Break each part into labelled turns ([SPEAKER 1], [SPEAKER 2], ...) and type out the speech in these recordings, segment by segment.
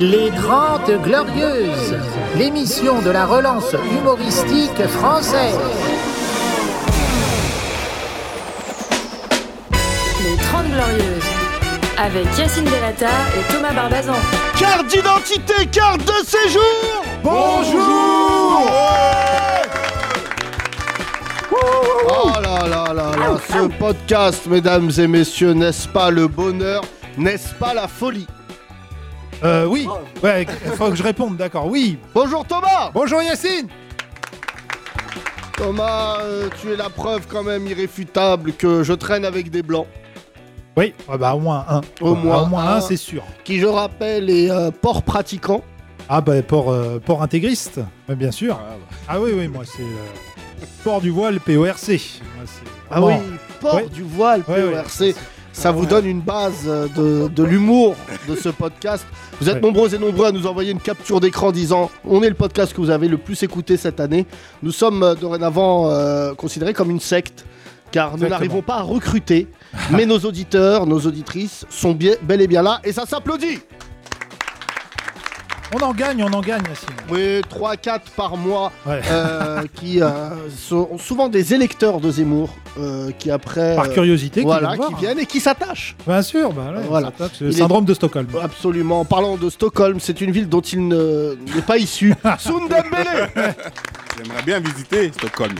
[SPEAKER 1] Les Grandes Glorieuses, l'émission de la relance humoristique française.
[SPEAKER 2] Les 30 Glorieuses, avec Yacine Delata et Thomas Barbazan.
[SPEAKER 3] Carte d'identité, carte de séjour
[SPEAKER 4] Bonjour
[SPEAKER 3] Oh là là là là, ce podcast, mesdames et messieurs, n'est-ce pas le bonheur, n'est-ce pas la folie
[SPEAKER 4] Euh, oui. Ouais, il faut que je réponde, d'accord. Oui.
[SPEAKER 3] Bonjour Thomas
[SPEAKER 4] Bonjour Yacine.
[SPEAKER 3] Thomas, euh, tu es la preuve quand même irréfutable que je traîne avec des blancs,
[SPEAKER 4] Oui. Ah bah, au moins un.
[SPEAKER 3] Au
[SPEAKER 4] Ouais,
[SPEAKER 3] moins
[SPEAKER 4] au moins un,
[SPEAKER 3] un.
[SPEAKER 4] c'est sûr.
[SPEAKER 3] qui je rappelle est euh, port pratiquant.
[SPEAKER 4] Ah bah port, euh, port intégriste, Ouais, bien sûr. Ah oui, oui, moi c'est euh, port du voile PORC. Moi, c'est-
[SPEAKER 3] Ah
[SPEAKER 4] Bon.
[SPEAKER 3] oui, port
[SPEAKER 4] Ouais.
[SPEAKER 3] du voile,
[SPEAKER 4] Ouais, ouais.
[SPEAKER 3] PORC. Ça vous donne une base euh, de, de l'humour de ce podcast. Vous êtes
[SPEAKER 4] Ouais.
[SPEAKER 3] nombreux et nombreux à nous envoyer une capture d'écran disant on est le podcast que vous avez le plus écouté cette année. Nous sommes euh, dorénavant euh, considérés comme une secte car nous
[SPEAKER 4] Exactement.
[SPEAKER 3] n'arrivons pas à recruter, mais nos auditeurs, nos auditrices sont bien, bel et bien là et ça s'applaudit.
[SPEAKER 4] On en gagne, on en gagne Yacine.
[SPEAKER 3] Oui, 3-4 par mois
[SPEAKER 4] Ouais.
[SPEAKER 3] euh, qui euh, sont souvent des électeurs de Zemmour euh, qui après
[SPEAKER 4] Par
[SPEAKER 3] euh,
[SPEAKER 4] curiosité,
[SPEAKER 3] voilà,
[SPEAKER 4] qui, viennent
[SPEAKER 3] qui
[SPEAKER 4] voir. hein.
[SPEAKER 3] viennent et qui s'attachent.
[SPEAKER 4] Bien sûr, bah, ouais,
[SPEAKER 3] Voilà.
[SPEAKER 4] ça tape, c'est le
[SPEAKER 3] Il est- Ah,
[SPEAKER 4] syndrome de Stockholm.
[SPEAKER 3] Absolument. En parlant de Stockholm, c'est une ville dont il ne- n'est pas issu. Sundembele
[SPEAKER 5] J'aimerais bien visiter Stockholm.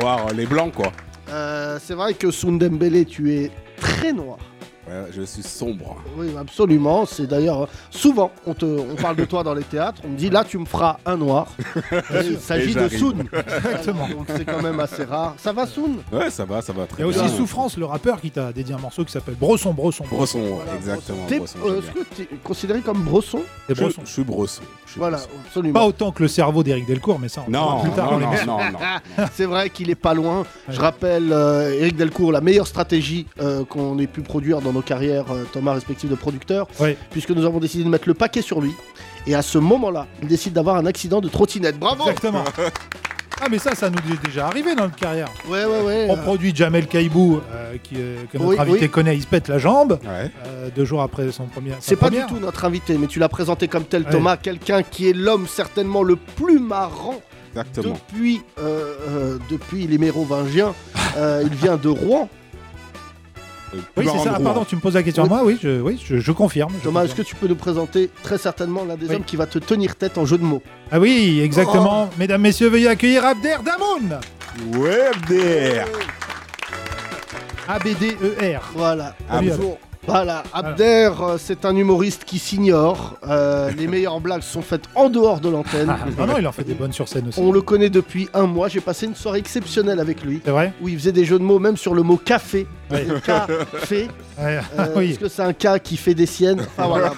[SPEAKER 5] Voir euh, les blancs, quoi.
[SPEAKER 3] Euh, C'est vrai que Sundembele, tu es très noir.
[SPEAKER 5] Ouais, je suis sombre.
[SPEAKER 3] Oui, absolument. C'est d'ailleurs euh, souvent, on, te, on parle de toi dans les théâtres, on me dit là, tu me feras un noir. Et il s'agit
[SPEAKER 5] Et
[SPEAKER 3] de
[SPEAKER 5] j'arrive.
[SPEAKER 3] Soun.
[SPEAKER 4] Exactement.
[SPEAKER 3] Donc c'est quand même assez rare. Ça va, Soun
[SPEAKER 5] Ouais, ça va, ça va très
[SPEAKER 4] Il y a
[SPEAKER 5] bien.
[SPEAKER 4] aussi Souffrance, le rappeur, qui t'a dédié un morceau qui s'appelle Bresson, Bresson.
[SPEAKER 5] Bresson, ouais, exactement.
[SPEAKER 3] T'es-
[SPEAKER 5] Bresson,
[SPEAKER 3] euh,
[SPEAKER 5] j'aime
[SPEAKER 3] Est-ce que tu es considéré comme brosson
[SPEAKER 4] Des
[SPEAKER 5] bien.
[SPEAKER 4] Bressons.
[SPEAKER 5] je, je suis Bresson. je suis
[SPEAKER 3] Voilà,
[SPEAKER 5] Bresson.
[SPEAKER 4] Pas
[SPEAKER 3] absolument.
[SPEAKER 4] autant que le cerveau d'Éric Delcourt, mais ça, on verra
[SPEAKER 5] Non,
[SPEAKER 4] plus tard.
[SPEAKER 5] non,
[SPEAKER 4] dans
[SPEAKER 5] non,
[SPEAKER 4] l'émission.
[SPEAKER 5] non, non, non.
[SPEAKER 3] C'est vrai qu'il est pas loin. Je
[SPEAKER 4] Ouais.
[SPEAKER 3] rappelle, euh, Eric Delcourt, la meilleure stratégie euh, qu'on ait pu produire dans nos carrières, euh, Thomas, respectives de producteurs,
[SPEAKER 4] Ouais.
[SPEAKER 3] puisque nous avons décidé de mettre le paquet sur lui. Et à ce moment-là, il décide d'avoir un accident de trottinette. Bravo
[SPEAKER 4] Exactement. Ah mais ça, ça nous est déjà arrivé dans notre carrière.
[SPEAKER 3] Ouais, ouais, ouais.
[SPEAKER 4] On
[SPEAKER 3] euh,
[SPEAKER 4] produit Jamel Kaibou, euh, qui, euh, que notre
[SPEAKER 3] Oui,
[SPEAKER 4] invité
[SPEAKER 3] oui.
[SPEAKER 4] connaît, il se pète la jambe,
[SPEAKER 5] Ouais.
[SPEAKER 4] euh, deux jours après son premier. sa
[SPEAKER 3] C'est pas du
[SPEAKER 4] première.
[SPEAKER 3] tout notre invité, mais tu l'as présenté comme tel,
[SPEAKER 4] Ouais.
[SPEAKER 3] Thomas, quelqu'un qui est l'homme certainement le plus marrant
[SPEAKER 5] Exactement.
[SPEAKER 3] depuis, euh, euh, depuis les Mérovingiens. Euh, il vient de Rouen.
[SPEAKER 5] Euh,
[SPEAKER 4] Oui,
[SPEAKER 5] Laurent
[SPEAKER 4] c'est ça. Ah,
[SPEAKER 5] Drouin.
[SPEAKER 4] pardon, tu me poses la question à
[SPEAKER 3] Oui.
[SPEAKER 4] moi Oui, je, oui, je, je confirme. je
[SPEAKER 3] Thomas, est-ce que
[SPEAKER 4] confirme.
[SPEAKER 3] tu peux nous présenter très certainement l'un des
[SPEAKER 4] Oui.
[SPEAKER 3] hommes qui va te tenir tête en jeu de mots
[SPEAKER 4] Ah oui, exactement.
[SPEAKER 3] Oh.
[SPEAKER 4] Mesdames, messieurs, veuillez accueillir Abder Damoun.
[SPEAKER 5] Ouais, MDR.
[SPEAKER 4] A B D E R.
[SPEAKER 3] Voilà.
[SPEAKER 5] Ah,
[SPEAKER 4] oui,
[SPEAKER 3] Bonjour. Voilà, Abder, euh, c'est un humoriste qui s'ignore. Euh, les meilleures blagues sont faites en dehors de l'antenne.
[SPEAKER 4] Ah Non, non, il en fait des bonnes sur scène aussi.
[SPEAKER 3] On le connaît depuis un mois. J'ai passé une soirée exceptionnelle avec lui,
[SPEAKER 4] C'est vrai
[SPEAKER 3] où il faisait des jeux de mots, même sur le mot café.
[SPEAKER 4] Ouais.
[SPEAKER 3] Le café.
[SPEAKER 4] Ouais.
[SPEAKER 3] euh,
[SPEAKER 4] Ah Oui.
[SPEAKER 3] Est-ce que c'est un cas qui fait des siennes Enfin, voilà.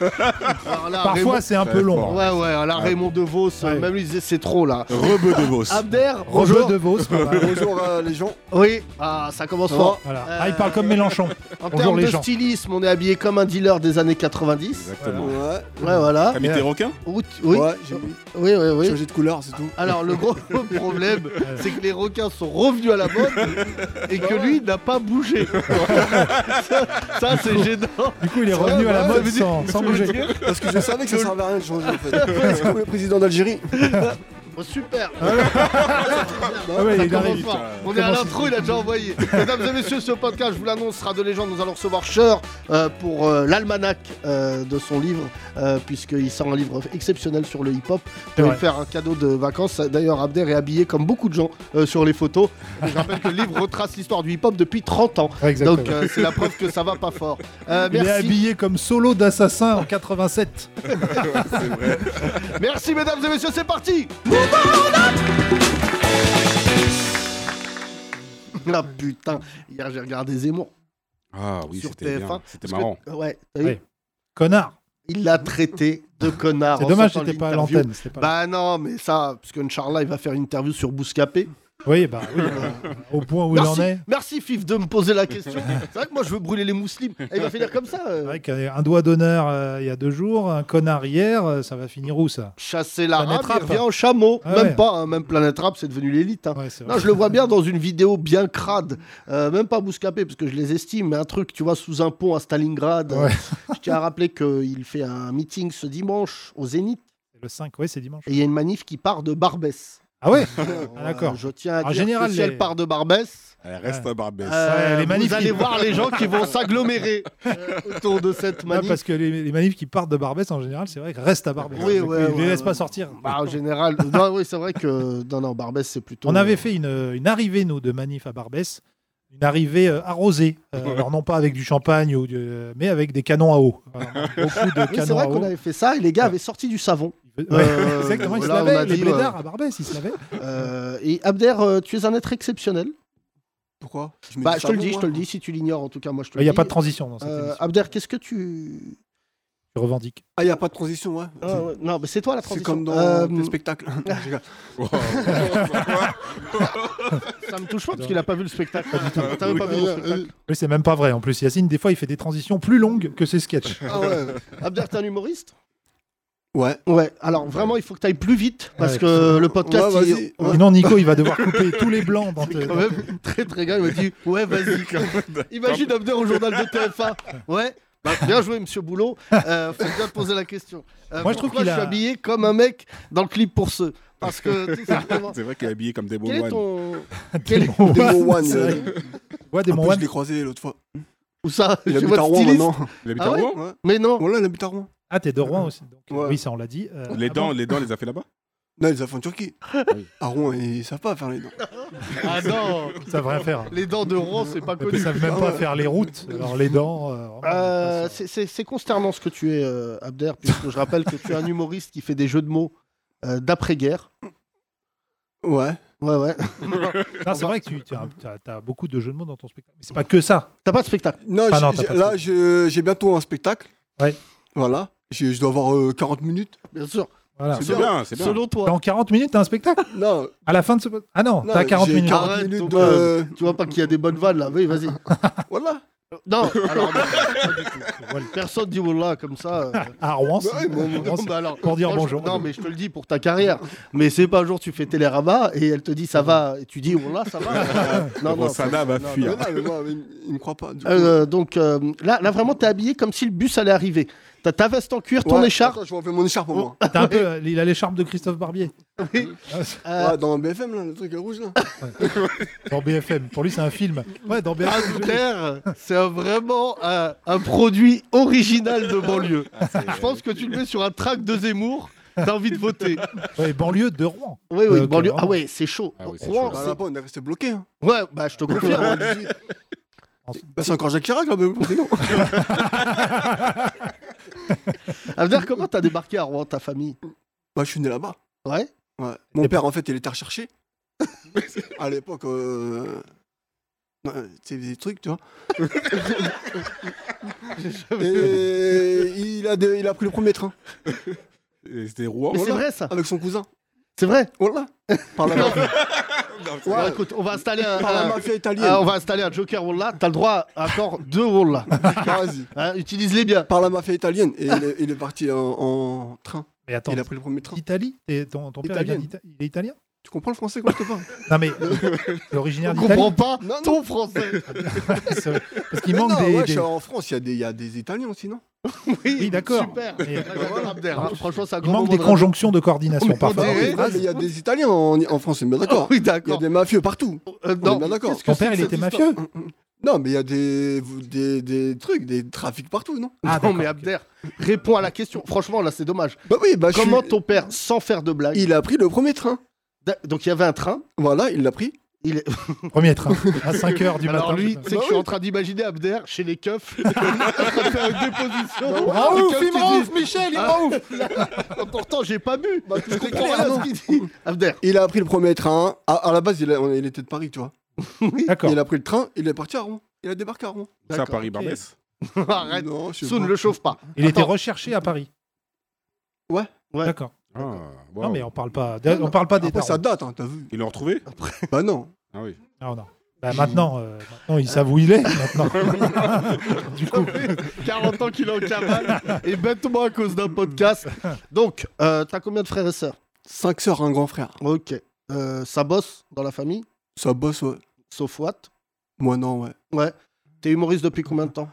[SPEAKER 3] Alors là,
[SPEAKER 4] Parfois, c'est un peu long.
[SPEAKER 3] Raymond- Ouais, ouais, alors là, Raymond DeVos, euh,
[SPEAKER 4] Ouais.
[SPEAKER 3] même lui, il disait c'est trop là.
[SPEAKER 5] Rebeu de Vos.
[SPEAKER 3] Abder,
[SPEAKER 4] Roger
[SPEAKER 3] bonjour.
[SPEAKER 4] hein. De Vos. pas mal.
[SPEAKER 6] Bonjour euh, les gens.
[SPEAKER 3] Oui, ah, ça commence fort.
[SPEAKER 4] Voilà.
[SPEAKER 3] Euh,
[SPEAKER 4] Ah, il parle comme Mélenchon.
[SPEAKER 3] En
[SPEAKER 4] Bonjour,
[SPEAKER 3] termes
[SPEAKER 4] les
[SPEAKER 3] de
[SPEAKER 4] gens.
[SPEAKER 3] stylisme, on est habillé comme un dealer des années 90.
[SPEAKER 5] Exactement.
[SPEAKER 6] Ouais,
[SPEAKER 3] Ouais, voilà.
[SPEAKER 5] T'as mis tes requins
[SPEAKER 3] Out- Oui,
[SPEAKER 6] ouais, j'ai envie de
[SPEAKER 3] oui, oui, oui.
[SPEAKER 6] changer de couleur, c'est tout.
[SPEAKER 3] Alors le gros problème, c'est que les requins sont revenus à la mode et
[SPEAKER 4] Bah
[SPEAKER 3] que lui n'a pas bougé. ça, ça, c'est gênant.
[SPEAKER 4] Du coup, il est revenu à la
[SPEAKER 3] ouais,
[SPEAKER 4] mode
[SPEAKER 3] mais dis-
[SPEAKER 4] sans, sans bouger.
[SPEAKER 6] Parce que je savais que ça servait à rien de changer en fait. C'est comme le président d'Algérie.
[SPEAKER 3] Oh, super.
[SPEAKER 4] Ah ouais,
[SPEAKER 3] Ça
[SPEAKER 4] il
[SPEAKER 3] commence
[SPEAKER 4] arrive.
[SPEAKER 3] fort. On est à l'intro, il a déjà envoyé. Mesdames et messieurs, ce podcast, je vous l'annonce, sera de légende. Nous allons recevoir Cher euh, pour euh, l'almanach euh, de son livre, euh, puisqu'il sort un livre exceptionnel sur le hip-hop. Je vais
[SPEAKER 4] Ouais.
[SPEAKER 3] lui faire un cadeau de vacances. D'ailleurs, Abder est habillé comme beaucoup de gens euh, sur les photos. Je rappelle que le livre retrace l'histoire du hip-hop depuis 30 ans.
[SPEAKER 4] Exactement.
[SPEAKER 3] Donc euh, c'est la preuve que ça va pas fort. Euh,
[SPEAKER 4] Il est
[SPEAKER 3] merci,
[SPEAKER 4] habillé comme solo d'assassin en 87.
[SPEAKER 3] merci mesdames et messieurs, c'est parti Ah putain, hier j'ai regardé Zemmour
[SPEAKER 5] Ah oui,
[SPEAKER 3] sur TF1.
[SPEAKER 5] c'était bien. C'était
[SPEAKER 3] Parce que- euh,
[SPEAKER 5] marrant.
[SPEAKER 3] ouais, t'as vu
[SPEAKER 4] Ouais. Connard.
[SPEAKER 3] il l'a traité de connard.
[SPEAKER 4] C'est
[SPEAKER 3] en
[SPEAKER 4] dommage,
[SPEAKER 3] sortant de
[SPEAKER 4] j'étais pas à
[SPEAKER 3] l'interview.
[SPEAKER 4] l'antenne. c'était pas là.
[SPEAKER 3] Bah non, mais ça, parce que Inch'Allah, il va faire une interview sur Bouscapé.
[SPEAKER 4] Oui, bah oui, bah, au point où il en
[SPEAKER 3] Merci,
[SPEAKER 4] est.
[SPEAKER 3] merci Fif de me poser la question. C'est vrai que moi je veux brûler les muslims. Et il va finir comme ça. euh.
[SPEAKER 4] C'est vrai qu'un doigt d'honneur euh, il y a deux jours, un connard hier, euh, ça va finir où ça
[SPEAKER 3] Chasser l'arabe,
[SPEAKER 4] Planète
[SPEAKER 3] il
[SPEAKER 4] Rap.
[SPEAKER 3] revient au chameau.
[SPEAKER 4] Ah
[SPEAKER 3] même
[SPEAKER 4] ouais.
[SPEAKER 3] pas, hein, même Planète Rap, c'est devenu l'élite. hein.
[SPEAKER 4] Ouais, c'est vrai.
[SPEAKER 3] Non, je le vois bien dans une vidéo bien crade, Euh, même pas bouscapé parce que je les estime, mais un truc, tu vois, sous un pont à Stalingrad. euh,
[SPEAKER 4] Ouais.
[SPEAKER 3] je tiens à rappeler qu'il fait un meeting ce dimanche au Zénith
[SPEAKER 4] Le 5, oui, c'est dimanche.
[SPEAKER 3] et il y a une manif qui part de Barbès.
[SPEAKER 4] Ah ouais
[SPEAKER 3] Euh,
[SPEAKER 4] d'accord.
[SPEAKER 3] Je tiens à
[SPEAKER 4] En
[SPEAKER 3] dire
[SPEAKER 4] général,
[SPEAKER 3] que si elle
[SPEAKER 4] les-
[SPEAKER 3] part de Barbès,
[SPEAKER 5] Elle reste à Barbès.
[SPEAKER 3] euh,
[SPEAKER 4] les
[SPEAKER 3] vous
[SPEAKER 4] manifs
[SPEAKER 3] allez
[SPEAKER 4] qui-
[SPEAKER 3] voir les gens qui vont s'agglomérer euh, autour de cette
[SPEAKER 4] Ah,
[SPEAKER 3] manif.
[SPEAKER 4] Parce que les, les manifs qui partent de Barbès, en général, c'est vrai que restent à Barbès.
[SPEAKER 3] Oui,
[SPEAKER 4] Du coup,
[SPEAKER 3] ouais,
[SPEAKER 4] ils les
[SPEAKER 3] ouais,
[SPEAKER 4] laissent
[SPEAKER 3] ouais.
[SPEAKER 4] pas sortir.
[SPEAKER 3] Bah, en général, non, oui, c'est vrai que non, non, Barbès, c'est plutôt.
[SPEAKER 4] On avait fait une, une arrivée, nous, de manif à Barbès. Une arrivée euh, arrosée. Euh, alors, non pas avec du champagne, ou du- euh, mais avec des canons à eau. Alors, beaucoup de
[SPEAKER 3] Oui, c'est
[SPEAKER 4] canons
[SPEAKER 3] vrai
[SPEAKER 4] à
[SPEAKER 3] qu'on
[SPEAKER 4] eau.
[SPEAKER 3] avait fait ça et les gars avaient sorti du savon.
[SPEAKER 4] Ouais,
[SPEAKER 3] Euh,
[SPEAKER 4] Exactement, ils se
[SPEAKER 3] voilà, on a
[SPEAKER 4] lavaient. Les
[SPEAKER 3] dit,
[SPEAKER 4] blédards à Barbès, ils se lavaient.
[SPEAKER 3] Euh, et Abder, euh, tu es un être exceptionnel.
[SPEAKER 6] Pourquoi mets
[SPEAKER 3] Bah,
[SPEAKER 6] du hein.
[SPEAKER 3] je te le
[SPEAKER 6] savon,
[SPEAKER 3] dis, je
[SPEAKER 6] moi.
[SPEAKER 3] te le dis, si tu l'ignores, en tout cas, moi, je te
[SPEAKER 4] Il
[SPEAKER 3] le
[SPEAKER 4] n'y a
[SPEAKER 3] dis.
[SPEAKER 4] pas de transition dans cette
[SPEAKER 3] Euh,
[SPEAKER 4] émission.
[SPEAKER 3] Abder, qu'est-ce que tu.
[SPEAKER 4] Je revendique.
[SPEAKER 6] Ah, il n'y a pas de transition, ouais.
[SPEAKER 3] Ah, ouais, Non, mais c'est toi la
[SPEAKER 6] C'est
[SPEAKER 3] transition.
[SPEAKER 6] comme dans
[SPEAKER 3] Euh,
[SPEAKER 6] le spectacle.
[SPEAKER 5] Wow.
[SPEAKER 3] ça me touche pas parce qu'il a pas vu le spectacle. T'avais pas vu le spectacle.
[SPEAKER 4] Oui, c'est même pas vrai. En plus, Yacine, des fois, il fait des transitions plus longues que ses sketchs.
[SPEAKER 3] Ah ouais. Abder, t'es un humoriste
[SPEAKER 6] Ouais.
[SPEAKER 3] Ouais, alors vraiment, il faut que t'ailles plus vite parce
[SPEAKER 4] Ouais,
[SPEAKER 3] que le podcast,
[SPEAKER 6] Ouais,
[SPEAKER 3] il-
[SPEAKER 6] vas-y.
[SPEAKER 3] on-
[SPEAKER 4] Sinon, Nico, il va devoir couper tous les blancs dans
[SPEAKER 3] quand même très très gars, il m'a dit ouais vas-y. Imagine Abder au journal de TFA. Ouais. bah, bien joué Monsieur Boulot. Euh, faut bien te poser la question. Euh,
[SPEAKER 4] Moi, je trouve
[SPEAKER 3] pourquoi
[SPEAKER 4] qu'il
[SPEAKER 3] je suis
[SPEAKER 4] a-
[SPEAKER 3] habillé comme un mec dans le clip pour ceux. Parce que tout simplement.
[SPEAKER 5] C'est vrai qu'il est habillé comme des beaux
[SPEAKER 3] Quel est
[SPEAKER 5] moines.
[SPEAKER 3] ton
[SPEAKER 4] Des
[SPEAKER 3] quel-
[SPEAKER 4] Moines,
[SPEAKER 6] Des Moines,
[SPEAKER 4] c'est vrai. Ouais, des
[SPEAKER 6] En plus, je
[SPEAKER 4] Moines.
[SPEAKER 6] l'ai croisé l'autre fois.
[SPEAKER 3] ou ça
[SPEAKER 6] Il
[SPEAKER 3] chez
[SPEAKER 6] habite
[SPEAKER 3] votre
[SPEAKER 6] à Rouen
[SPEAKER 3] styliste
[SPEAKER 6] maintenant.
[SPEAKER 5] Il habite
[SPEAKER 3] Ah
[SPEAKER 5] à
[SPEAKER 3] ouais
[SPEAKER 5] Rouen
[SPEAKER 6] Ouais.
[SPEAKER 3] Mais non.
[SPEAKER 6] Voilà, il habite à Rouen.
[SPEAKER 4] Ah, t'es de Rouen aussi. donc,
[SPEAKER 6] Ouais.
[SPEAKER 4] Oui, ça, on l'a dit. Euh,
[SPEAKER 5] Les
[SPEAKER 4] avant-
[SPEAKER 5] dents, les dents, il les a fait là-bas
[SPEAKER 6] Non, ils sont en Turquie. À Rouen, ils savent pas faire les dents.
[SPEAKER 3] Ah non.
[SPEAKER 4] Ils savent rien faire.
[SPEAKER 3] Les dents de Rouen, c'est pas
[SPEAKER 4] Ils ne
[SPEAKER 3] connu.
[SPEAKER 4] savent même pas faire les routes. Alors, les dents. euh, vraiment,
[SPEAKER 3] Euh,
[SPEAKER 4] on passe,
[SPEAKER 3] c'est- c'est c'est consternant ce que tu es, euh, Abder, puisque je rappelle que tu es un humoriste qui fait des jeux de mots euh, d'après-guerre.
[SPEAKER 6] Ouais.
[SPEAKER 3] Ouais, ouais.
[SPEAKER 4] euh. Non, c'est vrai que tu tu as, t'as- t'as beaucoup de jeux de mots dans ton spectacle. Mais c'est pas que ça.
[SPEAKER 3] T'as pas de spectacle.
[SPEAKER 6] Non,
[SPEAKER 4] Ah
[SPEAKER 6] j'ai-
[SPEAKER 4] non, t'as
[SPEAKER 6] j'ai-
[SPEAKER 4] pas
[SPEAKER 6] là, je- j'ai bientôt un spectacle.
[SPEAKER 4] Ouais.
[SPEAKER 6] Voilà. J'ai- Je dois avoir euh, 40 minutes.
[SPEAKER 3] Bien sûr.
[SPEAKER 4] Voilà.
[SPEAKER 5] C'est bien, c'est bien.
[SPEAKER 3] Selon toi.
[SPEAKER 4] Dans 40 minutes, t'as un spectacle
[SPEAKER 6] Non,
[SPEAKER 4] À la fin de ce. Ah non,
[SPEAKER 6] non
[SPEAKER 4] t'as 40
[SPEAKER 6] j'ai
[SPEAKER 4] minutes.
[SPEAKER 6] 40
[SPEAKER 3] Arrête,
[SPEAKER 6] minutes
[SPEAKER 3] Thomas.
[SPEAKER 6] de.
[SPEAKER 3] Tu vois pas qu'il y a des bonnes vannes là Oui, vas-y.
[SPEAKER 6] Voilà.
[SPEAKER 3] Non, alors, non, pas du tout. personne dit Wallah comme ça. euh.
[SPEAKER 4] À Rouen, c'est-
[SPEAKER 6] Ouais, mais
[SPEAKER 4] Rouen, c'est-
[SPEAKER 3] Bah alors,
[SPEAKER 4] pour dire
[SPEAKER 3] moi, je-
[SPEAKER 4] bonjour.
[SPEAKER 3] Non, mais je te le dis pour ta carrière. Mais c'est pas un jour tu fais Télérama et elle te dit ça va, et tu dis Wallah, ça va. non, non. ça-
[SPEAKER 5] Sada va
[SPEAKER 3] non,
[SPEAKER 5] fuir.
[SPEAKER 6] Mais non, mais moi, il, il me croit pas. du coup.
[SPEAKER 3] Euh, donc euh, là, là, vraiment, t'es habillé comme si le bus allait arriver. T'as ta veste en cuir, ton
[SPEAKER 6] Ouais,
[SPEAKER 3] écharpe.
[SPEAKER 6] attends, je vais enlever mon écharpe Oh. au moins.
[SPEAKER 4] T'as un peu, euh, il a l'écharpe de Christophe Barbier.
[SPEAKER 3] euh,
[SPEAKER 6] Ouais, dans BFM, là, le truc rouge, là.
[SPEAKER 4] Dans BFM. Pour lui, c'est un film. Ouais, dans BFM.
[SPEAKER 3] Ah, Abder, c'est un- vraiment un, un produit original de banlieue. Je pense que tu le mets sur un track de Zemmour, t'as envie de voter.
[SPEAKER 4] Ouais, banlieue de Rouen.
[SPEAKER 3] Oui, oui,
[SPEAKER 4] Euh,
[SPEAKER 3] banlieue. Ah
[SPEAKER 4] clairement.
[SPEAKER 3] ouais, c'est chaud.
[SPEAKER 5] Ah oui, c'est
[SPEAKER 3] Rouen,
[SPEAKER 5] chaud,
[SPEAKER 6] Bah, là-bas, on est resté bloqué. Hein.
[SPEAKER 3] c'est- Ouais, bah je te confirme.
[SPEAKER 6] Bah, c'est encore Jacques Chirac, là, mais bon, c'est non.
[SPEAKER 3] Abder, Ah, comment t'as débarqué à Rouen, ta famille
[SPEAKER 6] Bah, je suis né là-bas.
[SPEAKER 3] Ouais.
[SPEAKER 6] Ouais. Mon
[SPEAKER 4] Et-
[SPEAKER 6] père, en fait, il était recherché. à l'époque, euh... non, euh, tu sais, des trucs, tu vois. Et il a, dé- il a pris le premier train
[SPEAKER 5] Et C'était Rouen.
[SPEAKER 3] Mais c'est
[SPEAKER 5] Oh, voilà.
[SPEAKER 3] vrai ça.
[SPEAKER 6] avec son cousin.
[SPEAKER 3] C'est vrai.
[SPEAKER 6] Voilà. Par la mafia,
[SPEAKER 3] Alors,
[SPEAKER 6] Ah,
[SPEAKER 3] écoute, on va installer un.
[SPEAKER 6] par la
[SPEAKER 3] un-
[SPEAKER 6] mafia italienne.
[SPEAKER 3] un- on va installer un Joker Wallah. T'as le droit à encore deux Wallah.
[SPEAKER 6] Vas-y.
[SPEAKER 3] Hein, Utilise-les bien.
[SPEAKER 6] Par la mafia italienne. Et il est, il est parti en, en train.
[SPEAKER 4] Mais attends,
[SPEAKER 6] Il a pris le premier train.
[SPEAKER 4] Italie Et ton, ton père, il, vient
[SPEAKER 6] Italienne.
[SPEAKER 4] d'Ita- il est italien
[SPEAKER 6] Tu comprends le français quand je te parle
[SPEAKER 4] Non, mais l'originaire
[SPEAKER 3] On comprend pas
[SPEAKER 4] d'Italie.
[SPEAKER 6] Non, non.
[SPEAKER 3] ton français.
[SPEAKER 4] c'est vrai. Parce qu'il
[SPEAKER 6] Mais
[SPEAKER 4] manque
[SPEAKER 6] non,
[SPEAKER 4] des.
[SPEAKER 6] ouais,
[SPEAKER 4] des-
[SPEAKER 6] je suis en France, il y, a des- il y a des Italiens aussi, non
[SPEAKER 4] Oui, d'accord.
[SPEAKER 3] Super.
[SPEAKER 4] Et-
[SPEAKER 3] J'adore Abder, hein. Franchement, ça
[SPEAKER 4] Il manque des conjonctions de coordination
[SPEAKER 3] Mais
[SPEAKER 4] parfois.
[SPEAKER 3] on dirait-
[SPEAKER 6] Ouais, Bah, mais Il y a des Italiens en, en France, on est bien d'accord.
[SPEAKER 3] Bah, Ah, Oui,
[SPEAKER 6] Il y a
[SPEAKER 3] d'accord.
[SPEAKER 6] des mafieux partout.
[SPEAKER 3] Euh,
[SPEAKER 6] On est
[SPEAKER 3] non.
[SPEAKER 6] bien d'accord. mm,
[SPEAKER 4] Ton père, il était mafieux
[SPEAKER 6] Non, mais il y a des, des, des trucs, des trafics partout, non
[SPEAKER 4] Ah,
[SPEAKER 3] non,
[SPEAKER 4] d'accord,
[SPEAKER 3] mais
[SPEAKER 4] ok.
[SPEAKER 3] Abder, réponds à la question. Franchement, là, c'est dommage.
[SPEAKER 6] Bah oui, bah je
[SPEAKER 3] Comment
[SPEAKER 6] suis-
[SPEAKER 3] ton père, sans faire de blague,
[SPEAKER 6] Il a pris le premier train.
[SPEAKER 3] donc il y avait un train.
[SPEAKER 6] Voilà, il l'a pris.
[SPEAKER 3] Il est...
[SPEAKER 4] Premier train, à 5h du
[SPEAKER 3] Alors
[SPEAKER 4] matin.
[SPEAKER 3] lui,
[SPEAKER 6] Bah
[SPEAKER 3] tu sais que je suis en train d'imaginer Abder chez les keufs, en train de faire une déposition.
[SPEAKER 6] Bah,
[SPEAKER 3] Les keufs qui disent,
[SPEAKER 6] Michel,
[SPEAKER 3] Ah, Pourtant, j'ai pas bu.
[SPEAKER 6] Bah, tout
[SPEAKER 3] Je
[SPEAKER 6] est
[SPEAKER 3] comprends
[SPEAKER 6] clair,
[SPEAKER 3] rien à
[SPEAKER 6] non
[SPEAKER 3] ce qu'il dit. Abder,
[SPEAKER 6] Il a pris le premier train. À, à la base, il, a- on- il était de Paris, tu vois.
[SPEAKER 4] D'accord.
[SPEAKER 6] Il a pris le train, il est parti à Rouen. Il a débarqué à Rouen.
[SPEAKER 5] Ça,
[SPEAKER 3] D'accord,
[SPEAKER 5] Paris-Barbès.
[SPEAKER 3] arrête.
[SPEAKER 6] Non, je sais
[SPEAKER 3] Soun,
[SPEAKER 6] pas.
[SPEAKER 3] le chauffe pas.
[SPEAKER 4] Il était
[SPEAKER 3] Attends.
[SPEAKER 4] recherché à Paris.
[SPEAKER 6] Ouais.
[SPEAKER 3] Ouais.
[SPEAKER 4] D'accord.
[SPEAKER 5] Ah, wow.
[SPEAKER 4] Non, mais on parle pas, de- on parle pas des
[SPEAKER 6] Après, ça
[SPEAKER 4] tarots.
[SPEAKER 6] date, hein, t'as vu
[SPEAKER 5] Ils l'ont retrouvé
[SPEAKER 6] Bah non.
[SPEAKER 5] Ah oui.
[SPEAKER 4] Non, non. Bah, maintenant, euh, maintenant, ils savent où il est. Maintenant.
[SPEAKER 3] Du coup, 40 ans qu'il est en cavale et bêtement à cause d'un podcast. Donc, euh, t'as combien de frères et sœurs
[SPEAKER 6] Cinq sœurs, un grand frère.
[SPEAKER 3] Ok. Euh, ça bosse dans la famille,
[SPEAKER 6] Ça bosse, ouais.
[SPEAKER 3] sauf Watt.
[SPEAKER 6] Moi, non, ouais.
[SPEAKER 3] Ouais. T'es humoriste depuis combien de temps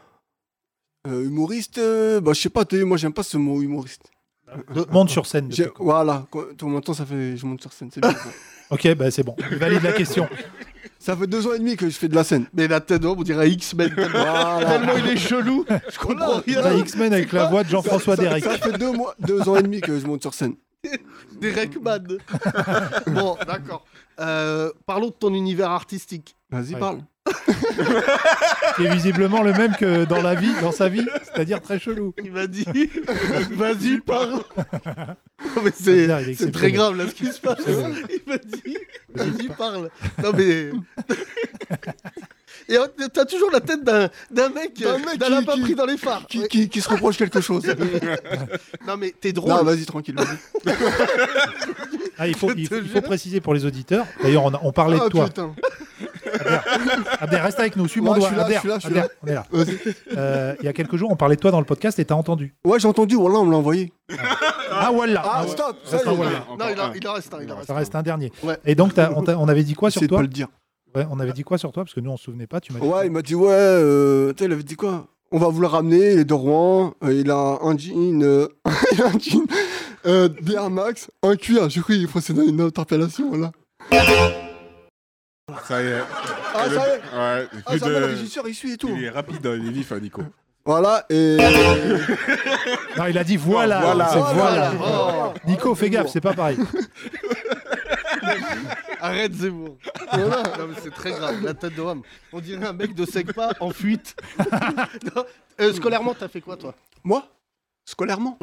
[SPEAKER 6] Euh, humoriste, euh, bah je sais pas, t'as vu, moi j'aime pas ce mot humoriste.
[SPEAKER 4] Monte sur scène.
[SPEAKER 6] J'ai-
[SPEAKER 4] depuis quand
[SPEAKER 6] Voilà, quand- tout mon temps, ça fait. Je monte sur scène, c'est bien. ça.
[SPEAKER 4] Ok, bah, c'est bon. Il valide la question.
[SPEAKER 6] ça fait deux ans et demi que je fais de la scène.
[SPEAKER 3] Mais la tête on dirait X-Men. Tellement il est chelou, je comprends rien.
[SPEAKER 4] La X-Men avec la voix de Jean-François
[SPEAKER 6] Ça-
[SPEAKER 4] Derek.
[SPEAKER 6] Ça, fait deux, mois, deux ans et demi que je monte sur scène.
[SPEAKER 3] Des Rekman. bon, d'accord. Euh, parlons de ton univers artistique.
[SPEAKER 6] Vas-y,
[SPEAKER 4] Ouais.
[SPEAKER 6] parle.
[SPEAKER 4] Qui est visiblement le même que dans la vie, dans sa vie, c'est-à-dire très chelou.
[SPEAKER 3] Il m'a dit, vas-y, parle. Non, mais
[SPEAKER 4] Il est
[SPEAKER 3] c'est, c'est
[SPEAKER 4] exceptionnel.
[SPEAKER 3] très grave là ce qui se passe.
[SPEAKER 4] Absolument.
[SPEAKER 3] Il m'a dit, vas-y, parle. Non, mais. Et en- t'as toujours la tête d'un, d'un mec,
[SPEAKER 6] D'un mec
[SPEAKER 3] d'un
[SPEAKER 6] qui-
[SPEAKER 3] lapin
[SPEAKER 6] qui-
[SPEAKER 3] pris dans les phares.
[SPEAKER 6] Qui,
[SPEAKER 3] Ouais.
[SPEAKER 6] qui, qui se reproche quelque chose
[SPEAKER 3] Non, mais t'es drôle.
[SPEAKER 6] Non, vas-y, tranquille. vas-y.
[SPEAKER 4] Ah, il faut,
[SPEAKER 3] Je
[SPEAKER 4] il,
[SPEAKER 3] te
[SPEAKER 4] il faut
[SPEAKER 3] jure.
[SPEAKER 4] préciser pour les auditeurs. D'ailleurs, on, a- on parlait de
[SPEAKER 6] Ah,
[SPEAKER 4] toi.
[SPEAKER 6] putain.
[SPEAKER 4] Abder, reste avec nous, suis mon
[SPEAKER 6] Ouais,
[SPEAKER 4] doigt.
[SPEAKER 6] Ah, je suis là,
[SPEAKER 4] Abder,
[SPEAKER 6] je suis là, je suis
[SPEAKER 4] Abder,
[SPEAKER 6] là.
[SPEAKER 4] on est là. Euh, il y a quelques jours, on parlait de toi dans le podcast et t'as entendu.
[SPEAKER 6] Ouais, j'ai entendu, voilà, on me l'a envoyé.
[SPEAKER 4] Ah, voilà.
[SPEAKER 6] Ah,
[SPEAKER 4] Ah, ouais.
[SPEAKER 6] stop
[SPEAKER 4] Ça
[SPEAKER 6] ça y
[SPEAKER 4] sera
[SPEAKER 6] est.
[SPEAKER 4] voilà.
[SPEAKER 5] Encore
[SPEAKER 3] Non, il, en-
[SPEAKER 5] un.
[SPEAKER 3] il en reste un. Il en reste
[SPEAKER 4] Ça
[SPEAKER 3] un.
[SPEAKER 4] reste un dernier.
[SPEAKER 3] Ouais.
[SPEAKER 4] Et donc, t'as- on, t'a- on avait dit quoi sur
[SPEAKER 6] J'essaie de
[SPEAKER 4] toi
[SPEAKER 6] pas le dire.
[SPEAKER 4] Ouais, On avait dit quoi sur toi Parce que nous, on se souvenait pas. Tu m'as dit.
[SPEAKER 6] Ouais, il m'a dit, ouais, euh, tu sais, il avait dit quoi On va vous le ramener, il est de Rouen, euh, il a un jean, euh, il a un jean euh, BR Max, un cuir, j'ai cru qu'il procédait à une interpellation, là.
[SPEAKER 5] Ça y est.
[SPEAKER 6] Ah,
[SPEAKER 5] Et le-
[SPEAKER 6] ça y est
[SPEAKER 5] Ouais, plus
[SPEAKER 6] Ah, ça va,
[SPEAKER 5] de-
[SPEAKER 6] le régisseur, il suit et tout.
[SPEAKER 5] Il est rapide, hein, il est vif, hein, Nico.
[SPEAKER 6] Voilà, et...
[SPEAKER 4] Non, il a dit voilà.
[SPEAKER 5] Voilà.
[SPEAKER 4] c'est voilà.
[SPEAKER 6] Oh.
[SPEAKER 3] Voilà.
[SPEAKER 4] Nico, fais gaffe, c'est pas pareil.
[SPEAKER 3] Arrête Zemmour. Voilà. Non, mais c'est très grave, la tête de homme. On dirait un mec de Segpa en fuite. Non. Euh, scolairement, t'as fait quoi toi
[SPEAKER 6] Moi Scolairement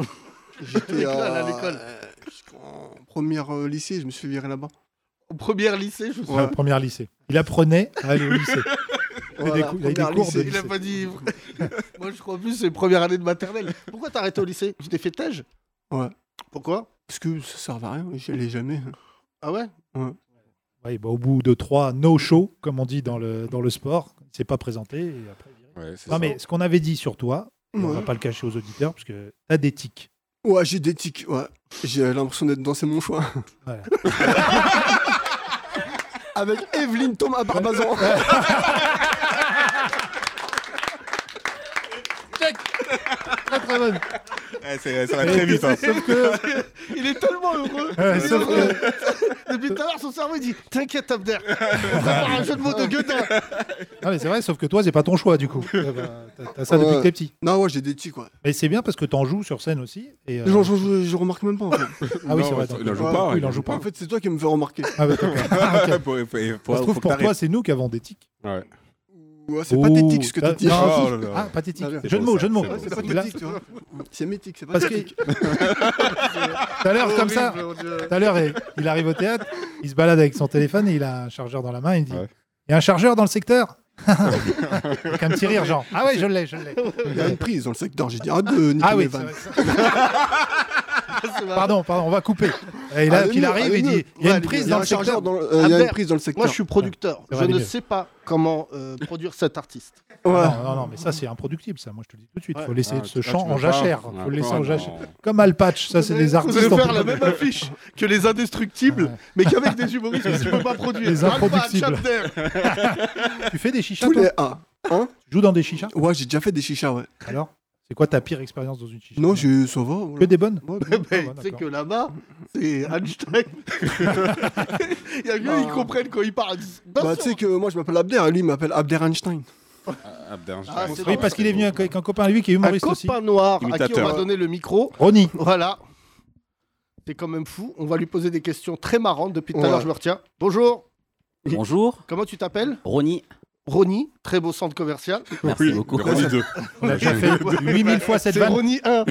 [SPEAKER 6] J'étais
[SPEAKER 3] L'école, à
[SPEAKER 6] à
[SPEAKER 3] l'école.
[SPEAKER 6] euh, En première euh, lycée, je me suis viré là-bas.
[SPEAKER 3] Au premier lycée, je sais.
[SPEAKER 4] Première Première lycée. Il apprenait à aller au lycée. Il avait des,
[SPEAKER 6] Voilà,
[SPEAKER 4] cou- il avait des
[SPEAKER 6] première
[SPEAKER 4] cours
[SPEAKER 6] lycée.
[SPEAKER 4] de
[SPEAKER 3] Oh, Il a
[SPEAKER 4] lycée.
[SPEAKER 3] pas dit. Moi, je crois plus c'est première année de maternelle. Pourquoi t'as arrêté au lycée Tu t'es fait tège
[SPEAKER 6] Ouais.
[SPEAKER 3] Pourquoi
[SPEAKER 6] Parce que ça servait à rien, j'y allais jamais.
[SPEAKER 3] Ah ouais
[SPEAKER 4] Ouais, bah, au bout de trois no show, comme on dit dans le, dans le sport, il s'est pas présenté. et après, il est viré.
[SPEAKER 5] Ouais, c'est
[SPEAKER 4] non,
[SPEAKER 5] ça.
[SPEAKER 4] mais ce qu'on avait dit sur toi, et on
[SPEAKER 6] Ouais.
[SPEAKER 4] va pas le cacher aux auditeurs, parce que t'as des tics.
[SPEAKER 6] Ouais, j'ai des tics, ouais. J'ai l'impression d'être dans C'est mon choix.
[SPEAKER 4] Voilà.
[SPEAKER 6] Avec Evelyne Thomas Barbazan.
[SPEAKER 4] Très très bonne.
[SPEAKER 5] Eh, c'est- ça va très vite. hein.
[SPEAKER 4] Sauf que.
[SPEAKER 3] Il est tellement heureux.
[SPEAKER 4] Ah Ouais, sauf que-
[SPEAKER 3] Depuis tout à l'heure, son cerveau il dit T'inquiète, Abder. Ça part un jeu de mots de Gueudin.
[SPEAKER 4] Non, mais Ah c'est vrai, sauf que toi, c'est pas ton choix du coup. Euh, bah, T'as t'as ça depuis
[SPEAKER 6] Ouais.
[SPEAKER 4] que t'es petit.
[SPEAKER 6] non, ouais, j'ai des tics, ouais.
[SPEAKER 4] Mais c'est bien parce que t'en joues sur scène aussi. Et, euh,
[SPEAKER 6] J'en- j'en- Je, je remarque même pas, en fait.
[SPEAKER 4] Ah oui,
[SPEAKER 5] Non,
[SPEAKER 4] c'est vrai.
[SPEAKER 5] il
[SPEAKER 4] donc-
[SPEAKER 5] en joue
[SPEAKER 4] Ouais,
[SPEAKER 5] pas,
[SPEAKER 4] oui,
[SPEAKER 5] il
[SPEAKER 4] Il en
[SPEAKER 5] en
[SPEAKER 4] joue pas.
[SPEAKER 6] en fait, c'est toi qui me fais remarquer.
[SPEAKER 4] Ah, bah, d'accord. Ah, ok.
[SPEAKER 5] Faut- faut-
[SPEAKER 4] Ça
[SPEAKER 5] faut-
[SPEAKER 4] se
[SPEAKER 5] faut
[SPEAKER 4] trouve,
[SPEAKER 5] que
[SPEAKER 4] pour
[SPEAKER 5] t'arrêtes.
[SPEAKER 4] toi, c'est nous qui avons des tics.
[SPEAKER 5] Ouais.
[SPEAKER 6] Ouais, c'est pas tes tics, ce que t'as
[SPEAKER 4] t'as
[SPEAKER 6] dit.
[SPEAKER 5] Oh là là.
[SPEAKER 4] Ah, pathétique.
[SPEAKER 6] Ah, bien.
[SPEAKER 4] Jeu de
[SPEAKER 5] beau,
[SPEAKER 4] mots,
[SPEAKER 5] ça,
[SPEAKER 4] jeu de mots.
[SPEAKER 5] c'est beau,
[SPEAKER 6] C'est pas
[SPEAKER 4] Il a-
[SPEAKER 6] tes tics, tu vois. C'est mes tics, c'est pas
[SPEAKER 4] Parce
[SPEAKER 6] tes
[SPEAKER 4] que
[SPEAKER 6] tics.
[SPEAKER 4] tout à l'heure, comme ça,
[SPEAKER 3] Horrible, mon Dieu.
[SPEAKER 4] tout à l'heure, il- il arrive au théâtre, il se balade avec son téléphone et il a un chargeur dans la main. Il dit
[SPEAKER 5] Ouais.
[SPEAKER 4] Il y a un chargeur dans le secteur Avec un petit rire, genre Ah ouais, je l'ai, je l'ai.
[SPEAKER 6] Il y a une prise dans le secteur, j'ai dit un, deux, Nicolas
[SPEAKER 4] Ah oui,
[SPEAKER 6] Van.
[SPEAKER 4] c'est vrai. pardon, pardon, on va couper. Et là,
[SPEAKER 6] Allez,
[SPEAKER 4] qu'il
[SPEAKER 6] mieux,
[SPEAKER 4] arrive,
[SPEAKER 6] allez,
[SPEAKER 4] il
[SPEAKER 6] mieux.
[SPEAKER 4] dit Il y a
[SPEAKER 6] Ouais,
[SPEAKER 4] une prise
[SPEAKER 6] il y a
[SPEAKER 4] dans
[SPEAKER 6] un
[SPEAKER 4] le
[SPEAKER 6] chargeur
[SPEAKER 4] secteur. Ah,
[SPEAKER 6] dans le- euh, Il y a
[SPEAKER 3] Abder,
[SPEAKER 6] une prise dans le secteur.
[SPEAKER 3] Moi, je suis producteur.
[SPEAKER 4] Ça
[SPEAKER 3] Je
[SPEAKER 4] va aller
[SPEAKER 3] ne
[SPEAKER 4] mieux.
[SPEAKER 3] sais pas comment euh, produire cet artiste.
[SPEAKER 6] Ouais.
[SPEAKER 4] Non, non, non, mais ça, c'est improductible, ça. Moi, je te le dis tout de suite. Il faut
[SPEAKER 3] Ouais.
[SPEAKER 4] laisser
[SPEAKER 5] Ah,
[SPEAKER 4] ce
[SPEAKER 5] ah,
[SPEAKER 4] champ
[SPEAKER 5] tu veux
[SPEAKER 4] en
[SPEAKER 5] pas
[SPEAKER 4] jachère.
[SPEAKER 5] Ah,
[SPEAKER 4] faut le laisser en
[SPEAKER 5] non.
[SPEAKER 4] jachère. Comme Alpatch, ça, c'est des artistes.
[SPEAKER 3] Vous allez
[SPEAKER 4] on
[SPEAKER 3] faire
[SPEAKER 4] peut-
[SPEAKER 3] la même affiche que les indestructibles,
[SPEAKER 4] Ouais.
[SPEAKER 3] mais qu'avec des humoristes que tu peux pas produire.
[SPEAKER 4] Les
[SPEAKER 3] Alpha,
[SPEAKER 4] improductibles.
[SPEAKER 3] Chapter.
[SPEAKER 4] Tu fais des chichas,
[SPEAKER 6] Tous
[SPEAKER 4] toi
[SPEAKER 6] les A.
[SPEAKER 4] Tu joues dans des chichas
[SPEAKER 6] Ouais, j'ai déjà fait des chichas, ouais.
[SPEAKER 4] Alors C'est quoi ta pire expérience dans une chicha
[SPEAKER 6] Non, j'ai ça va.
[SPEAKER 4] Que
[SPEAKER 6] voilà.
[SPEAKER 4] des bonnes
[SPEAKER 6] Ouais,
[SPEAKER 3] Eh
[SPEAKER 6] bien.
[SPEAKER 3] ben,
[SPEAKER 4] Ah bah,
[SPEAKER 3] tu sais
[SPEAKER 4] d'accord.
[SPEAKER 3] que là-bas, c'est Einstein. Il y a mieux, ils comprennent quand ils parlent. Bien
[SPEAKER 6] Bah,
[SPEAKER 3] sûr.
[SPEAKER 6] tu sais que moi, je m'appelle Abder et lui, il m'appelle Abder Einstein.
[SPEAKER 5] Ah, Abdel,
[SPEAKER 3] Ah,
[SPEAKER 5] je-
[SPEAKER 3] c'est
[SPEAKER 4] Oui, parce qu'il est venu avec un copain à lui qui est
[SPEAKER 3] un
[SPEAKER 4] humoriste
[SPEAKER 3] copain
[SPEAKER 4] aussi.
[SPEAKER 3] noir à qui on
[SPEAKER 5] Imitateur.
[SPEAKER 3] va donner le micro.
[SPEAKER 4] Ronnie.
[SPEAKER 3] Voilà. C'est quand même fou. On va lui poser des questions très marrantes. Depuis tout à
[SPEAKER 6] Ouais.
[SPEAKER 3] l'heure, je me retiens. Bonjour.
[SPEAKER 7] Bonjour,
[SPEAKER 3] Comment tu t'appelles
[SPEAKER 7] Ronnie.
[SPEAKER 3] Ronnie. Très beau centre commercial.
[SPEAKER 7] Merci
[SPEAKER 5] Oui,
[SPEAKER 7] beaucoup.
[SPEAKER 5] Ronnie deux.
[SPEAKER 4] On a déjà fait 8000 fois cette
[SPEAKER 3] C'est
[SPEAKER 4] vanne.
[SPEAKER 3] Ronnie 1.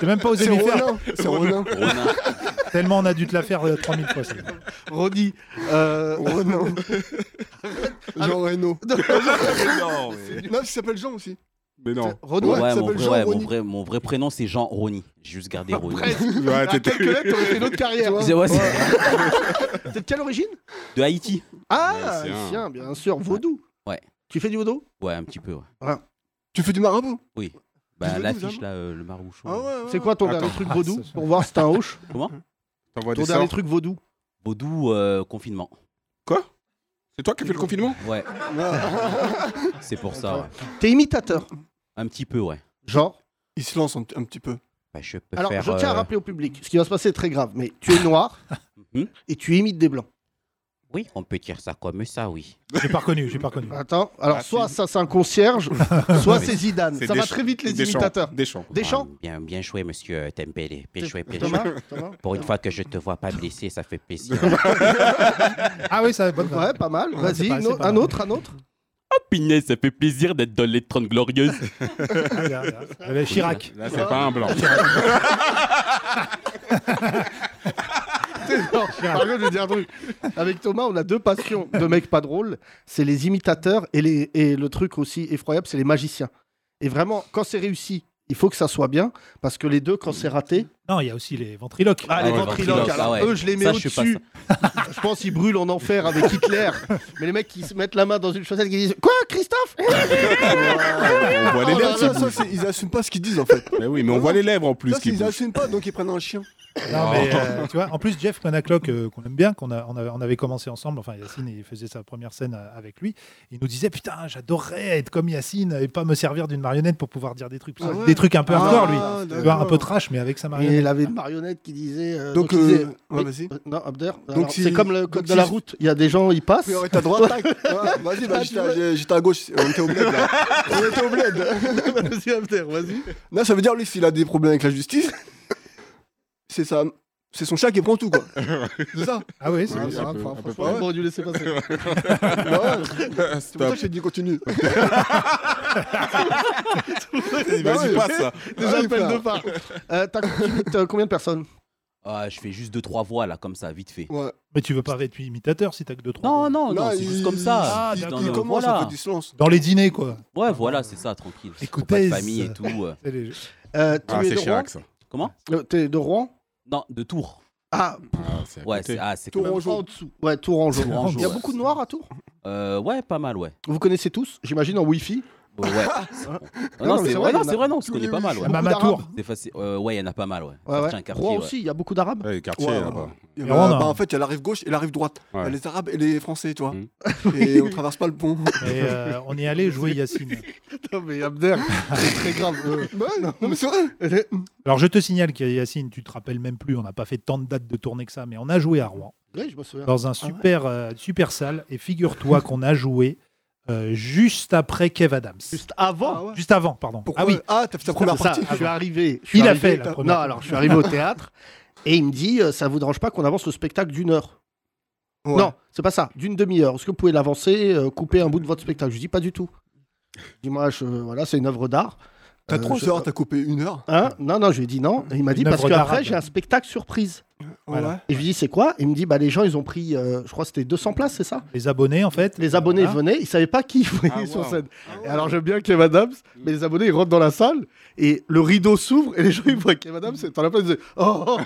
[SPEAKER 4] J'ai même pas osé lui faire.
[SPEAKER 6] Ronin, C'est Ronin.
[SPEAKER 7] Ronin.
[SPEAKER 4] Tellement on a dû te la faire euh, 3000 fois. cette vanne.
[SPEAKER 3] Ronnie. euh,
[SPEAKER 6] Ronin. Jean Reno. Ah,
[SPEAKER 5] Non, mais-
[SPEAKER 6] Non, il s'appelle Jean aussi.
[SPEAKER 5] Mais non.
[SPEAKER 3] Renaud,
[SPEAKER 6] Ouais,
[SPEAKER 3] il
[SPEAKER 7] Ouais, mon,
[SPEAKER 3] s'appelle
[SPEAKER 7] vrai,
[SPEAKER 3] Jean
[SPEAKER 7] ouais, mon
[SPEAKER 3] Rony.
[SPEAKER 7] vrai- mon vrai prénom, c'est Jean Rony. J'ai juste gardé Rony.
[SPEAKER 3] Presque.
[SPEAKER 5] Ouais,
[SPEAKER 3] À
[SPEAKER 5] t'étais-
[SPEAKER 3] quelques lettres, t'aurais fait une autre carrière.
[SPEAKER 7] C'est- ouais, c'est-
[SPEAKER 3] T'es de quelle origine
[SPEAKER 7] de Haïti
[SPEAKER 3] Ah,
[SPEAKER 5] Ouais, c'est un-
[SPEAKER 3] tiens, bien sûr, vaudou.
[SPEAKER 7] Ouais.
[SPEAKER 3] Tu fais du vaudou
[SPEAKER 7] Ouais, un petit peu. ouais.
[SPEAKER 6] Tu fais du marabout
[SPEAKER 7] Bah,
[SPEAKER 6] veux
[SPEAKER 7] l'affiche,
[SPEAKER 6] nous,
[SPEAKER 7] là, euh, le marouchon.
[SPEAKER 6] Ah
[SPEAKER 3] C'est quoi ton
[SPEAKER 5] Attends.
[SPEAKER 3] dernier truc
[SPEAKER 4] Ah,
[SPEAKER 3] vaudou
[SPEAKER 4] ça-
[SPEAKER 3] Pour voir si t'es un hoche.
[SPEAKER 5] T'envoies
[SPEAKER 3] Ton
[SPEAKER 5] des
[SPEAKER 3] dernier
[SPEAKER 5] sorts.
[SPEAKER 3] truc vaudou.
[SPEAKER 7] Baudou, euh, confinement.
[SPEAKER 5] C'est toi qui as fait le confinement
[SPEAKER 7] Ouais,
[SPEAKER 6] Ah.
[SPEAKER 7] c'est pour ça. ouais.
[SPEAKER 3] T'es imitateur.
[SPEAKER 7] Un petit peu, ouais.
[SPEAKER 3] Genre.
[SPEAKER 6] Il se lance un, un petit peu.
[SPEAKER 7] Bah, je peux
[SPEAKER 3] Alors,
[SPEAKER 7] faire,
[SPEAKER 3] je tiens à
[SPEAKER 7] euh,
[SPEAKER 3] rappeler au public, ce qui va se passer est très grave, mais tu es noir
[SPEAKER 7] Mhm.
[SPEAKER 3] et tu imites des blancs.
[SPEAKER 7] Oui, on peut dire ça comme ça, oui.
[SPEAKER 4] J'ai pas reconnu, j'ai pas reconnu.
[SPEAKER 3] Attends, alors
[SPEAKER 5] Ah,
[SPEAKER 3] soit
[SPEAKER 5] si.
[SPEAKER 3] ça c'est un concierge, soit
[SPEAKER 5] mais
[SPEAKER 3] c'est Zidane.
[SPEAKER 5] C'est
[SPEAKER 3] Ça va
[SPEAKER 5] Deschamps.
[SPEAKER 3] très vite les
[SPEAKER 5] Deschamps.
[SPEAKER 3] imitateurs.
[SPEAKER 5] Deschamps.
[SPEAKER 3] Deschamps
[SPEAKER 7] Ah, bien, bien joué, monsieur Tempele. Bien joué, bien joué.
[SPEAKER 3] Thomas, Thomas
[SPEAKER 7] Pour une fois que je te vois pas blessé, ça fait plaisir.
[SPEAKER 4] Ah oui, ça bonne
[SPEAKER 3] Ouais, pas mal.
[SPEAKER 4] Ouais,
[SPEAKER 3] Vas-y,
[SPEAKER 4] c'est pas-
[SPEAKER 3] no-
[SPEAKER 4] c'est pas
[SPEAKER 3] un
[SPEAKER 4] mal.
[SPEAKER 3] autre, un autre.
[SPEAKER 7] Pinet, ça fait plaisir d'être dans les 30 glorieuses.
[SPEAKER 4] Ah, là, là. Euh, Chirac.
[SPEAKER 5] Là, c'est pas un blanc.
[SPEAKER 3] Non, par contre, je vais dire un truc. Avec Thomas, on a deux passions de mecs pas drôles. C'est les imitateurs et, les, et le truc aussi effroyable, c'est les magiciens. Et vraiment, quand c'est réussi, il faut que ça soit bien, parce que les deux, quand c'est raté,
[SPEAKER 4] Non, il y a aussi les ventriloques.
[SPEAKER 3] ah, les
[SPEAKER 7] ouais,
[SPEAKER 3] ventriloques,
[SPEAKER 7] ventriloques,
[SPEAKER 3] alors
[SPEAKER 7] ah ouais.
[SPEAKER 3] eux, je les mets
[SPEAKER 7] Ça, je suis pas
[SPEAKER 3] au-dessus. Je, pense qu'ils brûlent en enfer avec Hitler. Mais les mecs qui se mettent la main dans une chaussette, qui disent Quoi, Christophe
[SPEAKER 5] On voit les
[SPEAKER 6] Ah,
[SPEAKER 5] lèvres.
[SPEAKER 6] ça, ça, c'est- ils assument pas ce qu'ils disent en fait.
[SPEAKER 5] Mais oui, mais on voit les lèvres en plus
[SPEAKER 6] Là,
[SPEAKER 5] qui
[SPEAKER 6] ils
[SPEAKER 5] bougent.
[SPEAKER 6] assument pas, donc ils prennent un chien.
[SPEAKER 4] Non, mais, euh, tu vois, en plus, Jeff Manaclock, euh, qu'on aime bien, qu'on a, on avait, on avait commencé ensemble, enfin Yacine, il faisait sa première scène euh, avec lui, il nous disait Putain, j'adorerais être comme Yacine et pas me servir d'une marionnette pour pouvoir dire des trucs.
[SPEAKER 6] Ah ouais.
[SPEAKER 4] Des trucs un peu
[SPEAKER 6] Ah,
[SPEAKER 4] hardcore, lui. Tu vois, un
[SPEAKER 6] d'accord.
[SPEAKER 4] peu trash, mais avec sa
[SPEAKER 3] Et
[SPEAKER 4] marionnette.
[SPEAKER 3] il avait une marionnette qui disait. euh,
[SPEAKER 6] Donc,
[SPEAKER 3] il disait,
[SPEAKER 6] euh,
[SPEAKER 3] oui,
[SPEAKER 6] ouais, vas-y.
[SPEAKER 3] euh, non, Abder,
[SPEAKER 6] Donc,
[SPEAKER 3] alors,
[SPEAKER 6] si-
[SPEAKER 3] c'est comme le code
[SPEAKER 6] donc,
[SPEAKER 3] de la
[SPEAKER 6] si-
[SPEAKER 3] route. Il y a des gens, ils passent.
[SPEAKER 6] Priorité à droite, tac. Ouais, Vas-y, bah,
[SPEAKER 3] Ah,
[SPEAKER 6] j'étais
[SPEAKER 3] tu vois.
[SPEAKER 6] à- j'ai- j'étais à gauche, on était au bled là. On était au bled.
[SPEAKER 3] Vas-y, Abder, vas-y.
[SPEAKER 6] Là, ça veut dire, lui, s'il a des problèmes avec la justice, c'est ça. C'est son chat qui prend tout, quoi. C'est ça
[SPEAKER 4] Ah oui, c'est
[SPEAKER 5] Ouais,
[SPEAKER 4] c'est-
[SPEAKER 5] un peu-
[SPEAKER 6] enfin,
[SPEAKER 5] un peu
[SPEAKER 6] franchement,
[SPEAKER 3] On aurait dû laisser passer.
[SPEAKER 6] Bah ouais, C'est pour ça
[SPEAKER 5] Stop.
[SPEAKER 6] que j'ai dit continue.
[SPEAKER 5] Vas-y, passe ça.
[SPEAKER 3] Des
[SPEAKER 6] Allez,
[SPEAKER 3] appels
[SPEAKER 6] frère.
[SPEAKER 3] de part. Euh, t'as- tu imites, euh, combien de personnes
[SPEAKER 7] Ah, je fais juste deux trois voix là, comme ça, vite fait.
[SPEAKER 6] Ouais.
[SPEAKER 4] Mais tu veux pas être imitateur si t'as que deux, trois.
[SPEAKER 7] Non, Oh non,
[SPEAKER 6] Là,
[SPEAKER 7] non, c'est
[SPEAKER 6] il-
[SPEAKER 7] juste comme ça.
[SPEAKER 4] Ah,
[SPEAKER 6] il-
[SPEAKER 7] Dans
[SPEAKER 6] il
[SPEAKER 7] le-
[SPEAKER 6] commence en
[SPEAKER 7] voilà.
[SPEAKER 6] fait, il se lance.
[SPEAKER 4] Dans les dîners, quoi.
[SPEAKER 7] Ouais, voilà, c'est ça, tranquille. Pas
[SPEAKER 4] Écoutez.
[SPEAKER 7] de famille et tout. euh.
[SPEAKER 4] c'est les-
[SPEAKER 3] Euh,
[SPEAKER 5] Ah,
[SPEAKER 3] Tu es
[SPEAKER 5] c'est
[SPEAKER 3] de Rouen
[SPEAKER 5] Chirac ça.
[SPEAKER 7] Comment
[SPEAKER 3] Euh, T'es de Rouen
[SPEAKER 7] Non, de Tours.
[SPEAKER 3] Ah,
[SPEAKER 5] Ah, c'est à
[SPEAKER 7] Ouais,
[SPEAKER 5] côté.
[SPEAKER 7] c'est ah, c'est
[SPEAKER 6] Tourangeau.
[SPEAKER 3] en dessous. Ouais, Tourangeau.
[SPEAKER 7] Tourangeau,
[SPEAKER 3] Il y a
[SPEAKER 7] ouais.
[SPEAKER 3] beaucoup de noirs à Tours
[SPEAKER 7] Euh, ouais, pas mal, ouais.
[SPEAKER 3] Vous connaissez tous, j'imagine, en Wi-Fi.
[SPEAKER 7] Ouais. ouais.
[SPEAKER 3] Non,
[SPEAKER 7] Ah non,
[SPEAKER 3] mais
[SPEAKER 7] c'est
[SPEAKER 3] c'est
[SPEAKER 7] vrai,
[SPEAKER 3] vrai,
[SPEAKER 7] non,
[SPEAKER 3] il y en
[SPEAKER 7] c'est
[SPEAKER 3] a
[SPEAKER 7] vrai, non, on se
[SPEAKER 6] tous
[SPEAKER 7] connaît
[SPEAKER 6] les
[SPEAKER 7] pas mal.
[SPEAKER 6] huit
[SPEAKER 7] Ouais,
[SPEAKER 3] Bah,
[SPEAKER 4] La Mamatour.
[SPEAKER 7] C'est facile. euh, ouais, il y en a pas mal, ouais.
[SPEAKER 3] Ouais, ouais.
[SPEAKER 7] Quartier, un quartier,
[SPEAKER 3] Rouen
[SPEAKER 7] ouais.
[SPEAKER 3] aussi, il y a beaucoup d'Arabes.
[SPEAKER 5] Ouais, les quartiers
[SPEAKER 6] Ouais,
[SPEAKER 5] là-bas.
[SPEAKER 6] Il y
[SPEAKER 4] Et
[SPEAKER 6] a-
[SPEAKER 4] on a-
[SPEAKER 6] bah, en fait, il y a la rive gauche et la rive droite. Il y a
[SPEAKER 5] Ouais.
[SPEAKER 6] les Arabes et les Français, tu vois.
[SPEAKER 5] Mm.
[SPEAKER 6] Et on traverse pas le pont.
[SPEAKER 4] Et, euh, on est allé jouer Yacine.
[SPEAKER 3] Putain, mais Abder, c'est très grave. euh.
[SPEAKER 6] Bah, non, mais c'est vrai.
[SPEAKER 4] Alors, je te signale que Yacine, tu te rappelles même plus, on n'a pas fait tant de dates de tournée que ça, mais on a joué à Rouen.
[SPEAKER 3] Ah Ouais, je me souviens.
[SPEAKER 4] dans un super, euh, super salle. Et figure-toi qu'on a joué euh, juste après Kev Adams. Juste,
[SPEAKER 3] Juste avant,
[SPEAKER 6] Ah ouais.
[SPEAKER 4] avant, pardon.
[SPEAKER 6] Pourquoi
[SPEAKER 4] ah oui,
[SPEAKER 6] Ah, t'as fait ta première
[SPEAKER 3] C'est ça,
[SPEAKER 6] partie.
[SPEAKER 3] je suis arrivé. je suis
[SPEAKER 4] il a
[SPEAKER 3] arrivé-
[SPEAKER 4] fait la première.
[SPEAKER 3] Non, alors je suis arrivé au théâtre et il me dit euh, Ça vous dérange pas qu'on avance le spectacle d'une heure
[SPEAKER 6] Ouais.
[SPEAKER 3] Non, c'est pas ça, d'une demi-heure. Est-ce que vous pouvez l'avancer, euh, couper un bout de votre spectacle Je dis Pas du tout. Je dis Moi, je- euh, voilà, c'est une œuvre d'art. Euh,
[SPEAKER 6] T'as trois
[SPEAKER 3] je-
[SPEAKER 6] heures, t'as coupé une heure.
[SPEAKER 3] Hein non, non, je lui ai dit non. Et il m'a dit
[SPEAKER 4] Une
[SPEAKER 3] parce
[SPEAKER 4] œuvre
[SPEAKER 3] qu'après,
[SPEAKER 4] d'arabe.
[SPEAKER 3] j'ai un spectacle surprise.
[SPEAKER 4] Voilà.
[SPEAKER 6] Ouais.
[SPEAKER 3] Et je lui ai dit, c'est quoi Il me dit, bah, les gens, ils ont pris, euh, je crois que c'était 200 places, c'est ça
[SPEAKER 4] Les abonnés, en fait. Hein
[SPEAKER 3] Les abonnés
[SPEAKER 4] Voilà.
[SPEAKER 3] venaient, ils savaient pas qui ils voyaient
[SPEAKER 5] Ah,
[SPEAKER 3] sur
[SPEAKER 5] wow.
[SPEAKER 3] scène. Et alors, j'aime bien Kev Adams, mais les abonnés, ils rentrent dans la salle et le rideau s'ouvre et les gens, ils voient Kev Adams. Et t'en as plein, ils disent, oh, oh,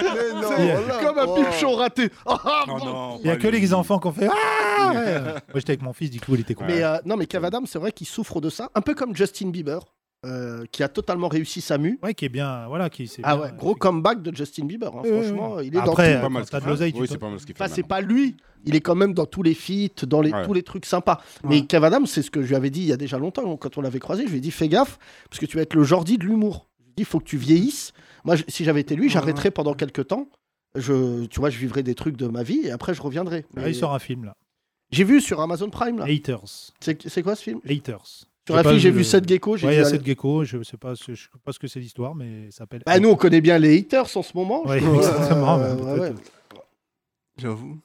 [SPEAKER 6] Mais non,
[SPEAKER 4] C'est-
[SPEAKER 6] là,
[SPEAKER 3] comme un
[SPEAKER 6] oh.
[SPEAKER 3] pipe show raté. Oh, oh,
[SPEAKER 5] Oh non.
[SPEAKER 4] Il n'y a
[SPEAKER 5] pas
[SPEAKER 4] que
[SPEAKER 5] lui.
[SPEAKER 4] les enfants qu'on fait. Ah Ouais. Moi, j'étais avec mon fils, du coup, il était content.
[SPEAKER 3] Mais euh, non, mais Kev Adams, c'est vrai qu'il souffre de ça, un peu comme Justin Bieber, euh, qui a totalement réussi sa mue.
[SPEAKER 4] Ouais, qui est bien. Voilà, qui c'est
[SPEAKER 3] Ah
[SPEAKER 4] bien,
[SPEAKER 3] ouais,
[SPEAKER 4] euh,
[SPEAKER 3] gros comeback de Justin Bieber. hein.
[SPEAKER 4] Ouais, ouais,
[SPEAKER 3] Franchement,
[SPEAKER 4] ouais.
[SPEAKER 3] il est dans
[SPEAKER 4] Après,
[SPEAKER 3] tout.
[SPEAKER 5] C'est
[SPEAKER 4] Quand
[SPEAKER 5] ce
[SPEAKER 4] t'as
[SPEAKER 5] qu'il
[SPEAKER 4] de l'oseille,
[SPEAKER 5] fait.
[SPEAKER 4] tu
[SPEAKER 5] Oui,
[SPEAKER 4] peux-
[SPEAKER 5] c'est pas mal ce qu'il fait.
[SPEAKER 3] Ça, c'est
[SPEAKER 5] maintenant.
[SPEAKER 3] pas lui. Il est quand même dans tous les feats, dans les,
[SPEAKER 5] Ouais.
[SPEAKER 3] tous les trucs sympas.
[SPEAKER 6] Ouais.
[SPEAKER 3] Mais Kev Adams, c'est ce que je lui avais dit il y a déjà longtemps, quand on l'avait croisé. Je lui ai dit, fais gaffe, parce que tu vas être le Jordi de l'humour. Je lui ai dit, il faut que tu vieillisses. Moi, je- si j'avais été lui,
[SPEAKER 6] Ouais,
[SPEAKER 3] j'arrêterais pendant quelques temps. Je, tu vois, je vivrais des trucs de ma vie et après, je reviendrai.
[SPEAKER 4] Là,
[SPEAKER 3] Mais-
[SPEAKER 4] Bah, Ah, il sort un film, là.
[SPEAKER 3] J'ai vu sur Amazon Prime, là.
[SPEAKER 4] Haters.
[SPEAKER 3] C'est c'est quoi ce film
[SPEAKER 4] Haters.
[SPEAKER 3] Ah. Sur la
[SPEAKER 4] pas
[SPEAKER 3] fille, j'ai
[SPEAKER 4] vu
[SPEAKER 3] vu
[SPEAKER 4] le-
[SPEAKER 3] Seth Gecko. j'ai
[SPEAKER 4] Ouais, il
[SPEAKER 3] dit,
[SPEAKER 4] y a
[SPEAKER 3] allez.
[SPEAKER 4] cette gecko. Je ne sais pas, ce- je sais pas ce que c'est l'histoire, mais ça s'appelle.
[SPEAKER 3] Bah, nous, on connaît bien les haters en ce moment. je
[SPEAKER 4] Ouais,
[SPEAKER 3] crois.
[SPEAKER 4] exactement,
[SPEAKER 3] Euh,
[SPEAKER 4] mais
[SPEAKER 3] ouais,
[SPEAKER 4] peut-être-
[SPEAKER 3] ouais.
[SPEAKER 6] J'avoue.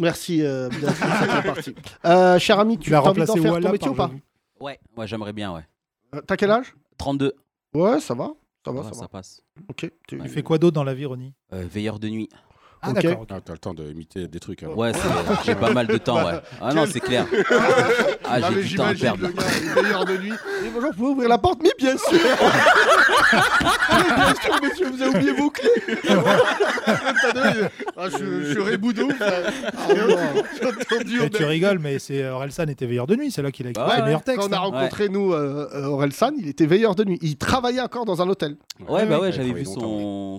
[SPEAKER 3] Merci, euh, Abdel, c'est ça qui est parti. Euh, cher ami,
[SPEAKER 4] Tu
[SPEAKER 3] tu
[SPEAKER 4] l'as
[SPEAKER 3] as envie d'en
[SPEAKER 4] remplacé
[SPEAKER 3] faire
[SPEAKER 4] Walla
[SPEAKER 3] ton métier
[SPEAKER 4] par
[SPEAKER 3] ou pas
[SPEAKER 4] Jean-Louis.
[SPEAKER 7] Ouais, ouais, j'aimerais bien, ouais.
[SPEAKER 3] Euh, T'as quel âge
[SPEAKER 7] 32.
[SPEAKER 3] Ouais, ça va. Ça va,
[SPEAKER 7] Ouais,
[SPEAKER 3] ça va.
[SPEAKER 7] ça passe.
[SPEAKER 3] Ok. tu-
[SPEAKER 4] Tu fais quoi d'autre dans la vie, Ronnie
[SPEAKER 7] Euh, veilleur de nuit.
[SPEAKER 4] Ah,
[SPEAKER 3] Ok.
[SPEAKER 4] d'accord. ok.
[SPEAKER 5] Ah, t'as le temps d'imiter des trucs. hein.
[SPEAKER 8] Ouais, c'est- j'ai pas mal de temps, ouais. Ah non, c'est clair. Ah,
[SPEAKER 3] Ah,
[SPEAKER 8] j'ai
[SPEAKER 3] mais
[SPEAKER 8] du temps à
[SPEAKER 3] j'imagine
[SPEAKER 8] perdre.
[SPEAKER 3] le gars, il est meilleur de lui. Et bonjour, vous pouvez ouvrir la porte Mais bien sûr Mais bien sûr, monsieur, vous avez oublié vos clés T'as deux, il- ah, Je je suis reboudou. J'ai entendu,
[SPEAKER 4] Eh, tu rigoles, mais c'est Orelsan était veilleur de nuit, c'est là qu'il a écrit
[SPEAKER 8] Ouais,
[SPEAKER 4] les
[SPEAKER 3] Ouais,
[SPEAKER 4] meilleurs
[SPEAKER 3] Quand
[SPEAKER 4] textes.
[SPEAKER 3] on a
[SPEAKER 4] hein.
[SPEAKER 3] rencontré, nous, euh, euh, Orelsan, il était veilleur de nuit. Il travaillait encore dans un hôtel.
[SPEAKER 8] Ouais, bah ouais,
[SPEAKER 5] Il
[SPEAKER 8] j'avais
[SPEAKER 5] travaille
[SPEAKER 8] vu
[SPEAKER 5] longtemps.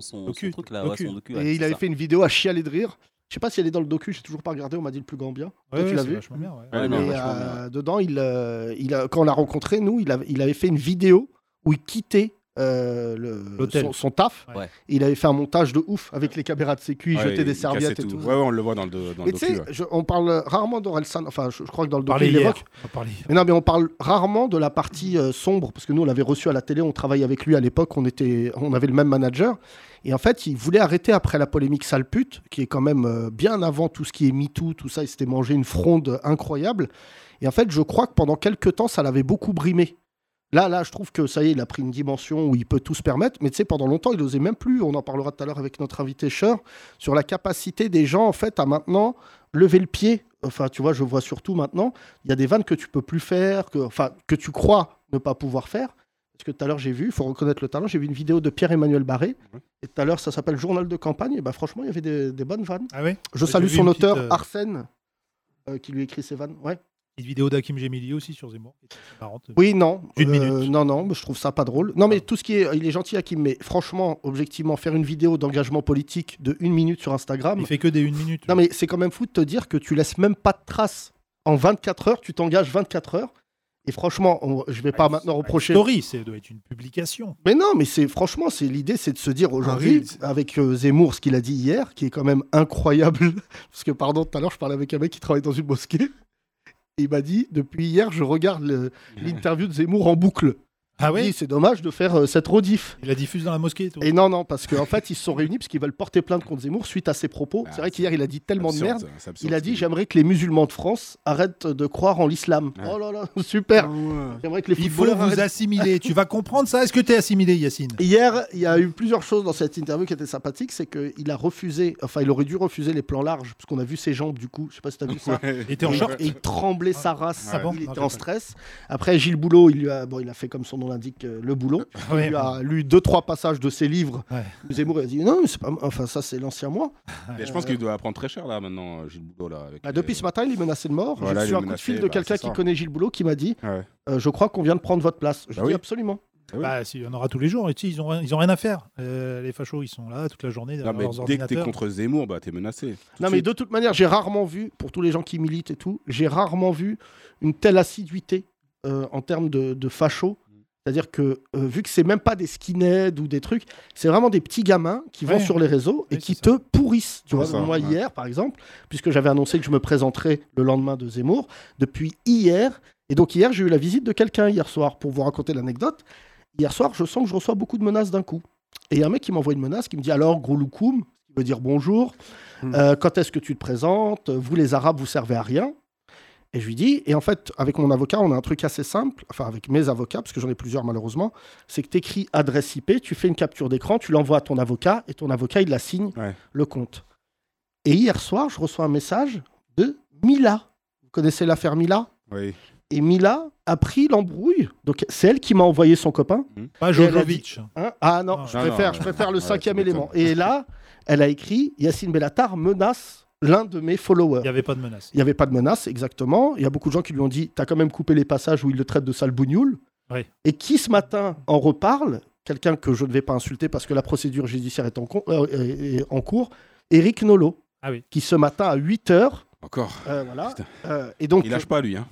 [SPEAKER 8] son, son,
[SPEAKER 4] Docu,
[SPEAKER 8] son truc là, ouais,
[SPEAKER 4] docu.
[SPEAKER 8] son docu. ouais,
[SPEAKER 3] Et il
[SPEAKER 8] c'est
[SPEAKER 3] avait
[SPEAKER 8] ça.
[SPEAKER 3] fait une vidéo à chialer de rire. Je sais pas si elle est dans le docu, j'ai toujours pas regardé, on m'a dit le plus gambien. Toi,
[SPEAKER 4] Ouais,
[SPEAKER 3] tu
[SPEAKER 4] ouais,
[SPEAKER 3] l'as
[SPEAKER 4] c'est
[SPEAKER 3] vu
[SPEAKER 4] vachement bien, ouais.
[SPEAKER 8] Ouais,
[SPEAKER 3] Et
[SPEAKER 8] non, vachement bien.
[SPEAKER 3] euh, dedans, il, euh, il a- quand on l'a rencontré, nous, il avait, il avait fait une vidéo où il quittait euh, le-
[SPEAKER 4] L'hôtel.
[SPEAKER 3] son, son taf.
[SPEAKER 4] Ouais.
[SPEAKER 3] Et il avait fait un montage de ouf avec les caméras de sécu, il
[SPEAKER 5] Ouais,
[SPEAKER 3] jetait
[SPEAKER 5] il
[SPEAKER 3] des
[SPEAKER 5] cassait
[SPEAKER 3] serviettes et tout.
[SPEAKER 5] Ouais, ouais, on le voit dans le, do- dans
[SPEAKER 3] Mais
[SPEAKER 5] le
[SPEAKER 3] tu
[SPEAKER 5] docu.
[SPEAKER 3] sais,
[SPEAKER 5] ouais.
[SPEAKER 3] je- on parle rarement d'Orelsan, enfin je, je crois que dans le
[SPEAKER 4] On parlait
[SPEAKER 3] docu il
[SPEAKER 4] hier.
[SPEAKER 3] l'évoque.
[SPEAKER 4] On parlait hier.
[SPEAKER 3] Mais non, mais on parle rarement de la partie euh, sombre, parce que nous on l'avait reçu à la télé, on travaillait avec lui à l'époque, on, était, on avait le même manager. Et en fait, il voulait arrêter après la polémique sale pute, qui est quand même euh, bien avant tout ce qui est MeToo, tout ça, il s'était mangé une fronde incroyable. Et en fait, je crois que pendant quelques temps, ça l'avait beaucoup brimé. Là, là, je trouve que ça y est, il a pris une dimension où il peut tout se permettre. Mais tu sais, pendant longtemps, il n'osait même plus. On en parlera tout à l'heure avec notre invité Cher sur la capacité des gens, en fait, à maintenant lever le pied. Enfin, tu vois, je vois surtout maintenant, il y a des vannes que tu peux plus faire, que, enfin, que tu crois ne pas pouvoir faire. Parce que tout à l'heure, j'ai vu, il faut reconnaître le talent, j'ai vu une vidéo de Pierre-Emmanuel Barré. Et tout à l'heure, ça s'appelle Journal de campagne. Et bah, franchement, il y avait des, des bonnes vannes.
[SPEAKER 4] Ah ouais
[SPEAKER 3] Je
[SPEAKER 4] j'ai
[SPEAKER 3] salue
[SPEAKER 4] vu
[SPEAKER 3] son
[SPEAKER 4] une petite,
[SPEAKER 3] auteur,
[SPEAKER 4] euh,
[SPEAKER 3] Arsène, euh, qui lui écrit ses vannes. Ouais.
[SPEAKER 4] Petite vidéo d'Hakim Gemili aussi sur Zemmour. C'est marrant.
[SPEAKER 3] Oui, non.
[SPEAKER 4] Une
[SPEAKER 3] Euh,
[SPEAKER 4] minute. Ah.
[SPEAKER 3] non, non, mais je trouve ça pas drôle. Non, mais tout ce qui est. euh, Il est gentil, Hakim, mais franchement, objectivement, faire une vidéo d'engagement politique de une minute sur Instagram.
[SPEAKER 4] Il fait que des une minute.
[SPEAKER 3] Non, mais c'est quand même fou de te dire que tu laisses même pas de traces. En 24 heures, tu t'engages 24 heures. Et franchement, on- je vais pas
[SPEAKER 4] Ah,
[SPEAKER 3] maintenant
[SPEAKER 4] c'est-
[SPEAKER 3] reprocher.
[SPEAKER 4] Story, c'est doit être une publication.
[SPEAKER 3] Mais non, mais c'est franchement, c'est l'idée, c'est de se dire aujourd'hui,
[SPEAKER 6] Reels.
[SPEAKER 3] avec euh, Zemmour, ce qu'il a dit hier, qui est quand même incroyable. Parce que, pardon, tout à l'heure, je parlais avec un mec qui travaille dans une mosquée. Et il m'a dit, depuis hier, je regarde le- l'interview de Zemmour en boucle.
[SPEAKER 4] Ah
[SPEAKER 3] Oui,
[SPEAKER 4] ouais
[SPEAKER 3] c'est dommage de faire euh, cette rediff.
[SPEAKER 4] Il la diffuse dans la mosquée et tout.
[SPEAKER 3] Et non, non, parce qu'en fait, ils se sont réunis parce qu'ils veulent porter plainte contre Zemmour suite à ses propos.
[SPEAKER 5] Ah,
[SPEAKER 3] c'est vrai qu'hier, il a dit tellement de
[SPEAKER 5] Absurde,
[SPEAKER 3] merde.
[SPEAKER 5] c'est absurde,
[SPEAKER 3] Il a
[SPEAKER 5] ce
[SPEAKER 3] dit
[SPEAKER 5] qu'il
[SPEAKER 3] J'aimerais que les musulmans de France arrêtent de croire en l'islam.
[SPEAKER 5] Ouais.
[SPEAKER 3] Oh là là,
[SPEAKER 6] Ah
[SPEAKER 3] super
[SPEAKER 6] ouais.
[SPEAKER 3] J'aimerais que les
[SPEAKER 4] Il faut
[SPEAKER 3] footballeurs
[SPEAKER 4] vous
[SPEAKER 3] arrêtent.
[SPEAKER 4] assimiler. tu vas comprendre ça Est-ce que t'es assimilé, Yacine
[SPEAKER 3] Hier, il y a eu plusieurs choses dans cette interview qui étaient sympathiques. C'est qu'il a refusé, enfin, il aurait dû refuser les plans larges, parce qu'on a vu ses jambes du coup. Je sais pas si t'as vu ça.
[SPEAKER 5] Ouais.
[SPEAKER 4] Il était en
[SPEAKER 3] Et-
[SPEAKER 4] short
[SPEAKER 3] et il tremblait sa race,
[SPEAKER 4] Ah bon
[SPEAKER 3] il
[SPEAKER 4] Non,
[SPEAKER 3] était
[SPEAKER 4] j'ai
[SPEAKER 3] en
[SPEAKER 4] pas-
[SPEAKER 3] stress. Après, Gilles Boulot, il, lui a, bon, il a fait comme son nom l'indique, euh, le boulot.
[SPEAKER 4] Ah Ouais.
[SPEAKER 3] Il lui a lu deux, trois passages de ses livres.
[SPEAKER 4] Ouais.
[SPEAKER 3] Zemmour il a dit Non, mais c'est pas. moi. Enfin, ça, c'est l'ancien moi.
[SPEAKER 5] Mais je pense qu'il doit apprendre très cher là maintenant, euh, Gilles Boulot. Là, avec
[SPEAKER 3] Bah,
[SPEAKER 5] les-
[SPEAKER 3] depuis ce matin, il est menacé de mort. J'ai
[SPEAKER 5] Voilà, il
[SPEAKER 3] reçu
[SPEAKER 5] est
[SPEAKER 3] un coup de fil
[SPEAKER 5] menacé,
[SPEAKER 3] de
[SPEAKER 5] bah,
[SPEAKER 3] quelqu'un
[SPEAKER 5] c'est
[SPEAKER 3] qui
[SPEAKER 5] ça.
[SPEAKER 3] connaît Gilles Boulot qui m'a dit
[SPEAKER 5] Ouais.
[SPEAKER 3] euh, Je crois qu'on vient de prendre votre place. Je
[SPEAKER 5] Bah
[SPEAKER 3] dis
[SPEAKER 5] oui.
[SPEAKER 3] Absolument.
[SPEAKER 4] Bah, si, on aura tous les jours. Et tu sais, ils ont, ils ont rien à faire. Euh, les fachos, ils sont là toute la journée
[SPEAKER 5] Non,
[SPEAKER 4] derrière
[SPEAKER 5] mais
[SPEAKER 4] leurs
[SPEAKER 5] dès que t'es
[SPEAKER 4] ordinateurs.
[SPEAKER 5] contre Zemmour, bah t'es menacé. Tout de
[SPEAKER 3] non, mais
[SPEAKER 5] suite.
[SPEAKER 3] de toute manière, j'ai rarement vu, pour tous les gens qui militent et tout, j'ai rarement vu une telle assiduité euh, en termes de, de facho. C'est-à-dire que, euh, vu que c'est même pas des skinheads ou des trucs, c'est vraiment des petits gamins qui vont
[SPEAKER 4] Ouais.
[SPEAKER 3] sur les réseaux et
[SPEAKER 4] Oui,
[SPEAKER 3] qui
[SPEAKER 4] c'est
[SPEAKER 3] te pourrissent. Tu vois,
[SPEAKER 5] ça,
[SPEAKER 3] moi,
[SPEAKER 5] ouais.
[SPEAKER 3] hier, par exemple, puisque j'avais annoncé que je me présenterais le lendemain de Zemmour, depuis hier, et donc hier, j'ai eu la visite de quelqu'un hier soir pour vous raconter l'anecdote. Hier soir, je sens que je reçois beaucoup de menaces d'un coup. Et il y a un mec qui m'envoie une menace qui me dit alors, gros loukoum, qui veut dire bonjour,
[SPEAKER 6] Hmm.
[SPEAKER 3] euh, quand est-ce que tu te présentes Vous, les Arabes, vous servez à rien. Et je lui dis, et en fait, avec mon avocat, on a un truc assez simple, enfin avec mes avocats, parce que j'en ai plusieurs malheureusement, c'est que tu écris adresse IP, tu fais une capture d'écran, tu l'envoies à ton avocat, et ton avocat, il assigne
[SPEAKER 5] Ouais.
[SPEAKER 3] le compte. Et hier soir, je reçois un message de Mila. Vous connaissez l'affaire Mila
[SPEAKER 5] Oui.
[SPEAKER 3] et Mila a pris l'embrouille. Donc c'est elle qui m'a envoyé son copain.
[SPEAKER 4] Pas
[SPEAKER 3] elle a
[SPEAKER 4] Jojovic.
[SPEAKER 3] hein. ah non,
[SPEAKER 4] Non,
[SPEAKER 3] je
[SPEAKER 5] non,
[SPEAKER 3] préfère,
[SPEAKER 5] non,
[SPEAKER 3] je préfère le
[SPEAKER 5] ouais,
[SPEAKER 3] cinquième
[SPEAKER 5] tu
[SPEAKER 3] élément.
[SPEAKER 5] m'étonnes.
[SPEAKER 3] Et là, elle a écrit Yacine Bellatar menace l'un de mes followers.
[SPEAKER 4] Il n'y avait pas de menace.
[SPEAKER 3] Il n'y avait pas de menace, exactement. Il y a beaucoup de gens qui lui ont dit T'as quand même coupé les passages où il le traite de sale bougnoule.
[SPEAKER 4] Ouais.
[SPEAKER 3] Et qui ce matin en reparle Quelqu'un que je ne vais pas insulter parce que la procédure judiciaire est en, con- euh, est- est en cours, Eric Nolot.
[SPEAKER 4] Ah oui.
[SPEAKER 3] Qui ce matin à 8h,
[SPEAKER 5] Encore.
[SPEAKER 3] voilà,
[SPEAKER 5] Putain.
[SPEAKER 3] euh, et donc,
[SPEAKER 5] Il lâche pas lui. Hein.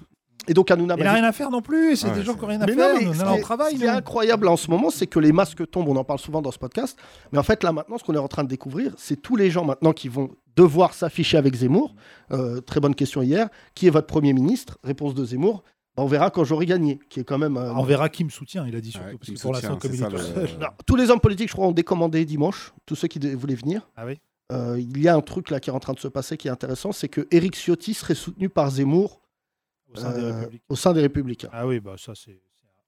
[SPEAKER 3] et donc Hanouna
[SPEAKER 4] Il
[SPEAKER 3] m'a
[SPEAKER 4] n'a
[SPEAKER 3] dit-
[SPEAKER 4] rien à faire non plus. C'est
[SPEAKER 5] Ah Ouais,
[SPEAKER 4] des gens
[SPEAKER 5] c'est-
[SPEAKER 4] qui n'ont rien à
[SPEAKER 3] Mais
[SPEAKER 4] faire.
[SPEAKER 3] non, mais
[SPEAKER 4] nous,
[SPEAKER 3] ce
[SPEAKER 4] on
[SPEAKER 3] qui
[SPEAKER 4] est en
[SPEAKER 3] est-
[SPEAKER 4] travail.
[SPEAKER 3] Ce qui est
[SPEAKER 4] nous.
[SPEAKER 3] incroyable en ce moment, c'est que les masques tombent. On en parle souvent dans ce podcast. Mais en fait, là maintenant, ce qu'on est en train de découvrir, c'est tous les gens maintenant qui vont devoir s'afficher avec Zemmour. Euh, très bonne question hier. Qui est votre Premier ministre Réponse de Zemmour. Bah, on verra quand j'aurai gagné, qui est quand même... euh,
[SPEAKER 4] On verra qui me soutient, il a dit surtout.
[SPEAKER 5] Ouais,
[SPEAKER 4] parce
[SPEAKER 5] qui
[SPEAKER 4] que
[SPEAKER 5] me
[SPEAKER 4] pour l'instant, comme il
[SPEAKER 5] soutient,
[SPEAKER 4] est tout
[SPEAKER 5] c'est ça,
[SPEAKER 4] seul.
[SPEAKER 5] le-
[SPEAKER 3] alors, tous les hommes politiques, je crois, ont décommandé dimanche, tous ceux qui de- voulaient venir.
[SPEAKER 4] Ah oui
[SPEAKER 3] Euh, il y a un truc là qui est en train de se passer qui est intéressant, c'est que Éric Ciotti serait soutenu par Zemmour
[SPEAKER 4] Au sein des
[SPEAKER 3] euh,
[SPEAKER 4] républiques.
[SPEAKER 3] au sein des Républicains.
[SPEAKER 4] Ah oui, bah ça, c'est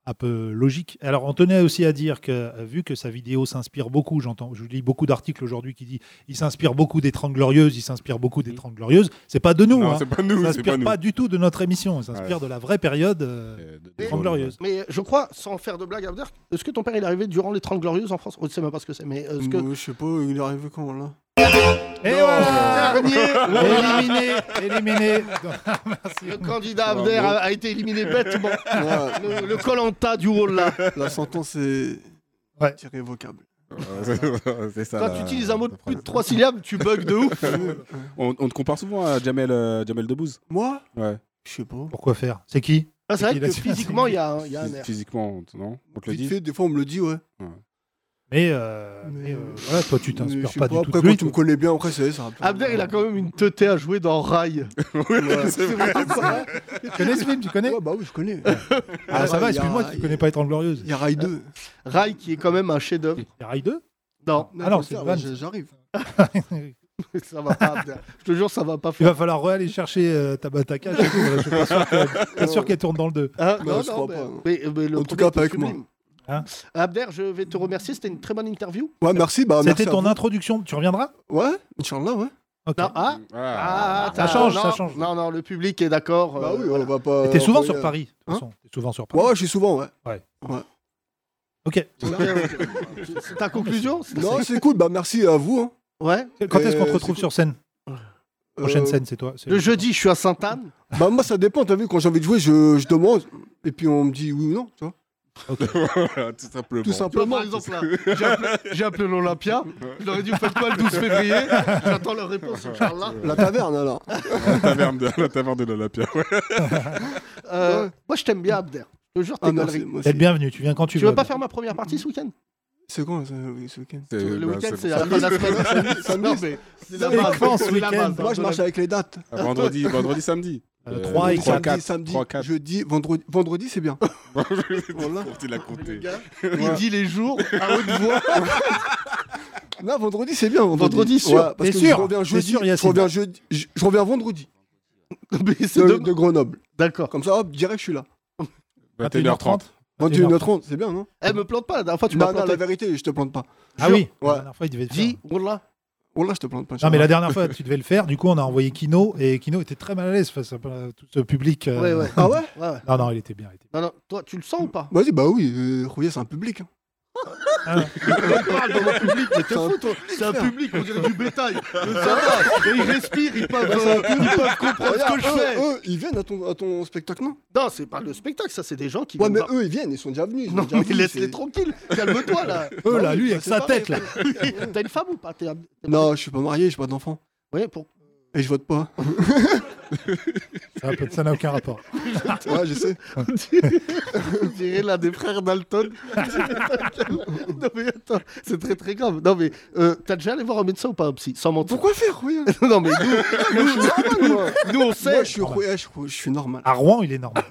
[SPEAKER 4] c'est un peu logique. Alors, on tenait aussi à dire que, euh, vu que sa vidéo s'inspire beaucoup, j'entends, je lis beaucoup d'articles aujourd'hui qui disent il s'inspire beaucoup des Trente Glorieuses, il s'inspire beaucoup des Trente Glorieuses. C'est pas de nous,
[SPEAKER 5] Mhm. Non,
[SPEAKER 4] hein.
[SPEAKER 5] c'est pas nous,
[SPEAKER 4] ça
[SPEAKER 5] c'est
[SPEAKER 4] s'inspire
[SPEAKER 5] pas nous.
[SPEAKER 4] pas du tout de notre émission, ça s'inspire de la vraie période euh,
[SPEAKER 5] Euh, de-
[SPEAKER 4] des Trente Glorieuses.
[SPEAKER 3] Mais je crois, sans faire de blague, Abder, est-ce que ton père il est arrivé durant les 30 Glorieuses en France On ne sait même pas ce que c'est, mais est-ce que.
[SPEAKER 6] Moi, Je sais pas, il est arrivé quand là
[SPEAKER 4] Et
[SPEAKER 3] Ah,
[SPEAKER 4] voilà
[SPEAKER 3] Dernier
[SPEAKER 4] Éliminé, éliminé.
[SPEAKER 3] Le candidat Abder a, a été éliminé bêtement.
[SPEAKER 6] Ouais,
[SPEAKER 3] Le Colanta du hall là.
[SPEAKER 6] La sentence est
[SPEAKER 4] Ouais.
[SPEAKER 6] irrévocable.
[SPEAKER 5] euh, c'est ça.
[SPEAKER 3] Quand
[SPEAKER 5] la-
[SPEAKER 3] tu utilises un mot de
[SPEAKER 5] la
[SPEAKER 3] plus de
[SPEAKER 5] phrase.
[SPEAKER 3] 3 syllabes, tu bugs de ouf.
[SPEAKER 5] On, on te compare souvent à Jamel, euh, Jamel Debbouze.
[SPEAKER 6] Moi
[SPEAKER 5] Ouais.
[SPEAKER 6] Je sais pas.
[SPEAKER 4] Pourquoi faire C'est qui
[SPEAKER 3] Ah, c'est vrai
[SPEAKER 4] Il a-
[SPEAKER 3] que physiquement, il y a, un- il y a un
[SPEAKER 5] Phys-
[SPEAKER 3] air.
[SPEAKER 5] Physiquement, on- non On te le
[SPEAKER 6] Vite
[SPEAKER 5] dit
[SPEAKER 6] fait, des fois on me le dit, ouais.
[SPEAKER 4] Mais, euh, mais, euh, voilà, toi, tu
[SPEAKER 6] Mais
[SPEAKER 4] t'inspires
[SPEAKER 6] je sais
[SPEAKER 4] pas, du tout
[SPEAKER 6] Après,
[SPEAKER 4] de
[SPEAKER 6] quand
[SPEAKER 4] lui.
[SPEAKER 6] tu me connais bien, après, c'est ça. va plus.
[SPEAKER 3] Abder, il a quand même une teuté à jouer dans Rail.
[SPEAKER 5] C'est vrai.
[SPEAKER 4] Tu connais ce film Tu connais
[SPEAKER 6] Ouais, bah oui, je connais.
[SPEAKER 4] Ah, ça va,
[SPEAKER 6] il y a-
[SPEAKER 4] excuse-moi, tu connais pas Les Trente Glorieuses.
[SPEAKER 6] Il y a Rai 2.
[SPEAKER 3] Rail qui est quand même un chef-d'œuvre.
[SPEAKER 4] Rail 2
[SPEAKER 3] Non,
[SPEAKER 4] Ah non,
[SPEAKER 6] faut
[SPEAKER 4] c'est
[SPEAKER 6] le
[SPEAKER 4] une
[SPEAKER 6] faire,
[SPEAKER 4] vanne.
[SPEAKER 6] j- J'arrive.
[SPEAKER 3] ça va pas, Abder. Je te jure, ça va pas
[SPEAKER 4] Il
[SPEAKER 3] faire.
[SPEAKER 4] va falloir aller chercher euh, Tabataka. et tout, voilà, Je suis pas sûr que- pas sûr qu'elle tourne dans le 2.
[SPEAKER 3] Hein
[SPEAKER 6] Non, je crois
[SPEAKER 3] mais-
[SPEAKER 6] pas, hein.
[SPEAKER 3] mais- euh, mais le
[SPEAKER 6] En tout
[SPEAKER 3] premier
[SPEAKER 6] cas, pas
[SPEAKER 3] était
[SPEAKER 6] avec moi.
[SPEAKER 3] sublime.
[SPEAKER 4] Hein
[SPEAKER 3] Abder, je vais te remercier. C'était une très bonne interview.
[SPEAKER 6] Ouais, merci. Bah,
[SPEAKER 4] C'était
[SPEAKER 6] merci à
[SPEAKER 4] ton
[SPEAKER 6] vous.
[SPEAKER 4] introduction. Tu reviendras
[SPEAKER 6] Ouais, Inch'Allah, ouais.
[SPEAKER 4] Ok.
[SPEAKER 3] Non, ah,
[SPEAKER 5] Ah.
[SPEAKER 3] Ah,
[SPEAKER 4] Ça
[SPEAKER 3] t'as-
[SPEAKER 4] change,
[SPEAKER 3] non,
[SPEAKER 4] ça change.
[SPEAKER 3] Non, non, le public est d'accord. euh,
[SPEAKER 6] Bah oui,
[SPEAKER 3] voilà.
[SPEAKER 6] on va pas.
[SPEAKER 4] T'es souvent sur
[SPEAKER 6] envoyer-
[SPEAKER 4] Paris. de toute
[SPEAKER 6] Hein
[SPEAKER 4] façon. T'es souvent sur Paris.
[SPEAKER 6] Ouais, ouais, je suis souvent, ouais.
[SPEAKER 4] Ok.
[SPEAKER 3] C'est ta conclusion Ah, c'est-
[SPEAKER 6] Non, c'est cool, bah merci à vous. hein.
[SPEAKER 3] Ouais.
[SPEAKER 4] Quand est-ce qu'on te
[SPEAKER 6] c'est
[SPEAKER 4] retrouve
[SPEAKER 6] cool.
[SPEAKER 4] sur scène
[SPEAKER 6] Euh,
[SPEAKER 4] Prochaine scène, c'est toi. c'est-
[SPEAKER 3] Le jeudi, je suis à Sainte-Anne.
[SPEAKER 6] Bah moi ça dépend, t'as vu, quand j'ai envie de jouer, je, je demande, et puis on me dit oui ou non, tu vois.
[SPEAKER 5] Tout simplement.
[SPEAKER 3] Tu
[SPEAKER 6] Tout
[SPEAKER 3] vois, Bah,
[SPEAKER 6] simplement.
[SPEAKER 3] par exemple, là, j'ai appelé, j'ai appelé l'Olympia. Je leur ai dit, vous faites quoi le 12 février J'attends leur réponse, Inch'Allah.
[SPEAKER 6] La taverne alors.
[SPEAKER 5] La taverne de la taverne de l'Olympia. Ouais.
[SPEAKER 3] Euh,
[SPEAKER 6] Ouais.
[SPEAKER 3] Moi, je t'aime bien, Abder. Je te jure,
[SPEAKER 6] Ah
[SPEAKER 3] t'es
[SPEAKER 6] merci,
[SPEAKER 3] galerie.
[SPEAKER 6] moi
[SPEAKER 4] T'es
[SPEAKER 6] aussi.
[SPEAKER 4] le bienvenu. Tu viens quand tu
[SPEAKER 3] Tu
[SPEAKER 4] veux.
[SPEAKER 3] veux pas faire ma première partie ce week-end
[SPEAKER 6] C'est quand ça, oui, ce week-end
[SPEAKER 5] C'est-
[SPEAKER 3] Le
[SPEAKER 5] bah,
[SPEAKER 3] week-end, c'est
[SPEAKER 5] c'est-
[SPEAKER 3] la fin de la semaine.
[SPEAKER 6] Samedi.
[SPEAKER 3] Non, mais c'est la
[SPEAKER 4] C'est
[SPEAKER 3] base.
[SPEAKER 4] quand, ce
[SPEAKER 3] C'est la
[SPEAKER 4] week-end
[SPEAKER 3] base.
[SPEAKER 6] Moi je marche avec les dates.
[SPEAKER 5] Vendredi, vendredi, samedi.
[SPEAKER 4] Euh,
[SPEAKER 5] Euh,
[SPEAKER 4] 3 et
[SPEAKER 5] trois,
[SPEAKER 4] 4.
[SPEAKER 5] quatre,
[SPEAKER 6] samedi, samedi
[SPEAKER 5] trois, quatre.
[SPEAKER 6] jeudi, vendredi, vendredi c'est bien. Voilà.
[SPEAKER 5] Il a
[SPEAKER 3] Le
[SPEAKER 5] compté.
[SPEAKER 3] gars, Il dit les jours à haute voix.
[SPEAKER 6] Non, vendredi c'est bien. Vendredi,
[SPEAKER 3] Vendredi, sûr.
[SPEAKER 6] Ouais, parce
[SPEAKER 4] T'es
[SPEAKER 6] que
[SPEAKER 4] sûr
[SPEAKER 6] je reviens
[SPEAKER 4] T'es
[SPEAKER 6] jeudi,
[SPEAKER 4] sûr,
[SPEAKER 6] je
[SPEAKER 4] Yacine
[SPEAKER 6] reviens jeudi, je, je reviens vendredi
[SPEAKER 3] Mais c'est
[SPEAKER 6] de,
[SPEAKER 3] demain.
[SPEAKER 6] de Grenoble.
[SPEAKER 3] D'accord.
[SPEAKER 6] Comme ça, hop, direct je suis là.
[SPEAKER 5] 21h30.
[SPEAKER 3] Ah,
[SPEAKER 6] 21h30, c'est bien, non
[SPEAKER 3] Elle Eh, me plante pas la dernière fois, Ah, tu m'as
[SPEAKER 6] Non, non,
[SPEAKER 3] planté.
[SPEAKER 6] la vérité, je te plante pas.
[SPEAKER 4] Ah oui.
[SPEAKER 6] Ouais.
[SPEAKER 4] La dernière fois, il devait le faire.
[SPEAKER 3] Dis, Wallah.
[SPEAKER 6] Oh là, je te plante pas.
[SPEAKER 4] Non mais la dernière fois tu devais le faire, du coup on a envoyé Kino et Kino était très mal à l'aise face à euh, tout ce public. euh,
[SPEAKER 3] Ouais, ouais.
[SPEAKER 6] Ah ouais
[SPEAKER 3] Ouais, ouais.
[SPEAKER 4] Non non il était bien. il était bien.
[SPEAKER 3] Non, non, toi, tu le sens ou pas
[SPEAKER 6] Vas-y, bah oui, euh, Rouillet, c'est un public. hein.
[SPEAKER 3] On parle dans le public, mais t'es
[SPEAKER 6] C'est un
[SPEAKER 3] fou, toi. C'est un
[SPEAKER 6] frère.
[SPEAKER 3] public, on dirait du bétail. Euh, Ça va, et ils respirent, ils peuvent, euh, ils peuvent comprendre ce que je
[SPEAKER 6] Regarde,
[SPEAKER 3] fais.
[SPEAKER 6] eux, eux, ils viennent à ton, à ton spectacle, non
[SPEAKER 3] Non, c'est pas le spectacle, ça, c'est des gens qui.
[SPEAKER 6] Ouais,
[SPEAKER 3] vont
[SPEAKER 6] mais
[SPEAKER 3] voir-
[SPEAKER 6] eux, ils viennent, ils sont déjà venus. ils
[SPEAKER 3] Non,
[SPEAKER 6] sont déjà
[SPEAKER 3] mais
[SPEAKER 6] venus, c'est-
[SPEAKER 3] laisse-les tranquilles, calme-toi là.
[SPEAKER 4] Eux là lui avec
[SPEAKER 6] c'est
[SPEAKER 4] sa
[SPEAKER 6] pareil.
[SPEAKER 4] tête là.
[SPEAKER 3] T'as une femme ou pas T'es un- t'es-
[SPEAKER 6] Non, je suis pas marié, j'ai pas d'enfant.
[SPEAKER 3] Ouais, pour.
[SPEAKER 6] Et je vote pas.
[SPEAKER 4] Ça peut- Ça n'a aucun rapport.
[SPEAKER 3] Ah.
[SPEAKER 6] ouais, je sais.
[SPEAKER 3] On dirait l'un des frères Dalton. non, mais attends, c'est très très grave. Non, mais euh, t'as déjà allé voir un médecin ou pas, un psy Sans mentir.
[SPEAKER 6] Pourquoi faire, Rouillet
[SPEAKER 3] non, mais nous, nous,
[SPEAKER 6] Moi,
[SPEAKER 3] nous, on
[SPEAKER 6] Moi,
[SPEAKER 3] sait. Ah, bah.
[SPEAKER 6] je suis Rouillet, je, je suis normal.
[SPEAKER 4] À Rouen il est normal.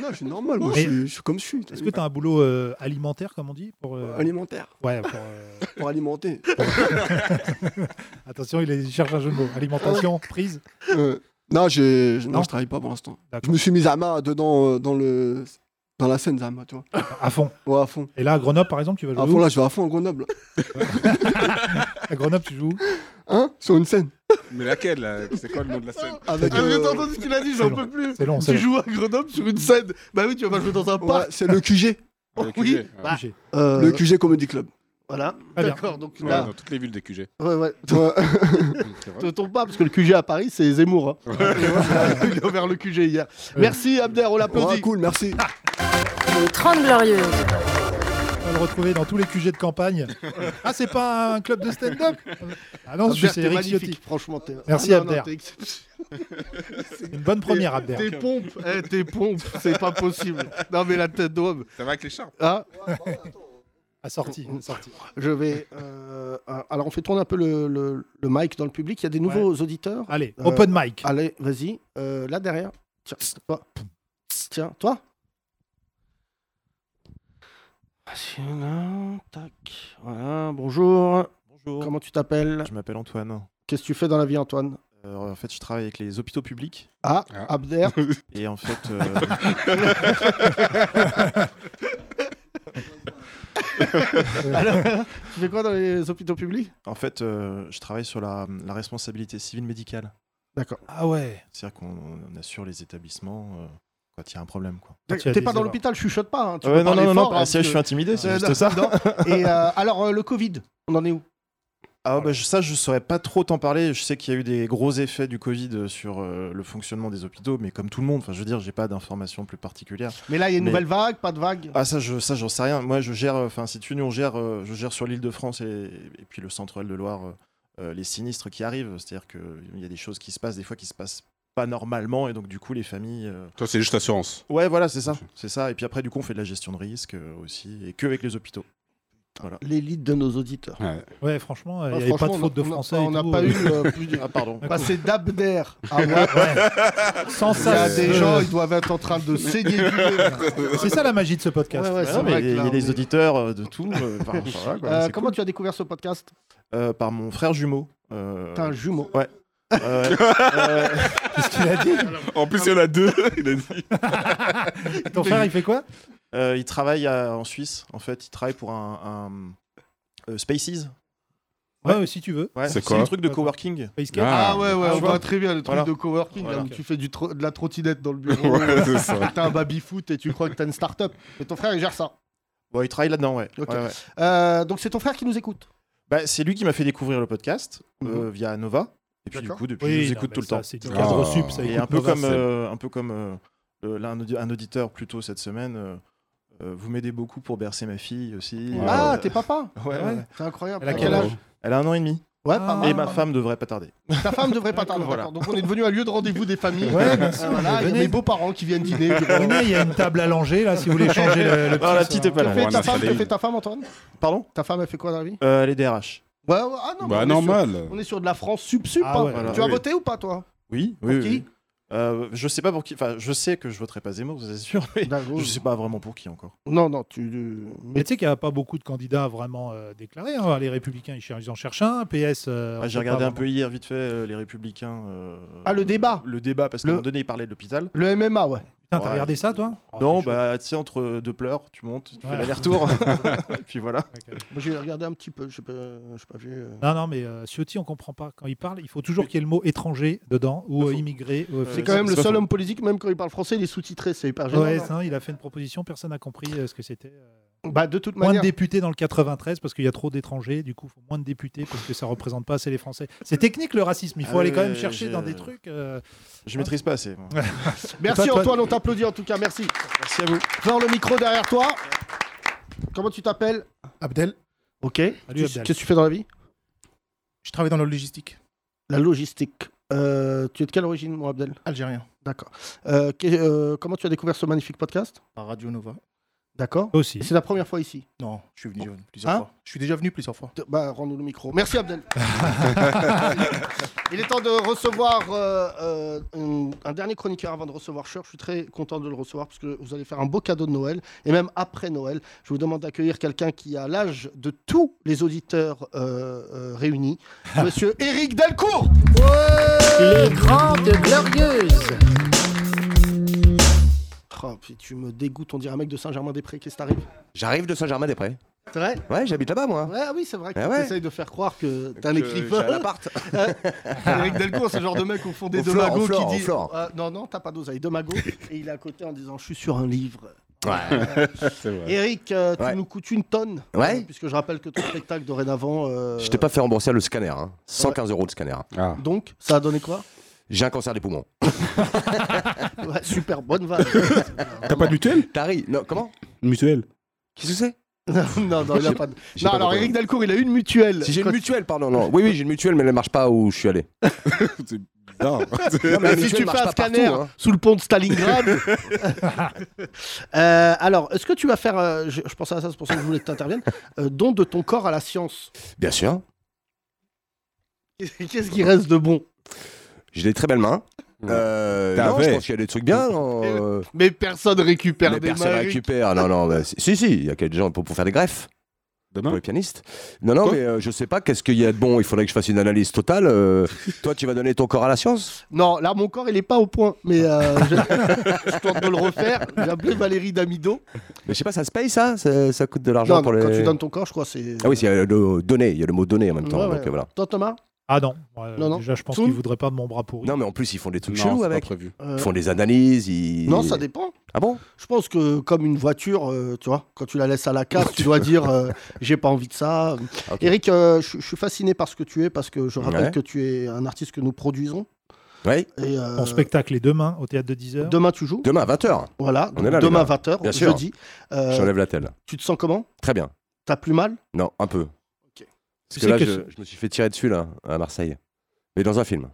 [SPEAKER 6] Non, je suis normal, moi,
[SPEAKER 4] Mais-
[SPEAKER 6] je, suis, je suis comme je suis.
[SPEAKER 4] Est-ce que t'as un boulot euh, alimentaire comme on dit pour euh,
[SPEAKER 6] Alimentaire,
[SPEAKER 4] ouais pour, euh,
[SPEAKER 6] pour alimenter.
[SPEAKER 4] attention il est- il cherche un jeu de mots alimentation prise
[SPEAKER 6] Euh, non, j'ai- je- non,
[SPEAKER 4] Non.
[SPEAKER 6] je travaille pas pour l'instant. Je
[SPEAKER 4] D'accord.
[SPEAKER 6] me suis mis Zama dedans, euh, dans le. Dans la scène, Zama, tu vois.
[SPEAKER 4] à fond.
[SPEAKER 6] Ouais, à fond.
[SPEAKER 4] Et là à Grenoble par exemple tu vas jouer
[SPEAKER 6] À fond,
[SPEAKER 4] où
[SPEAKER 6] là, je vais à fond à Grenoble.
[SPEAKER 4] À Grenoble tu joues où
[SPEAKER 6] Hein Sur une scène.
[SPEAKER 5] Mais laquelle là C'est quoi le nom de la scène
[SPEAKER 6] Avec.
[SPEAKER 3] Ah, mais
[SPEAKER 6] euh,
[SPEAKER 3] t'as entendu ce qu'il a dit, j'en peux plus.
[SPEAKER 4] C'est long c'est
[SPEAKER 3] Tu
[SPEAKER 4] long.
[SPEAKER 3] joues à Grenoble sur une scène. Bah oui, tu vas pas jouer dans un
[SPEAKER 6] ouais,
[SPEAKER 3] parc.
[SPEAKER 6] c'est le QG.
[SPEAKER 5] Le QG,
[SPEAKER 3] oui.
[SPEAKER 5] ouais.
[SPEAKER 3] Bah,
[SPEAKER 4] J'ai-
[SPEAKER 3] euh,
[SPEAKER 6] Le QG Comedy Club.
[SPEAKER 3] Voilà.
[SPEAKER 4] Très bien.
[SPEAKER 3] D'accord. Donc
[SPEAKER 5] Ouais,
[SPEAKER 3] là,
[SPEAKER 5] Dans toutes les villes des QG.
[SPEAKER 3] ouais, ouais.
[SPEAKER 6] Ouais.
[SPEAKER 5] C'est vrai.
[SPEAKER 3] Ne tombe pas parce que le QG à Paris, c'est Zemmour. hein. Il a ouvert le QG hier. Merci Abder, on
[SPEAKER 6] Ouais,
[SPEAKER 3] l'applaudit.
[SPEAKER 6] cool, merci.
[SPEAKER 2] Les 30 Glorieuses.
[SPEAKER 4] On va le retrouver dans tous les QG de campagne. ah c'est pas un club de stand-up Ah non
[SPEAKER 3] Abder,
[SPEAKER 4] c'est
[SPEAKER 3] t'es
[SPEAKER 4] Eric
[SPEAKER 3] magnifique,
[SPEAKER 4] Ciotti.
[SPEAKER 3] franchement. t'es-
[SPEAKER 4] Merci,
[SPEAKER 3] Ah non, non,
[SPEAKER 4] Abder.
[SPEAKER 3] t'es exceptionnel.
[SPEAKER 4] Une bonne première Abder.
[SPEAKER 3] Tes pompes, eh, tes pompes, c'est pas possible. Non mais la tête d'homme.
[SPEAKER 5] Ça va avec l'écharpe
[SPEAKER 3] Hein
[SPEAKER 4] Ah, sorti, sorti.
[SPEAKER 3] Je vais. euh, euh, alors on fait tourner un peu le, le- le mic dans le public. Il y a des nouveaux auditeurs.
[SPEAKER 4] Allez,
[SPEAKER 3] Euh,
[SPEAKER 4] open mic.
[SPEAKER 3] Allez, vas-y. Euh, là derrière. Tiens, toi. Tiens, toi. Vas-y, là, tac. Voilà, bonjour.
[SPEAKER 9] Bonjour.
[SPEAKER 3] Comment tu t'appelles
[SPEAKER 9] Je m'appelle Antoine.
[SPEAKER 3] Qu'est-ce que tu fais dans la vie, Antoine
[SPEAKER 9] Euh, en fait, je travaille avec les hôpitaux publics
[SPEAKER 3] Ah,
[SPEAKER 5] Ah.
[SPEAKER 3] Abder.
[SPEAKER 9] et en fait, euh,
[SPEAKER 3] Alors, tu fais quoi dans les hôpitaux publics
[SPEAKER 9] En fait, euh, je travaille sur la, la responsabilité civile médicale.
[SPEAKER 3] D'accord.
[SPEAKER 4] Ah ouais.
[SPEAKER 9] C'est-à-dire qu'on on assure les établissements euh, quand il y a un problème. Quoi.
[SPEAKER 4] Quand il y a
[SPEAKER 3] T'es
[SPEAKER 4] des
[SPEAKER 3] pas dans
[SPEAKER 4] erreurs.
[SPEAKER 3] l'hôpital, je chuchote pas. hein, tu
[SPEAKER 9] Ouais,
[SPEAKER 3] peux
[SPEAKER 9] non,
[SPEAKER 3] parler
[SPEAKER 9] non, non,
[SPEAKER 3] fort,
[SPEAKER 9] non,
[SPEAKER 3] hein,
[SPEAKER 9] parce que je
[SPEAKER 3] parce
[SPEAKER 9] suis intimidé,
[SPEAKER 3] Euh,
[SPEAKER 9] c'est
[SPEAKER 3] non,
[SPEAKER 9] juste ça.
[SPEAKER 3] non. que- Et euh, alors, euh, le Covid, on en est où
[SPEAKER 9] Ah bah, je- ça, je saurais pas trop t'en parler. Je sais qu'il y a eu des gros effets du Covid sur euh, le fonctionnement des hôpitaux, mais comme tout le monde, enfin, je veux dire, j'ai pas d'informations plus particulières.
[SPEAKER 3] Mais là, il y a une
[SPEAKER 9] Mais-
[SPEAKER 3] nouvelle vague, pas de vague
[SPEAKER 9] Ah ça, je, ça, j'en sais rien. Moi, je gère, euh, enfin, si tu veux, on gère, euh, je gère sur l'Île-de-France et, et puis le centre-Val de Loire euh, euh, les sinistres qui arrivent. C'est-à-dire que il y a des choses qui se passent, des fois qui se passent pas normalement, et donc du coup, les familles. euh,
[SPEAKER 5] Toi, c'est juste assurance.
[SPEAKER 9] Ouais, voilà, c'est ça, c'est ça. Et puis après, du coup, on fait de la gestion de risque euh, aussi, et que avec les hôpitaux.
[SPEAKER 3] L'élite de nos auditeurs.
[SPEAKER 5] Ouais.
[SPEAKER 4] Ouais, franchement, il
[SPEAKER 3] Ah,
[SPEAKER 4] n'y avait pas de
[SPEAKER 3] franchement,
[SPEAKER 4] faute de
[SPEAKER 3] on a-
[SPEAKER 4] français.
[SPEAKER 3] On
[SPEAKER 4] et
[SPEAKER 3] n'a
[SPEAKER 4] tout,
[SPEAKER 3] pas
[SPEAKER 4] euh,
[SPEAKER 3] eu euh, plus de-
[SPEAKER 9] Ah pardon.
[SPEAKER 3] Passer d'Abder à moi.
[SPEAKER 4] Sans
[SPEAKER 3] Il y a
[SPEAKER 4] ça,
[SPEAKER 3] des
[SPEAKER 4] euh,
[SPEAKER 3] gens, ils doivent être en train de saigner du nez.
[SPEAKER 4] c'est ça la magie de ce podcast.
[SPEAKER 3] Ouais, ouais,
[SPEAKER 9] Ouais,
[SPEAKER 3] c'est
[SPEAKER 9] non, mais
[SPEAKER 3] vrai
[SPEAKER 9] il
[SPEAKER 3] que
[SPEAKER 9] y a- il y
[SPEAKER 3] là,
[SPEAKER 9] a
[SPEAKER 3] on
[SPEAKER 9] des
[SPEAKER 3] est-
[SPEAKER 9] auditeurs euh, de tout. euh, par, enfin, voilà, quoi,
[SPEAKER 3] Euh,
[SPEAKER 9] c'est
[SPEAKER 3] comment
[SPEAKER 9] cool.
[SPEAKER 3] tu as découvert ce podcast
[SPEAKER 9] Euh, par mon frère jumeau. euh,
[SPEAKER 3] T'as un jumeau.
[SPEAKER 9] euh, euh,
[SPEAKER 4] Qu'est-ce qu'il a dit
[SPEAKER 5] En plus, il y en a deux. Il a dit.
[SPEAKER 4] Ton frère, il fait quoi
[SPEAKER 9] Euh, il travaille à- en Suisse, en fait. Il travaille pour un. un, euh, Spaces
[SPEAKER 4] ouais, euh, si tu veux.
[SPEAKER 9] Ouais,
[SPEAKER 5] C'est
[SPEAKER 9] c'est
[SPEAKER 5] quoi
[SPEAKER 9] un truc de coworking.
[SPEAKER 4] Basecamp.
[SPEAKER 5] Ah,
[SPEAKER 3] Ah ouais, ouais,
[SPEAKER 9] tu
[SPEAKER 3] on
[SPEAKER 9] vois.
[SPEAKER 3] voit très bien le truc
[SPEAKER 9] Voilà.
[SPEAKER 3] de coworking
[SPEAKER 9] Voilà.
[SPEAKER 3] là, où tu fais du tro- de la trottinette dans le bureau.
[SPEAKER 5] Ouais, c'est ça.
[SPEAKER 3] T'as un baby foot et tu crois que t'as une start-up. Mais ton frère, il gère ça.
[SPEAKER 9] Bon, il travaille là-dedans, ouais.
[SPEAKER 3] Ok.
[SPEAKER 9] Ouais, ouais.
[SPEAKER 3] Euh, donc c'est ton frère qui nous écoute.
[SPEAKER 9] Bah, c'est lui qui m'a fait découvrir le podcast euh, via Nova. Et puis, du
[SPEAKER 3] D'accord.
[SPEAKER 9] coup, depuis,
[SPEAKER 4] Oui,
[SPEAKER 9] je vous
[SPEAKER 4] non,
[SPEAKER 9] écoute
[SPEAKER 4] mais
[SPEAKER 9] tout le
[SPEAKER 4] ça,
[SPEAKER 9] temps.
[SPEAKER 4] C'est du
[SPEAKER 5] Ah.
[SPEAKER 4] cadre sup, ça.
[SPEAKER 9] Et
[SPEAKER 4] écoute
[SPEAKER 9] un peu,
[SPEAKER 4] Nova,
[SPEAKER 9] comme,
[SPEAKER 4] c'est-
[SPEAKER 9] euh, un peu comme euh, le- là, un, audi- un auditeur plus tôt cette semaine, euh, euh, vous m'aidez beaucoup pour bercer ma fille aussi.
[SPEAKER 5] Wow.
[SPEAKER 9] Euh,
[SPEAKER 3] Ah, t'es papa
[SPEAKER 9] ouais, ouais.
[SPEAKER 3] C'est incroyable.
[SPEAKER 4] Elle a
[SPEAKER 3] Ah,
[SPEAKER 4] quel âge
[SPEAKER 9] Elle a un an et demi.
[SPEAKER 3] Ouais, pas mal.
[SPEAKER 9] Et ma femme devrait pas tarder.
[SPEAKER 3] Ta femme devrait pas tarder.
[SPEAKER 9] Voilà.
[SPEAKER 3] d'accord. Donc on est devenu un lieu de rendez-vous des familles.
[SPEAKER 4] Ouais, bien sûr,
[SPEAKER 3] Euh, voilà, il y a
[SPEAKER 4] venez.
[SPEAKER 3] mes beaux-parents qui viennent dîner. je crois.
[SPEAKER 4] Venez, il y a une table allongée, là, si vous voulez changer le, le
[SPEAKER 9] Ah, la
[SPEAKER 4] petit,
[SPEAKER 9] petite
[SPEAKER 4] ça.
[SPEAKER 9] est pas
[SPEAKER 3] Que
[SPEAKER 9] là.
[SPEAKER 5] Voilà,
[SPEAKER 3] fait
[SPEAKER 5] on
[SPEAKER 3] ta
[SPEAKER 5] a
[SPEAKER 3] femme,
[SPEAKER 5] installé
[SPEAKER 3] que
[SPEAKER 5] une.
[SPEAKER 3] fait ta femme, Antoine
[SPEAKER 9] Pardon
[SPEAKER 3] Ta femme, elle fait quoi dans la vie
[SPEAKER 9] Euh, Elle est DRH.
[SPEAKER 3] Ouais, ouais, ah non, mais on
[SPEAKER 5] Bah,
[SPEAKER 3] est
[SPEAKER 5] normal.
[SPEAKER 3] sur- On est sur de la France sub-sub.
[SPEAKER 4] Ah
[SPEAKER 3] hein.
[SPEAKER 4] ouais.
[SPEAKER 9] Voilà.
[SPEAKER 3] Tu vas
[SPEAKER 5] Oui.
[SPEAKER 3] voter ou pas, toi
[SPEAKER 9] Oui,
[SPEAKER 3] Pour
[SPEAKER 9] oui,
[SPEAKER 3] qui
[SPEAKER 9] oui. Euh, je sais pas pour qui. Enfin, je sais que je voterai pas Zemmour, c'est sûr, mais
[SPEAKER 3] D'accord.
[SPEAKER 9] je sais pas vraiment pour qui encore.
[SPEAKER 3] Non, non, tu.
[SPEAKER 4] Mais tu sais qu'il n'y a pas beaucoup de candidats vraiment euh, déclarés. hein. Les Républicains, ils, cherchent- ils en cherchent un. PS. euh,
[SPEAKER 9] Ah, J'ai
[SPEAKER 4] on peut
[SPEAKER 9] regardé
[SPEAKER 4] pas
[SPEAKER 9] un peu hier, vite fait, euh, les Républicains. euh,
[SPEAKER 3] Ah, le débat
[SPEAKER 9] Le débat, parce qu'à
[SPEAKER 3] Le-
[SPEAKER 9] un moment donné, ils parlaient de l'hôpital.
[SPEAKER 3] Le MMA, ouais.
[SPEAKER 4] Putain, t'as
[SPEAKER 9] Ouais.
[SPEAKER 4] regardé ça, toi Oh,
[SPEAKER 9] non,
[SPEAKER 4] c'est
[SPEAKER 9] bah, tu sais, entre deux pleurs, tu montes, tu
[SPEAKER 4] Ouais.
[SPEAKER 9] fais l'aller-retour. et puis voilà.
[SPEAKER 4] chaud. Ok.
[SPEAKER 3] Moi, J'ai regardé un petit peu, je sais pas, j'ai pas vu. euh.
[SPEAKER 4] Non, non, mais euh, Ciotti, on comprend pas. Quand il parle, il faut toujours qu'il y ait le mot étranger dedans ou euh, immigré. ou, euh,
[SPEAKER 3] C'est
[SPEAKER 9] Euh,
[SPEAKER 3] quand
[SPEAKER 9] c'est-
[SPEAKER 3] même
[SPEAKER 9] c'est
[SPEAKER 3] le
[SPEAKER 9] pas
[SPEAKER 3] seul
[SPEAKER 9] faux.
[SPEAKER 3] homme politique, même quand il parle français, il est sous-titré, c'est hyper gênant.
[SPEAKER 4] Ouais,
[SPEAKER 3] non
[SPEAKER 4] ça, il a fait une proposition, personne n'a compris euh, ce que c'était. euh.
[SPEAKER 3] Bah, de toute
[SPEAKER 4] Moins
[SPEAKER 3] manière.
[SPEAKER 4] de députés dans le 93 parce qu'il y a trop d'étrangers, du coup, faut moins de députés parce que ça représente pas assez les Français. C'est technique le racisme, il faut
[SPEAKER 9] Ah
[SPEAKER 4] aller
[SPEAKER 9] oui,
[SPEAKER 4] quand même
[SPEAKER 9] oui,
[SPEAKER 4] chercher
[SPEAKER 9] j'ai-
[SPEAKER 4] dans des trucs. euh,
[SPEAKER 9] Je maîtrise pas assez. moi.
[SPEAKER 3] Merci
[SPEAKER 4] Toi, toi-
[SPEAKER 3] Antoine, on t'applaudit en tout cas, merci.
[SPEAKER 9] Merci à vous.
[SPEAKER 3] Flore, le micro derrière toi. Comment tu t'appelles
[SPEAKER 10] Abdel,
[SPEAKER 3] Ok. Tu-
[SPEAKER 4] Abdel.
[SPEAKER 3] Qu'est-ce que tu fais dans la vie
[SPEAKER 10] je travaille dans la logistique
[SPEAKER 3] La logistique. Euh, tu es de quelle origine, mon Abdel
[SPEAKER 10] algérien
[SPEAKER 3] D'accord. Euh, que- euh, comment tu as découvert ce magnifique podcast
[SPEAKER 10] à Radio Nova.
[SPEAKER 3] D'accord.
[SPEAKER 4] Aussi.
[SPEAKER 3] Et C'est la première fois ici.
[SPEAKER 10] Non, je suis venu déjà plusieurs
[SPEAKER 3] Hein
[SPEAKER 10] fois. Je suis déjà venu plusieurs fois.
[SPEAKER 3] Te- Bah, rends-nous le micro. Merci Abdel. Il est temps de recevoir euh, euh, un, un dernier chroniqueur avant de recevoir Cher. Je suis très content de le recevoir parce que vous allez faire un beau cadeau de Noël. Et même après Noël, je vous demande d'accueillir quelqu'un qui a l'âge de tous les auditeurs euh, euh, réunis. Monsieur Éric Delcourt
[SPEAKER 1] Les Grandes Glorieuses.
[SPEAKER 3] Oh, puis tu me dégoûtes, on dirait un mec de Saint-Germain-des-Prés. Qu'est-ce qui t'arrive
[SPEAKER 11] J'arrive de Saint-Germain-des-Prés.
[SPEAKER 3] C'est vrai
[SPEAKER 11] Ouais, j'habite là-bas, moi.
[SPEAKER 3] Ouais, ah oui, c'est vrai que
[SPEAKER 11] Ah
[SPEAKER 3] tu
[SPEAKER 11] ouais.
[SPEAKER 3] essayes de faire croire que t'es un
[SPEAKER 11] Que
[SPEAKER 3] écrivain.
[SPEAKER 11] j'ai un appart.
[SPEAKER 3] Éric Delcourt, c'est le genre de mec au fond des
[SPEAKER 11] Au Flore,
[SPEAKER 3] Domago
[SPEAKER 11] au Flore,
[SPEAKER 3] qui
[SPEAKER 11] au
[SPEAKER 3] dit
[SPEAKER 11] Flore.
[SPEAKER 3] Euh, Non, non, t'as pas d'oseille. Domago. et il est à côté en disant Je suis sur un livre.
[SPEAKER 11] Ouais.
[SPEAKER 5] C'est vrai.
[SPEAKER 3] Eric, euh, tu
[SPEAKER 11] Ouais.
[SPEAKER 3] nous coûtes une tonne.
[SPEAKER 11] Ouais.
[SPEAKER 3] euh, puisque je rappelle que ton spectacle dorénavant. euh,
[SPEAKER 11] Je t'ai pas fait rembourser le scanner. Hein. 115 euros le scanner.
[SPEAKER 5] Ah.
[SPEAKER 3] Donc, ça a donné quoi
[SPEAKER 11] J'ai un cancer des poumons.
[SPEAKER 3] Ouais, Super bonne vanne.
[SPEAKER 5] T'as pas de mutuelle
[SPEAKER 11] T'as ri Non, comment
[SPEAKER 5] Mutuelle.
[SPEAKER 11] Qu'est-ce que c'est
[SPEAKER 3] non, non, il a pas de.
[SPEAKER 11] J'ai
[SPEAKER 3] Non,
[SPEAKER 11] pas
[SPEAKER 3] alors
[SPEAKER 11] compris.
[SPEAKER 3] Eric Delcourt, il a une mutuelle.
[SPEAKER 11] Si j'ai une mutuelle, pardon, non. Oui, oui, j'ai une mutuelle, mais elle marche pas où je suis allé.
[SPEAKER 5] C'est
[SPEAKER 11] Non,
[SPEAKER 5] bizarre.
[SPEAKER 11] mais la
[SPEAKER 3] Et Euh, si
[SPEAKER 11] mutuelle
[SPEAKER 3] tu
[SPEAKER 11] marche
[SPEAKER 3] fais un
[SPEAKER 11] pas
[SPEAKER 3] scanner
[SPEAKER 11] partout, hein.
[SPEAKER 3] sous le pont de Stalingrad. Euh, alors, est-ce que tu vas faire. euh, je, je pensais à ça, c'est pour ça que je voulais que tu interviennes. euh, don de ton corps à la science.
[SPEAKER 11] Bien sûr.
[SPEAKER 3] Qu'est-ce qui reste de bon
[SPEAKER 11] J'ai des très belles mains.
[SPEAKER 5] Ouais.
[SPEAKER 11] Euh, non,
[SPEAKER 5] T'avais.
[SPEAKER 11] je pense qu'il y a des trucs bien. non, euh,
[SPEAKER 3] Mais personne récupère
[SPEAKER 11] mais
[SPEAKER 3] des
[SPEAKER 11] personne
[SPEAKER 3] mains, Eric.
[SPEAKER 11] récupère. Non, non. bah, si, si, si, il y a quelques gens pour, pour faire des greffes.
[SPEAKER 6] Pour les pianistes Non, non, mais euh, je sais pas, qu'est-ce qu'il y a de bon Il faudrait que je fasse une analyse totale. euh, toi, tu vas donner ton corps à la science
[SPEAKER 3] Non, là, mon corps, il est pas au point. Mais euh, je... je tente de le refaire. J'ai appelé Valérie Damido.
[SPEAKER 6] Mais je sais pas, ça se paye ça Ça, ça coûte de l'argent
[SPEAKER 3] Non,
[SPEAKER 6] pour les.
[SPEAKER 3] Quand tu donnes ton corps, je crois, c'est.
[SPEAKER 6] Ah oui, c'est, euh, le donner, il y a le mot donner en même temps.
[SPEAKER 3] Ouais, ouais.
[SPEAKER 6] donc, euh, voilà.
[SPEAKER 3] Toi, Thomas
[SPEAKER 4] Ah non.
[SPEAKER 3] Non, non.
[SPEAKER 4] Déjà, je pense
[SPEAKER 3] Soun
[SPEAKER 4] qu'il voudrait pas de mon bras pourri.
[SPEAKER 6] Non, mais en plus, ils font des trucs
[SPEAKER 4] Non,
[SPEAKER 6] chelous
[SPEAKER 4] c'est pas
[SPEAKER 6] avec.
[SPEAKER 4] prévu.
[SPEAKER 3] euh,
[SPEAKER 6] Ils font des analyses. Ils...
[SPEAKER 3] Non, ça dépend.
[SPEAKER 6] Ah bon
[SPEAKER 3] Je pense que comme une voiture, euh, tu vois, quand tu la laisses à la casse, tu dois dire euh, j'ai pas envie de ça. Eric, euh, je je suis fasciné par ce que tu es parce que je rappelle
[SPEAKER 4] Ouais.
[SPEAKER 3] que tu es un artiste que nous produisons.
[SPEAKER 6] Oui.
[SPEAKER 3] Et, euh,
[SPEAKER 4] Mon spectacle est demain au théâtre de 10h.
[SPEAKER 3] Demain, tu joues
[SPEAKER 6] Demain à 20h.
[SPEAKER 3] Voilà,
[SPEAKER 6] On est là, les
[SPEAKER 3] demain
[SPEAKER 6] gars.
[SPEAKER 3] 20h,
[SPEAKER 6] Bien sûr.
[SPEAKER 3] jeudi. Euh,
[SPEAKER 6] J'enlève la telle.
[SPEAKER 3] Tu te sens comment
[SPEAKER 6] Très bien.
[SPEAKER 3] T'as plus mal
[SPEAKER 6] Non, un peu.
[SPEAKER 4] Tu
[SPEAKER 6] Parce que
[SPEAKER 4] sais
[SPEAKER 6] là,
[SPEAKER 4] que
[SPEAKER 6] je,
[SPEAKER 4] ce-
[SPEAKER 6] je me suis fait tirer dessus, là, à Marseille. Mais dans un film.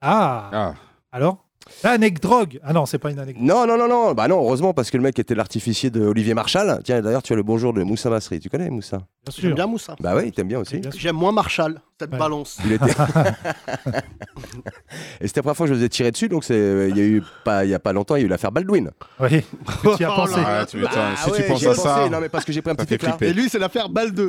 [SPEAKER 4] Ah. Alors Anecdote drogue Ah non, c'est pas une anecdote.
[SPEAKER 6] Non, non, non, non. Bah non, heureusement, parce que le mec était l'artificier de Olivier Marchal. Tiens, d'ailleurs, tu as le bonjour de Moussa Masri. Tu connais Moussa
[SPEAKER 4] Bien
[SPEAKER 3] J'aime bien Moussa.
[SPEAKER 6] Bah oui, t'aimes bien aussi.
[SPEAKER 3] J'aime moins Marshall, cette balance.
[SPEAKER 6] Il était- Et c'était la première fois que je me faisais tirer dessus, donc c'est- euh, il y a eu pas il y a pas longtemps, il y a eu l'affaire Baldwin.
[SPEAKER 4] Oui.
[SPEAKER 6] Tu y
[SPEAKER 3] Oh
[SPEAKER 6] as pensé.
[SPEAKER 5] Ah, tu m'étonnes.
[SPEAKER 6] Bah
[SPEAKER 5] si
[SPEAKER 6] ouais,
[SPEAKER 5] tu penses
[SPEAKER 6] j'y ai
[SPEAKER 5] à
[SPEAKER 6] pensé.
[SPEAKER 5] ça.
[SPEAKER 6] Non, mais parce que j'ai pris un
[SPEAKER 5] ça
[SPEAKER 6] petit
[SPEAKER 5] fait
[SPEAKER 6] éclat.
[SPEAKER 5] flipper.
[SPEAKER 3] Et lui, c'est l'affaire Balle 2.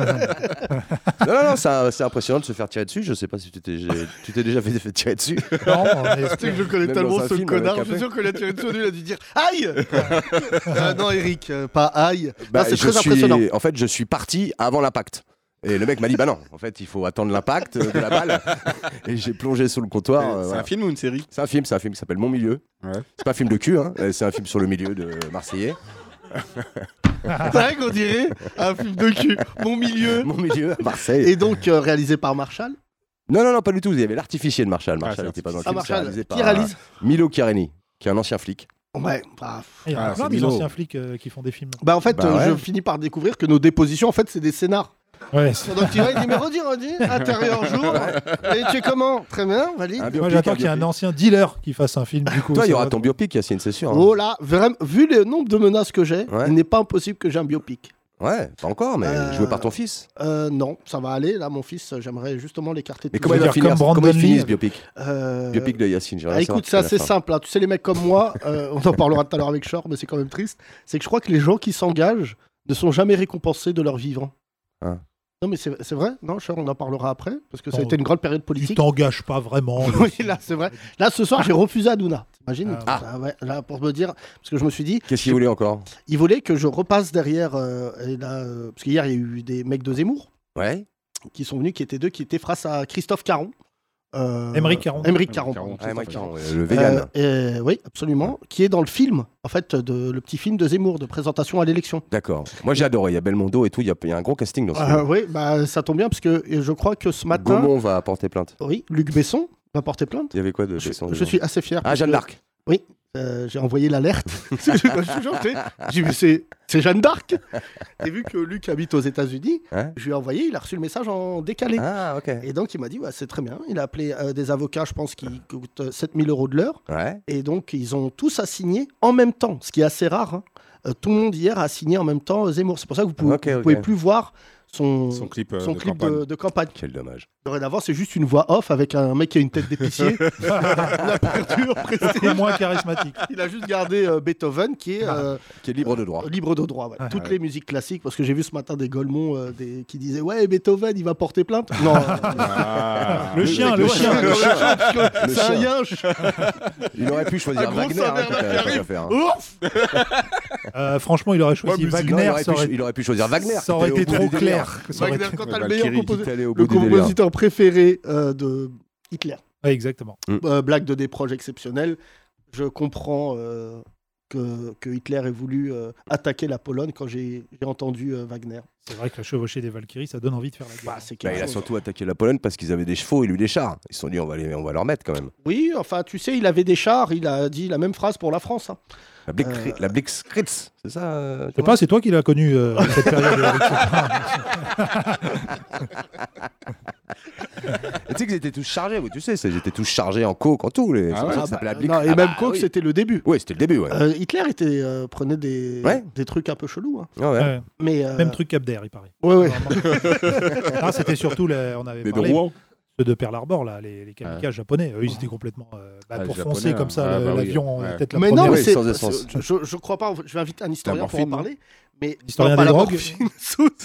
[SPEAKER 6] Non, non, non, c'est un- c'est impressionnant de se faire tirer dessus. Je sais pas si tu t'es j'ai- tu t'es déjà fait, fait tirer dessus.
[SPEAKER 4] Non,
[SPEAKER 3] Tu sais que je connais tellement ce connard, je suis sûr que la tiré dessus, il a dû dire Aïe Euh, Non, Eric, euh, pas aïe.
[SPEAKER 6] Bah,
[SPEAKER 3] Non, c'est
[SPEAKER 6] je
[SPEAKER 3] très
[SPEAKER 6] suis-
[SPEAKER 3] impressionnant.
[SPEAKER 6] En fait, je suis parti avant l'impact. Et le mec m'a dit bah non, en fait, il faut attendre l'impact euh, de la balle. Et j'ai plongé sous le comptoir.
[SPEAKER 5] C'est un film
[SPEAKER 6] ou une série C'est un film, c'est un film qui s'appelle Mon Milieu. C'est pas un film de cul, hein, euh, c'est un film sur le milieu de Marseillais.
[SPEAKER 3] C'est vrai qu'on dirait un film de cul. Mon milieu.
[SPEAKER 6] Mon milieu à Marseille.
[SPEAKER 3] Et donc euh, réalisé par Marshall.
[SPEAKER 6] Non, non, non, pas du tout. Il y avait l'artificier de Marshall. Marshall n'était pas dans le
[SPEAKER 3] Ah,
[SPEAKER 6] film.
[SPEAKER 3] Marshall.
[SPEAKER 6] c'est réalisé
[SPEAKER 3] Qui
[SPEAKER 6] par
[SPEAKER 3] réalise
[SPEAKER 6] Milo Careni, qui est un ancien flic.
[SPEAKER 3] Ouais, bah,
[SPEAKER 4] Il y en a
[SPEAKER 6] Ah,
[SPEAKER 4] plein
[SPEAKER 6] c'est
[SPEAKER 4] des
[SPEAKER 6] Milo.
[SPEAKER 4] anciens flics euh, qui font des films.
[SPEAKER 3] Bah, en fait,
[SPEAKER 6] Bah
[SPEAKER 3] euh,
[SPEAKER 6] ouais.
[SPEAKER 3] je finis par découvrir que nos dépositions, en fait, c'est des scénars.
[SPEAKER 4] Ouais.
[SPEAKER 3] Pendant qu'il va, il dit Mais redis, redis, intérieur jour. Et tu es comment Très Ah, bien, valide.
[SPEAKER 4] Moi, j'attends qu'il y ait un ancien dealer qui fasse un film. Du coup,
[SPEAKER 6] Toi, il y
[SPEAKER 4] ça
[SPEAKER 6] aura
[SPEAKER 4] va.
[SPEAKER 6] ton biopic, Yacine, c'est sûr. hein.
[SPEAKER 3] Oh là, vraiment, vu le nombre de menaces que j'ai,
[SPEAKER 6] Ouais.
[SPEAKER 3] il n'est pas impossible que j'ai un biopic.
[SPEAKER 6] Ouais, pas encore, mais
[SPEAKER 3] Euh,
[SPEAKER 6] joué par ton fils.
[SPEAKER 3] Euh, non, ça va aller. Là, mon fils, euh, j'aimerais justement l'écarter.
[SPEAKER 6] Mais
[SPEAKER 3] tout
[SPEAKER 6] comment
[SPEAKER 3] de
[SPEAKER 6] il va
[SPEAKER 3] suite.
[SPEAKER 6] finir comment il finit ce biopic
[SPEAKER 3] Euh,
[SPEAKER 6] Biopic de Yacine, j'aimerais
[SPEAKER 3] Ah,
[SPEAKER 6] savoir
[SPEAKER 3] écoute,
[SPEAKER 6] qui
[SPEAKER 3] c'est
[SPEAKER 6] est la
[SPEAKER 3] assez
[SPEAKER 6] femme.
[SPEAKER 3] simple. hein. Tu sais, les mecs comme moi, euh, on en parlera tout à l'heure avec Shore, mais c'est quand même triste. C'est que je crois que les gens qui s'engagent ne sont jamais récompensés de leur vivant.
[SPEAKER 6] Hein.
[SPEAKER 3] Non, mais c'est c'est vrai. Non, Shore, on en parlera après parce que ça a
[SPEAKER 4] Attends,
[SPEAKER 3] été une grande période
[SPEAKER 4] Tu
[SPEAKER 3] politique.
[SPEAKER 4] t'engages pas vraiment.
[SPEAKER 3] Oui, là, c'est vrai. Là, ce soir, j'ai refusé Hanouna. T'imagines
[SPEAKER 6] Ah.
[SPEAKER 3] Ça, ouais, Là, pour me dire, parce que je me suis dit,
[SPEAKER 6] Qu'est-ce qu'il voulait encore
[SPEAKER 3] il voulait que je repasse derrière. euh, et là, euh, parce qu'hier, il y a eu des mecs de Zemmour
[SPEAKER 6] Ouais.
[SPEAKER 3] qui sont venus, qui étaient deux, qui étaient face à Christophe Caron. Euh,
[SPEAKER 4] Émeric Caron.
[SPEAKER 3] Émeric Caron. pardon,
[SPEAKER 6] Ah, Émeric
[SPEAKER 3] Christophe
[SPEAKER 6] Caron,
[SPEAKER 3] Caron.
[SPEAKER 6] euh, le vegan.
[SPEAKER 3] Euh, et- oui, absolument. Qui est dans le film, en fait, de, le petit film de Zemmour, de présentation à l'élection.
[SPEAKER 6] D'accord. Moi, j'ai adoré. Il y a Belmondo et tout. Il y a, il y a un gros casting dans ce
[SPEAKER 3] Ah
[SPEAKER 6] film.
[SPEAKER 3] oui, bah, ça tombe bien, parce que je crois que ce matin,
[SPEAKER 6] Gaumont va porter plainte.
[SPEAKER 3] oui, Luc Besson va porter plainte.
[SPEAKER 6] Il y avait quoi de Besson
[SPEAKER 3] Je
[SPEAKER 6] dedans
[SPEAKER 3] suis assez fier.
[SPEAKER 6] Ah,
[SPEAKER 3] parce
[SPEAKER 6] Jeanne
[SPEAKER 3] que-
[SPEAKER 6] d'Arc.
[SPEAKER 3] Oui, euh, j'ai envoyé l'alerte. je suis gentil. J'ai dit, mais c'est, c'est Jeanne d'Arc. Et vu que Luc habite aux États-Unis,
[SPEAKER 6] Hein
[SPEAKER 3] je lui ai envoyé, il a reçu le message en décalé.
[SPEAKER 6] Ah, ok.
[SPEAKER 3] Et donc, il m'a dit, ouais, c'est très bien. Il a appelé euh, des avocats, je pense, qui coûtent 7000 euros de l'heure.
[SPEAKER 6] Ouais.
[SPEAKER 3] Et donc, ils ont tous assigné en même temps, ce qui est assez rare. hein. Euh, tout le monde hier a signé en même temps euh, Zemmour. C'est pour ça que vous pouvez,
[SPEAKER 6] Ok,
[SPEAKER 3] vous
[SPEAKER 6] ok.
[SPEAKER 3] pouvez plus voir son,
[SPEAKER 6] Son clip, euh,
[SPEAKER 3] son
[SPEAKER 6] de
[SPEAKER 3] clip
[SPEAKER 6] campagne.
[SPEAKER 3] de, de campagne.
[SPEAKER 6] Quel dommage.
[SPEAKER 3] Dorénavant, c'est juste une voix off avec un mec qui a une tête d'épicier. La peinture
[SPEAKER 4] Beaucoup moins charismatique.
[SPEAKER 6] Ah,
[SPEAKER 3] Il a juste gardé euh, Beethoven qui est euh,
[SPEAKER 6] Qui est libre de droit.
[SPEAKER 3] libre de droit. ouais.
[SPEAKER 6] Ah,
[SPEAKER 3] Toutes
[SPEAKER 6] ouais.
[SPEAKER 3] les musiques classiques, parce que j'ai vu ce matin des Golemont euh, des- qui disaient Ouais, Beethoven, il va porter plainte. Non.
[SPEAKER 6] Ah.
[SPEAKER 4] Le chien, le chien.
[SPEAKER 3] Le chien, parce que
[SPEAKER 6] Le
[SPEAKER 3] c'est un
[SPEAKER 6] chien.
[SPEAKER 3] yinche.
[SPEAKER 6] Il aurait pu choisir
[SPEAKER 3] Un gros
[SPEAKER 6] Wagner.
[SPEAKER 3] Saint-Bernard
[SPEAKER 6] hein, tant qu'à-
[SPEAKER 3] qui
[SPEAKER 6] tant qu'à
[SPEAKER 3] arrive.
[SPEAKER 6] faire, hein.
[SPEAKER 3] Ouf
[SPEAKER 4] Euh, franchement, il aurait
[SPEAKER 6] Ouais,
[SPEAKER 4] choisi
[SPEAKER 6] mais sinon,
[SPEAKER 4] Wagner.
[SPEAKER 6] il, aurait
[SPEAKER 4] ça
[SPEAKER 6] pu,
[SPEAKER 4] aurait-
[SPEAKER 6] il aurait pu choisir Wagner.
[SPEAKER 4] Ça aurait
[SPEAKER 6] qui était
[SPEAKER 4] été
[SPEAKER 6] au bout
[SPEAKER 4] trop
[SPEAKER 6] du
[SPEAKER 4] clair.
[SPEAKER 6] délire.
[SPEAKER 4] Ça aurait
[SPEAKER 3] Wagner,
[SPEAKER 4] été-
[SPEAKER 3] quand t'as le meilleur
[SPEAKER 6] Valkyrie, qui
[SPEAKER 3] compositeur,
[SPEAKER 6] t'allait
[SPEAKER 3] le
[SPEAKER 6] au bout du délire.
[SPEAKER 3] compositeur préféré euh, de Hitler.
[SPEAKER 4] Ouais, exactement.
[SPEAKER 3] Euh, blague de des proches exceptionnels. Je comprends euh, que, que Hitler ait voulu euh, attaquer la Pologne quand j'ai j'ai entendu euh, Wagner.
[SPEAKER 4] C'est vrai que la chevauchée des Valkyries, ça donne envie de faire la guerre.
[SPEAKER 3] c'est
[SPEAKER 6] Bah, il a
[SPEAKER 3] chose.
[SPEAKER 6] surtout attaqué la Pologne parce qu'ils avaient des chevaux et lui des chars. Ils se sont dit on va, les, on va leur mettre quand même.
[SPEAKER 3] Oui, enfin, tu sais, il avait des chars, il a dit la même phrase pour la France. hein.
[SPEAKER 6] La, Blix, la Blitzkrieg, c'est ça euh,
[SPEAKER 4] Je sais pas, c'est toi qui l'as connu euh, cette période.
[SPEAKER 6] Et Tu sais qu'ils étaient tous chargés, oui, tu sais, c'est- ils étaient tous chargés en coke, en tout. Les... c'est pour ça que ça s'appelait la Blix.
[SPEAKER 3] Non, et
[SPEAKER 6] Ah
[SPEAKER 3] même
[SPEAKER 6] bah,
[SPEAKER 3] Coke,
[SPEAKER 6] oui.
[SPEAKER 3] c'était le début.
[SPEAKER 6] Oui, c'était le début, ouais.
[SPEAKER 3] Euh, Hitler était, euh, prenait des,
[SPEAKER 6] Ouais.
[SPEAKER 3] des trucs un peu chelous. hein.
[SPEAKER 6] Ouais, ouais.
[SPEAKER 4] Ouais.
[SPEAKER 3] Mais, euh,
[SPEAKER 4] Même truc qu'Abder, il paraît.
[SPEAKER 3] Ouais, ouais.
[SPEAKER 4] Vraiment. Ah, C'était surtout, la- on avait
[SPEAKER 6] Les de
[SPEAKER 4] parlé,
[SPEAKER 6] Rouen.
[SPEAKER 4] ceux de Pearl Harbor, là, les, les kamikazes japonais. Eux, ils étaient complètement euh, bah,
[SPEAKER 6] Ah,
[SPEAKER 4] pour
[SPEAKER 6] les Japonais,
[SPEAKER 4] foncer comme ça
[SPEAKER 6] ah,
[SPEAKER 4] le-
[SPEAKER 6] bah oui.
[SPEAKER 4] l'avion, en
[SPEAKER 6] Ouais.
[SPEAKER 4] tête la
[SPEAKER 3] Mais
[SPEAKER 4] première.
[SPEAKER 3] non, mais
[SPEAKER 6] Oui,
[SPEAKER 3] c'est-
[SPEAKER 6] sans essence.
[SPEAKER 3] c'est- je, je crois pas. en fait, Je vais inviter un historien pour en
[SPEAKER 6] morphine, non
[SPEAKER 3] parler. Mais
[SPEAKER 4] L'historien
[SPEAKER 3] pas
[SPEAKER 4] des
[SPEAKER 3] la
[SPEAKER 4] drogues.
[SPEAKER 3] morphine.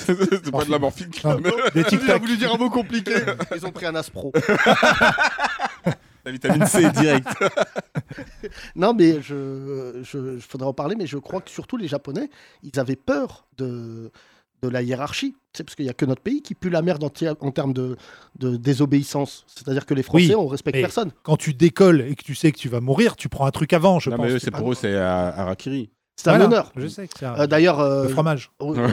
[SPEAKER 5] C'est pas de la morphine qui la met.
[SPEAKER 4] Des
[SPEAKER 3] J'ai
[SPEAKER 4] tic-tac.
[SPEAKER 3] voulu dire un mot compliqué. Ils ont pris un aspro.
[SPEAKER 5] La vitamine C est direct.
[SPEAKER 3] non, mais je, je, je- faudrait en parler, mais je crois que surtout les Japonais, ils avaient peur de, de la hiérarchie. C'est parce qu'il n'y a que notre pays qui pue la merde en, ti- en termes de, de désobéissance. C'est-à-dire que les Français, on respecte
[SPEAKER 4] mais
[SPEAKER 3] personne.
[SPEAKER 4] Quand tu décolles et que tu sais que tu vas mourir, tu prends un truc avant, je
[SPEAKER 5] Non,
[SPEAKER 4] pense.
[SPEAKER 5] mais eux, c'est pour eux, c'est euh, Harakiri.
[SPEAKER 3] C'est un
[SPEAKER 4] Voilà,
[SPEAKER 3] honneur.
[SPEAKER 4] Je sais que c'est un-
[SPEAKER 3] Euh, D'ailleurs. euh,
[SPEAKER 4] Le fromage.
[SPEAKER 3] euh,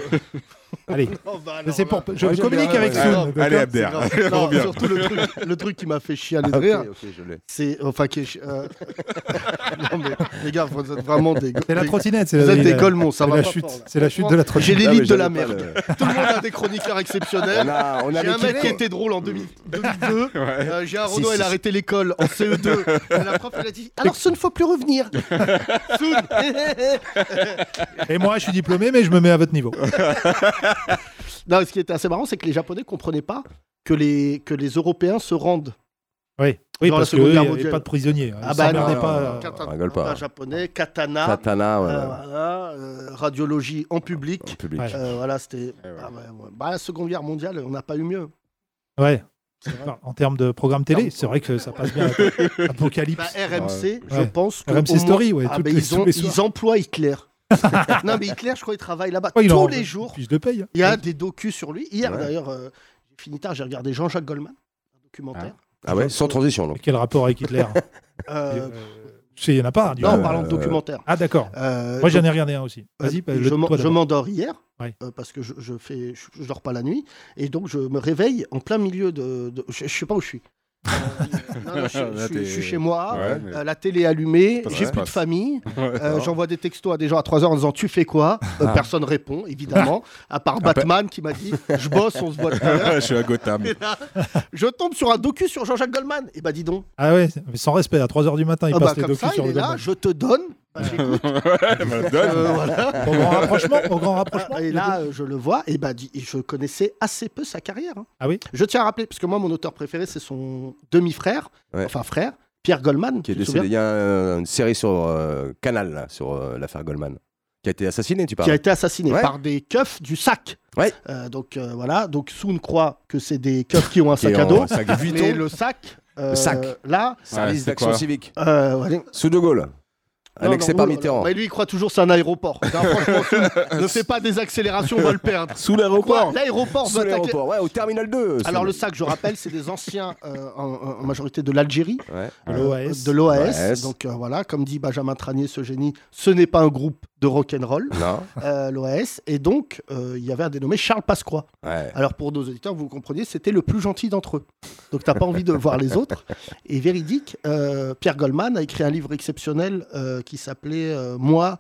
[SPEAKER 4] Allez.
[SPEAKER 3] Oh, bah alors
[SPEAKER 4] Mais c'est
[SPEAKER 3] là.
[SPEAKER 4] pour- je
[SPEAKER 3] Ouais,
[SPEAKER 4] communique
[SPEAKER 3] j'aime bien,
[SPEAKER 4] avec
[SPEAKER 3] ouais.
[SPEAKER 4] Sun,
[SPEAKER 3] Non,
[SPEAKER 4] d'accord
[SPEAKER 5] Allez, Abder.
[SPEAKER 3] Non, non,
[SPEAKER 5] Reviens.
[SPEAKER 3] surtout le truc, le truc qui m'a fait chier à de
[SPEAKER 11] Ah, ok,
[SPEAKER 3] rire,
[SPEAKER 11] ok, je l'ai.
[SPEAKER 3] c'est enfin qui est chi- euh, non, mais, les gars, vous êtes vraiment des.
[SPEAKER 4] C'est la
[SPEAKER 3] des-
[SPEAKER 4] trottinette, c'est
[SPEAKER 3] Vous
[SPEAKER 4] la-
[SPEAKER 3] êtes des
[SPEAKER 4] la-
[SPEAKER 3] golemons, ça
[SPEAKER 4] c'est
[SPEAKER 3] va
[SPEAKER 4] la
[SPEAKER 3] pas
[SPEAKER 4] chute,
[SPEAKER 3] fort, là.
[SPEAKER 4] c'est la chute de la trottinette.
[SPEAKER 3] J'ai
[SPEAKER 11] Ah, mais
[SPEAKER 3] l'élite de
[SPEAKER 11] j'avais
[SPEAKER 3] la
[SPEAKER 11] pas
[SPEAKER 3] merde.
[SPEAKER 11] le-
[SPEAKER 3] Tout le monde a des chroniqueurs
[SPEAKER 11] On
[SPEAKER 3] exceptionnels.
[SPEAKER 11] a, on a
[SPEAKER 3] J'ai un
[SPEAKER 11] l'équipe,
[SPEAKER 3] mec qui
[SPEAKER 11] quoi.
[SPEAKER 3] était drôle en 2000 2002. Euh, Gérard
[SPEAKER 11] Si,
[SPEAKER 3] Renaud,
[SPEAKER 11] si,
[SPEAKER 3] elle a
[SPEAKER 11] si.
[SPEAKER 3] arrêté l'école en CE2. Et la prof, elle a dit Alors, ce ne faut plus revenir. Soun, eh, eh, eh.
[SPEAKER 4] Et moi, je suis diplômé, mais je me mets à votre niveau.
[SPEAKER 3] Non, ce qui était assez marrant, c'est que les Japonais comprenaient pas que les, que les Européens se rendent.
[SPEAKER 4] Oui, oui
[SPEAKER 3] Dans la
[SPEAKER 4] parce que
[SPEAKER 3] Seconde
[SPEAKER 4] eux, il
[SPEAKER 3] Guerre
[SPEAKER 4] n'y avait
[SPEAKER 3] mondiale.
[SPEAKER 4] pas de prisonniers.
[SPEAKER 3] Ah
[SPEAKER 4] Ils
[SPEAKER 3] bah non,
[SPEAKER 4] s'emmerdaient
[SPEAKER 11] non,
[SPEAKER 4] pas. euh,
[SPEAKER 11] non.
[SPEAKER 3] Kata-
[SPEAKER 11] rigole pas.
[SPEAKER 3] Kata japonais, katana,
[SPEAKER 11] Katana, ouais,
[SPEAKER 3] euh,
[SPEAKER 11] ouais,
[SPEAKER 3] voilà, euh, radiologie en public.
[SPEAKER 11] en public.
[SPEAKER 4] Ouais.
[SPEAKER 3] Euh, voilà, c'était.
[SPEAKER 5] ouais.
[SPEAKER 3] Ah ouais, ouais. Bah, la Seconde Guerre mondiale, on n'a pas eu mieux.
[SPEAKER 4] Ouais.
[SPEAKER 3] C'est vrai.
[SPEAKER 4] Enfin, En termes de programme télé, c'est vrai que ça passe bien. Apocalypse.
[SPEAKER 3] Bah, RMC, je
[SPEAKER 4] Ouais.
[SPEAKER 3] pense que.
[SPEAKER 4] RMC
[SPEAKER 3] au moins-
[SPEAKER 4] Story, ouais,
[SPEAKER 3] Ah,
[SPEAKER 4] toutes
[SPEAKER 3] bah,
[SPEAKER 4] les-
[SPEAKER 3] ils, ont-
[SPEAKER 4] tous les soirs.
[SPEAKER 3] ils emploient Hitler. non, mais Hitler, je crois, il travaille là-bas
[SPEAKER 4] Ouais, il
[SPEAKER 3] tous
[SPEAKER 4] en-
[SPEAKER 3] les jours.
[SPEAKER 4] Fiche de paye.
[SPEAKER 3] Il y a des docus sur lui. Hier,
[SPEAKER 11] Ouais.
[SPEAKER 3] d'ailleurs, euh, j'ai fini tard, j'ai regardé Jean-Jacques Goldman, un documentaire.
[SPEAKER 11] Ah ouais, sans transition donc.
[SPEAKER 4] Quel rapport avec Hitler
[SPEAKER 3] Euh,
[SPEAKER 4] Tu sais, Il n'y en a pas. hein, du
[SPEAKER 3] non,
[SPEAKER 4] coup.
[SPEAKER 3] en parlant de documentaire.
[SPEAKER 4] Ah, d'accord.
[SPEAKER 3] Euh,
[SPEAKER 4] Moi, j'en
[SPEAKER 3] donc,
[SPEAKER 4] ai regardé un aussi.
[SPEAKER 3] euh,
[SPEAKER 4] Vas-y, bah, le-
[SPEAKER 3] je m'en-
[SPEAKER 4] toi
[SPEAKER 3] je
[SPEAKER 4] d'abord.
[SPEAKER 3] m'endors hier
[SPEAKER 4] Ouais.
[SPEAKER 3] euh, parce que je, je fais, je, je dors pas la nuit et donc je me réveille en plein milieu de, de- je, je sais pas où je suis. Euh, non, non, je, je
[SPEAKER 5] Là,
[SPEAKER 3] suis-
[SPEAKER 5] t'es-
[SPEAKER 3] je suis chez moi,
[SPEAKER 5] Ouais, mais-
[SPEAKER 3] euh, la télé allumée,
[SPEAKER 5] Pas de
[SPEAKER 3] j'ai plus de
[SPEAKER 5] espace.
[SPEAKER 3] famille,
[SPEAKER 5] Ouais.
[SPEAKER 3] Euh, J'envoie des textos à des gens à 3h en disant tu fais quoi
[SPEAKER 4] Ah.
[SPEAKER 3] Euh, Personne répond, évidemment, à part Batman qui m'a dit je bosse, on se voit tout à l'heure.
[SPEAKER 5] Je suis à Gotham.
[SPEAKER 3] Et là, je tombe sur un docu sur Jean-Jacques Goldman. Et bah dis donc,
[SPEAKER 4] Ah ouais, mais sans respect, à 3h du matin, il
[SPEAKER 3] Ah bah,
[SPEAKER 4] passe les
[SPEAKER 3] comme
[SPEAKER 4] docus
[SPEAKER 3] ça,
[SPEAKER 4] sur
[SPEAKER 3] il
[SPEAKER 4] le
[SPEAKER 3] est là,
[SPEAKER 4] Goldman.
[SPEAKER 3] je te donne. Bah, j'écoute.
[SPEAKER 5] Voilà, bah, donne.
[SPEAKER 3] Euh, voilà.
[SPEAKER 4] Au grand rapprochement, au grand rapprochement.
[SPEAKER 3] Et là, euh, je le vois, et bah, dis- et je connaissais assez peu sa carrière. hein.
[SPEAKER 4] Ah oui
[SPEAKER 3] Je tiens à rappeler, parce que moi, mon auteur préféré, c'est son demi-frère,
[SPEAKER 11] Ouais.
[SPEAKER 3] enfin frère, Pierre Goldman.
[SPEAKER 11] Qui est
[SPEAKER 3] tu te
[SPEAKER 11] décédé.
[SPEAKER 3] souviens
[SPEAKER 11] Il y a euh, une série sur euh, Canal là, sur euh, l'affaire Goldman, qui a été assassiné, tu
[SPEAKER 3] qui a
[SPEAKER 11] parles.
[SPEAKER 3] été assassiné
[SPEAKER 11] Ouais.
[SPEAKER 3] par des keufs du sac.
[SPEAKER 11] Ouais.
[SPEAKER 3] Euh, donc euh, voilà, donc Soon croit que c'est des keufs qui ont un
[SPEAKER 11] Qui est
[SPEAKER 3] sac à
[SPEAKER 11] en
[SPEAKER 3] dos.
[SPEAKER 11] sac de
[SPEAKER 3] Mais
[SPEAKER 11] Vuitton.
[SPEAKER 3] le sac, euh,
[SPEAKER 11] Le sac.
[SPEAKER 3] là,
[SPEAKER 11] Service
[SPEAKER 5] Ouais, c'est
[SPEAKER 11] d'action
[SPEAKER 5] quoi
[SPEAKER 11] civique.
[SPEAKER 3] euh, ouais, non,
[SPEAKER 11] Sous De Gaulle. Un
[SPEAKER 3] non,
[SPEAKER 11] excès
[SPEAKER 3] oui,
[SPEAKER 11] par
[SPEAKER 3] voilà.
[SPEAKER 11] Mitterrand.
[SPEAKER 3] Mais lui, il croit toujours c'est un aéroport. Non, franchement, Soun, ne fais pas des accélérations, on va le perdre.
[SPEAKER 11] Sous
[SPEAKER 3] Quoi
[SPEAKER 11] l'aéroport.
[SPEAKER 3] L'aéroport
[SPEAKER 11] Sous
[SPEAKER 3] doit attaquer-
[SPEAKER 11] l'aéroport, ouais, au terminal 2.
[SPEAKER 3] Alors
[SPEAKER 11] sous-
[SPEAKER 3] le sac, je rappelle, c'est des anciens, euh, en, en majorité de l'Algérie,
[SPEAKER 11] Ouais.
[SPEAKER 3] euh,
[SPEAKER 4] L'OAS.
[SPEAKER 3] de l'OAS.
[SPEAKER 11] L'OAS.
[SPEAKER 3] Donc euh, voilà, comme dit Benjamin Tranier, ce génie, ce n'est pas un groupe de rock'n'roll,
[SPEAKER 11] Non.
[SPEAKER 3] euh, l'OAS. Et donc, euh, il y avait un dénommé Charles Pascroix.
[SPEAKER 11] Ouais.
[SPEAKER 3] Alors pour nos auditeurs, vous comprenez, c'était le plus gentil d'entre eux. Donc t'as pas envie de voir les autres. Et véridique, euh, Pierre Goldman a écrit un livre exceptionnel euh, qui s'appelait euh, Moi,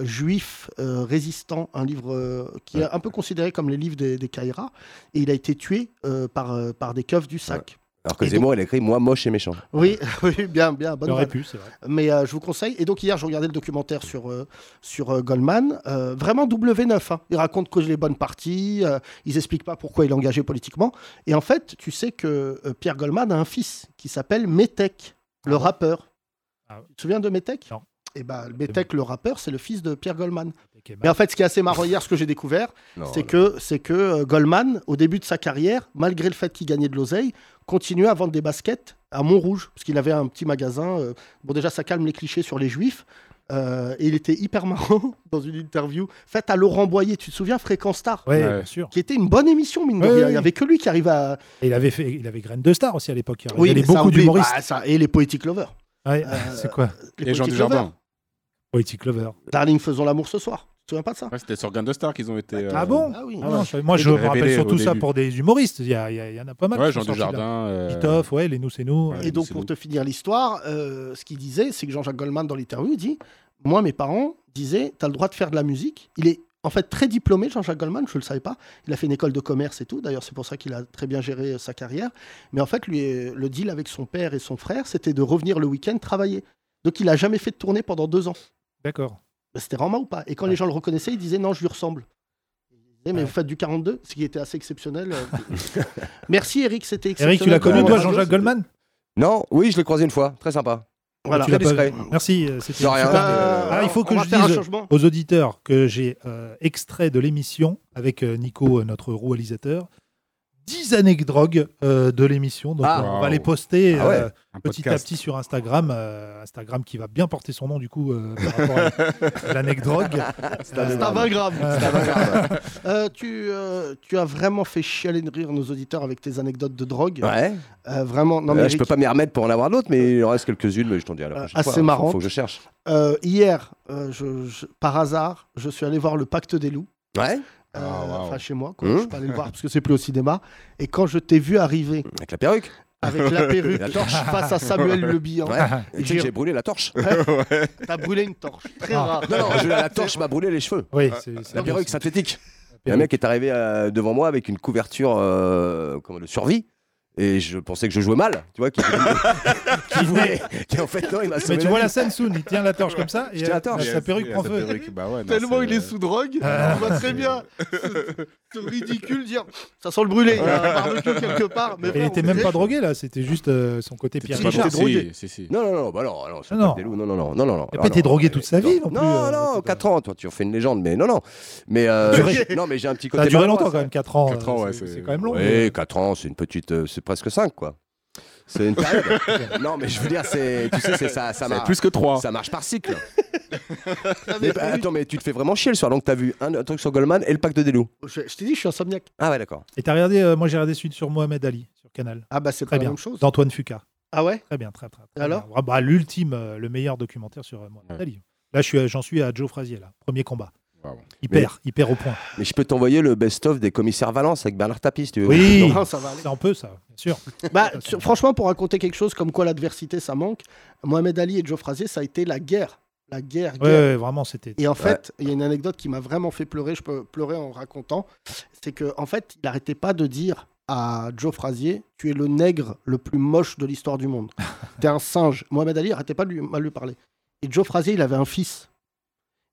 [SPEAKER 3] juif euh, résistant, un livre euh, qui est un peu considéré comme les livres des, des Kaira. Et il a été tué euh, par, euh, par des keufs du sac.
[SPEAKER 11] Alors que
[SPEAKER 3] Et
[SPEAKER 11] Zemmour, il a écrit Moi moche et méchant.
[SPEAKER 3] Oui, oui, bien, bien, bonne
[SPEAKER 4] J'aurais
[SPEAKER 3] vanne.
[SPEAKER 4] pu, c'est vrai.
[SPEAKER 3] Mais euh, je vous conseille. Et donc hier, je regardais le documentaire sur, euh, sur euh, Goldman. Euh, vraiment W9. hein. Ils racontent que les bonnes parties. euh, ils expliquent pas pourquoi il est engagé politiquement. Et en fait, tu sais que euh, Pierre Goldman a un fils qui s'appelle Metek, le rappeur.
[SPEAKER 4] Ah ouais.
[SPEAKER 3] Tu te souviens de Metek
[SPEAKER 4] Non.
[SPEAKER 3] Et bah, Metek, le rappeur, c'est le fils de Pierre Goldman.
[SPEAKER 4] Ok, bah,
[SPEAKER 3] Mais en fait, ce qui est assez marrant hier, ce que j'ai découvert,
[SPEAKER 4] Oh
[SPEAKER 11] Non,
[SPEAKER 3] c'est
[SPEAKER 11] non.
[SPEAKER 3] que, c'est que euh, Goldman, au début de sa carrière, malgré le fait qu'il gagnait de l'oseille, continuait à vendre des baskets à Montrouge, parce qu'il avait un petit magasin. euh, bon, déjà, ça calme les clichés sur les juifs. euh, et il était hyper marrant dans une interview faite à Laurent Boyer, tu te souviens, Fréquence Star
[SPEAKER 4] Ouais,
[SPEAKER 5] Ouais.
[SPEAKER 4] bien sûr.
[SPEAKER 3] qui était une bonne émission, mine de
[SPEAKER 4] Ouais,
[SPEAKER 3] rien.
[SPEAKER 4] ouais,
[SPEAKER 3] Il n'y
[SPEAKER 4] ouais.
[SPEAKER 3] avait que lui qui arrivait à.
[SPEAKER 4] Et il avait fait, il avait Graine de Star aussi à l'époque. Il y
[SPEAKER 3] mais
[SPEAKER 4] avait
[SPEAKER 3] ça,
[SPEAKER 4] beaucoup
[SPEAKER 3] oublie-
[SPEAKER 4] d'humoristes.
[SPEAKER 3] bah, ça, et les Poetic Lovers.
[SPEAKER 4] Ouais,
[SPEAKER 3] euh,
[SPEAKER 4] c'est quoi
[SPEAKER 3] Les
[SPEAKER 5] Et Jean
[SPEAKER 3] Poetic Lovers.
[SPEAKER 5] Dujardin.
[SPEAKER 4] Poetic Lover.
[SPEAKER 3] Darling, faisons l'amour ce soir. Tu te souviens pas de ça
[SPEAKER 5] Ouais, C'était sur Gain de Star qu'ils ont été.
[SPEAKER 4] Ah
[SPEAKER 5] euh,
[SPEAKER 4] bon
[SPEAKER 3] Ah oui.
[SPEAKER 4] Ah non, je savais- moi, je me
[SPEAKER 5] Révélé
[SPEAKER 4] rappelle
[SPEAKER 5] au
[SPEAKER 4] surtout ça
[SPEAKER 5] début.
[SPEAKER 4] pour des humoristes. Il y, a- il y a- il y en a pas mal.
[SPEAKER 5] Ouais,
[SPEAKER 4] qui
[SPEAKER 5] Jean
[SPEAKER 4] sont sortis de là.
[SPEAKER 5] Dujardin. euh,
[SPEAKER 4] Titoff, ouais, les nous c'est nous. euh,
[SPEAKER 5] Ouais.
[SPEAKER 3] Et donc,
[SPEAKER 5] c'est
[SPEAKER 3] pour
[SPEAKER 5] nous.
[SPEAKER 3] te finir l'histoire, euh, ce qu'il disait, c'est que Jean-Jacques Goldman, dans l'interview, dit Moi, mes parents disaient, t'as le droit de faire de la musique. Il est en fait très diplômé, Jean-Jacques Goldman, je ne le savais pas. Il a fait une école de commerce et tout. D'ailleurs, c'est pour ça qu'il a très bien géré euh, sa carrière. Mais en fait, lui, euh, le deal avec son père et son frère, c'était de revenir le week-end travailler. Donc, il n'a jamais fait de tournée pendant deux ans.
[SPEAKER 4] D'accord.
[SPEAKER 3] Bah, C'était Rama ou pas Et quand
[SPEAKER 4] Ouais.
[SPEAKER 3] les gens le reconnaissaient, ils disaient non, je lui ressemble. Ils disaient, mais
[SPEAKER 4] Ouais.
[SPEAKER 3] vous faites du 42, ce qui était assez exceptionnel. euh. Merci Eric, c'était
[SPEAKER 4] Eric,
[SPEAKER 3] exceptionnel.
[SPEAKER 4] tu l'as connu
[SPEAKER 3] pour la
[SPEAKER 4] toi,
[SPEAKER 3] radio,
[SPEAKER 4] Jean-Jacques Goldman
[SPEAKER 11] Non, oui, je l'ai croisé une fois. Très sympa.
[SPEAKER 4] Voilà.
[SPEAKER 11] Tu l'as pas-
[SPEAKER 4] Merci. euh, c'était
[SPEAKER 11] De rien.
[SPEAKER 4] super.
[SPEAKER 11] Euh,
[SPEAKER 4] Ah, il faut que
[SPEAKER 11] on va
[SPEAKER 4] je
[SPEAKER 11] faire un
[SPEAKER 4] dise
[SPEAKER 11] changement.
[SPEAKER 4] aux auditeurs que j'ai euh, extrait de l'émission avec euh, Nico, euh, notre réalisateur, 10 années de drogue euh, de l'émission. Donc
[SPEAKER 11] Ah.
[SPEAKER 4] on va
[SPEAKER 11] Waouh.
[SPEAKER 4] les poster
[SPEAKER 11] Ah ouais.
[SPEAKER 4] euh,
[SPEAKER 11] Un
[SPEAKER 4] petit
[SPEAKER 11] podcast.
[SPEAKER 4] à petit sur Instagram. euh, Instagram qui va bien porter son nom du coup euh, par rapport à l'année de drogue.
[SPEAKER 3] C'est à 20 grammes.
[SPEAKER 4] Euh,
[SPEAKER 3] C'est à 20 grammes. Euh, tu, euh, tu as vraiment fait chialer de rire nos auditeurs avec tes anecdotes de drogue.
[SPEAKER 11] Ouais.
[SPEAKER 3] Euh, vraiment. Non, mais
[SPEAKER 11] Euh, je
[SPEAKER 3] Eric,
[SPEAKER 11] peux pas m'y remettre pour en avoir d'autres, mais il en reste quelques-unes, mais je t'en dis à la prochaine
[SPEAKER 3] assez
[SPEAKER 11] fois. Faut-
[SPEAKER 3] marrant.
[SPEAKER 11] Faut que je cherche.
[SPEAKER 3] euh, hier, euh, je- je- par hasard, je suis allé voir le Pacte des loups.
[SPEAKER 11] Ouais.
[SPEAKER 3] Euh, Enfin, chez moi. quoi.
[SPEAKER 11] Mmh.
[SPEAKER 3] Je suis pas allé le voir parce que c'est plus au cinéma. Et quand je t'ai vu arriver.
[SPEAKER 11] Mmh, Avec la perruque.
[SPEAKER 3] Avec la perruque,
[SPEAKER 11] La
[SPEAKER 3] torche face à Samuel Le Bihan.
[SPEAKER 11] Ouais. Et tu sais que j'ai brûlé la torche.
[SPEAKER 3] T'as brûlé une torche. Très
[SPEAKER 11] Non,
[SPEAKER 3] rare.
[SPEAKER 11] non, je- la torche m'a brûlé les cheveux.
[SPEAKER 4] Oui,
[SPEAKER 11] Euh,
[SPEAKER 4] c'est- c'est
[SPEAKER 11] la
[SPEAKER 4] bien,
[SPEAKER 11] perruque
[SPEAKER 4] c'est-
[SPEAKER 11] synthétique. Et Un mec est arrivé euh, devant moi avec une couverture euh, comment, de survie. Et je pensais que je jouais mal, tu vois, qui, qui voulait. qui, en fait, non, il m'a
[SPEAKER 4] Mais
[SPEAKER 11] sauvé
[SPEAKER 4] tu
[SPEAKER 11] la
[SPEAKER 4] vois la
[SPEAKER 11] vie.
[SPEAKER 4] scène Soon, il tient la torche comme ça
[SPEAKER 11] Je
[SPEAKER 4] et
[SPEAKER 11] tiens la
[SPEAKER 4] euh,
[SPEAKER 11] torche.
[SPEAKER 4] sa perruque
[SPEAKER 11] Et
[SPEAKER 4] prend
[SPEAKER 11] sa
[SPEAKER 4] feu.
[SPEAKER 11] perruque, bah ouais, non,
[SPEAKER 3] Tellement il est sous drogue, on voit très bien. C'est- C'est ridicule dire ça sent le brûlé, il y a un barbecue quelque part. Mais
[SPEAKER 4] Et il
[SPEAKER 3] frère,
[SPEAKER 4] était
[SPEAKER 3] on
[SPEAKER 4] même
[SPEAKER 3] fait
[SPEAKER 4] pas
[SPEAKER 3] des
[SPEAKER 4] drogué là, c'était juste euh, son côté Pierre
[SPEAKER 11] pas
[SPEAKER 4] Richard.
[SPEAKER 11] drogué. Non, non, non, bah non, non, c'est
[SPEAKER 4] Ah non.
[SPEAKER 11] pas des loups, non, non, non, non, non.
[SPEAKER 4] T'as
[SPEAKER 11] non,
[SPEAKER 4] pas été
[SPEAKER 11] non.
[SPEAKER 4] drogué toute sa vie non plus.
[SPEAKER 11] Non,
[SPEAKER 4] euh,
[SPEAKER 11] non, 4 ans, toi, tu refais une légende, mais non, non. Mais, euh, j'ai- non, mais j'ai un petit
[SPEAKER 4] Ça
[SPEAKER 11] côté.
[SPEAKER 4] a duré
[SPEAKER 11] maladroit,
[SPEAKER 4] longtemps quand
[SPEAKER 11] ça.
[SPEAKER 4] même, 4 ans.
[SPEAKER 11] Quatre
[SPEAKER 4] euh,
[SPEAKER 11] ans, ouais,
[SPEAKER 4] c'est- C'est quand même long.
[SPEAKER 11] Oui, 4 ans, c'est une petite. euh, c'est presque 5, quoi. C'est une période. non, mais je veux dire, c'est. Tu sais, c'est ça. ça
[SPEAKER 5] C'est
[SPEAKER 11] marche-
[SPEAKER 5] plus que trois.
[SPEAKER 11] Ça marche par cycle.
[SPEAKER 3] Eh
[SPEAKER 11] Mais,
[SPEAKER 3] ben,
[SPEAKER 11] bah, attends, mais tu te fais vraiment chier le soir. Donc, t'as vu un truc sur Goldman et le pack de Delou.
[SPEAKER 3] Je, je t'ai dit, je suis insomniaque.
[SPEAKER 11] Ah, ouais, d'accord.
[SPEAKER 4] Et t'as regardé, euh, moi j'ai regardé celui sur Mohamed Ali, sur Canal.
[SPEAKER 3] Ah bah c'est
[SPEAKER 4] très
[SPEAKER 3] pas la
[SPEAKER 4] bien.
[SPEAKER 3] même chose.
[SPEAKER 4] D'Antoine Fuca.
[SPEAKER 3] Ah ouais
[SPEAKER 4] Très bien, très très. très
[SPEAKER 3] Alors
[SPEAKER 4] bien. Ah bah, L'ultime, euh, le meilleur documentaire sur euh, Mohamed Ali. Là, je suis à- j'en suis à Joe Frazier, là. Premier combat. Il
[SPEAKER 11] Mais-
[SPEAKER 4] perd, il perd au point.
[SPEAKER 11] Mais je peux t'envoyer le best-of des commissaires Valence avec Bernard Tapie, si tu veux.
[SPEAKER 4] Oui,
[SPEAKER 11] Non,
[SPEAKER 3] Ah, ça va aller.
[SPEAKER 4] c'est un peu ça, bien sûr.
[SPEAKER 3] Bah, sur- franchement, pour raconter quelque chose comme quoi l'adversité ça manque, Mohamed Ali et Joe Frazier, ça a été la guerre. La guerre,
[SPEAKER 4] Ouais,
[SPEAKER 3] guerre.
[SPEAKER 4] ouais, vraiment, c'était.
[SPEAKER 3] Et en fait, il y a une anecdote qui m'a vraiment fait pleurer, je peux pleurer en racontant, c'est que en fait, il n'arrêtait pas de dire à Joe Frazier, tu es le nègre le plus moche de l'histoire du monde. T'es un singe. Mohamed Ali arrêtait pas de lui, mal lui parler. Et Joe Frazier, il avait un fils.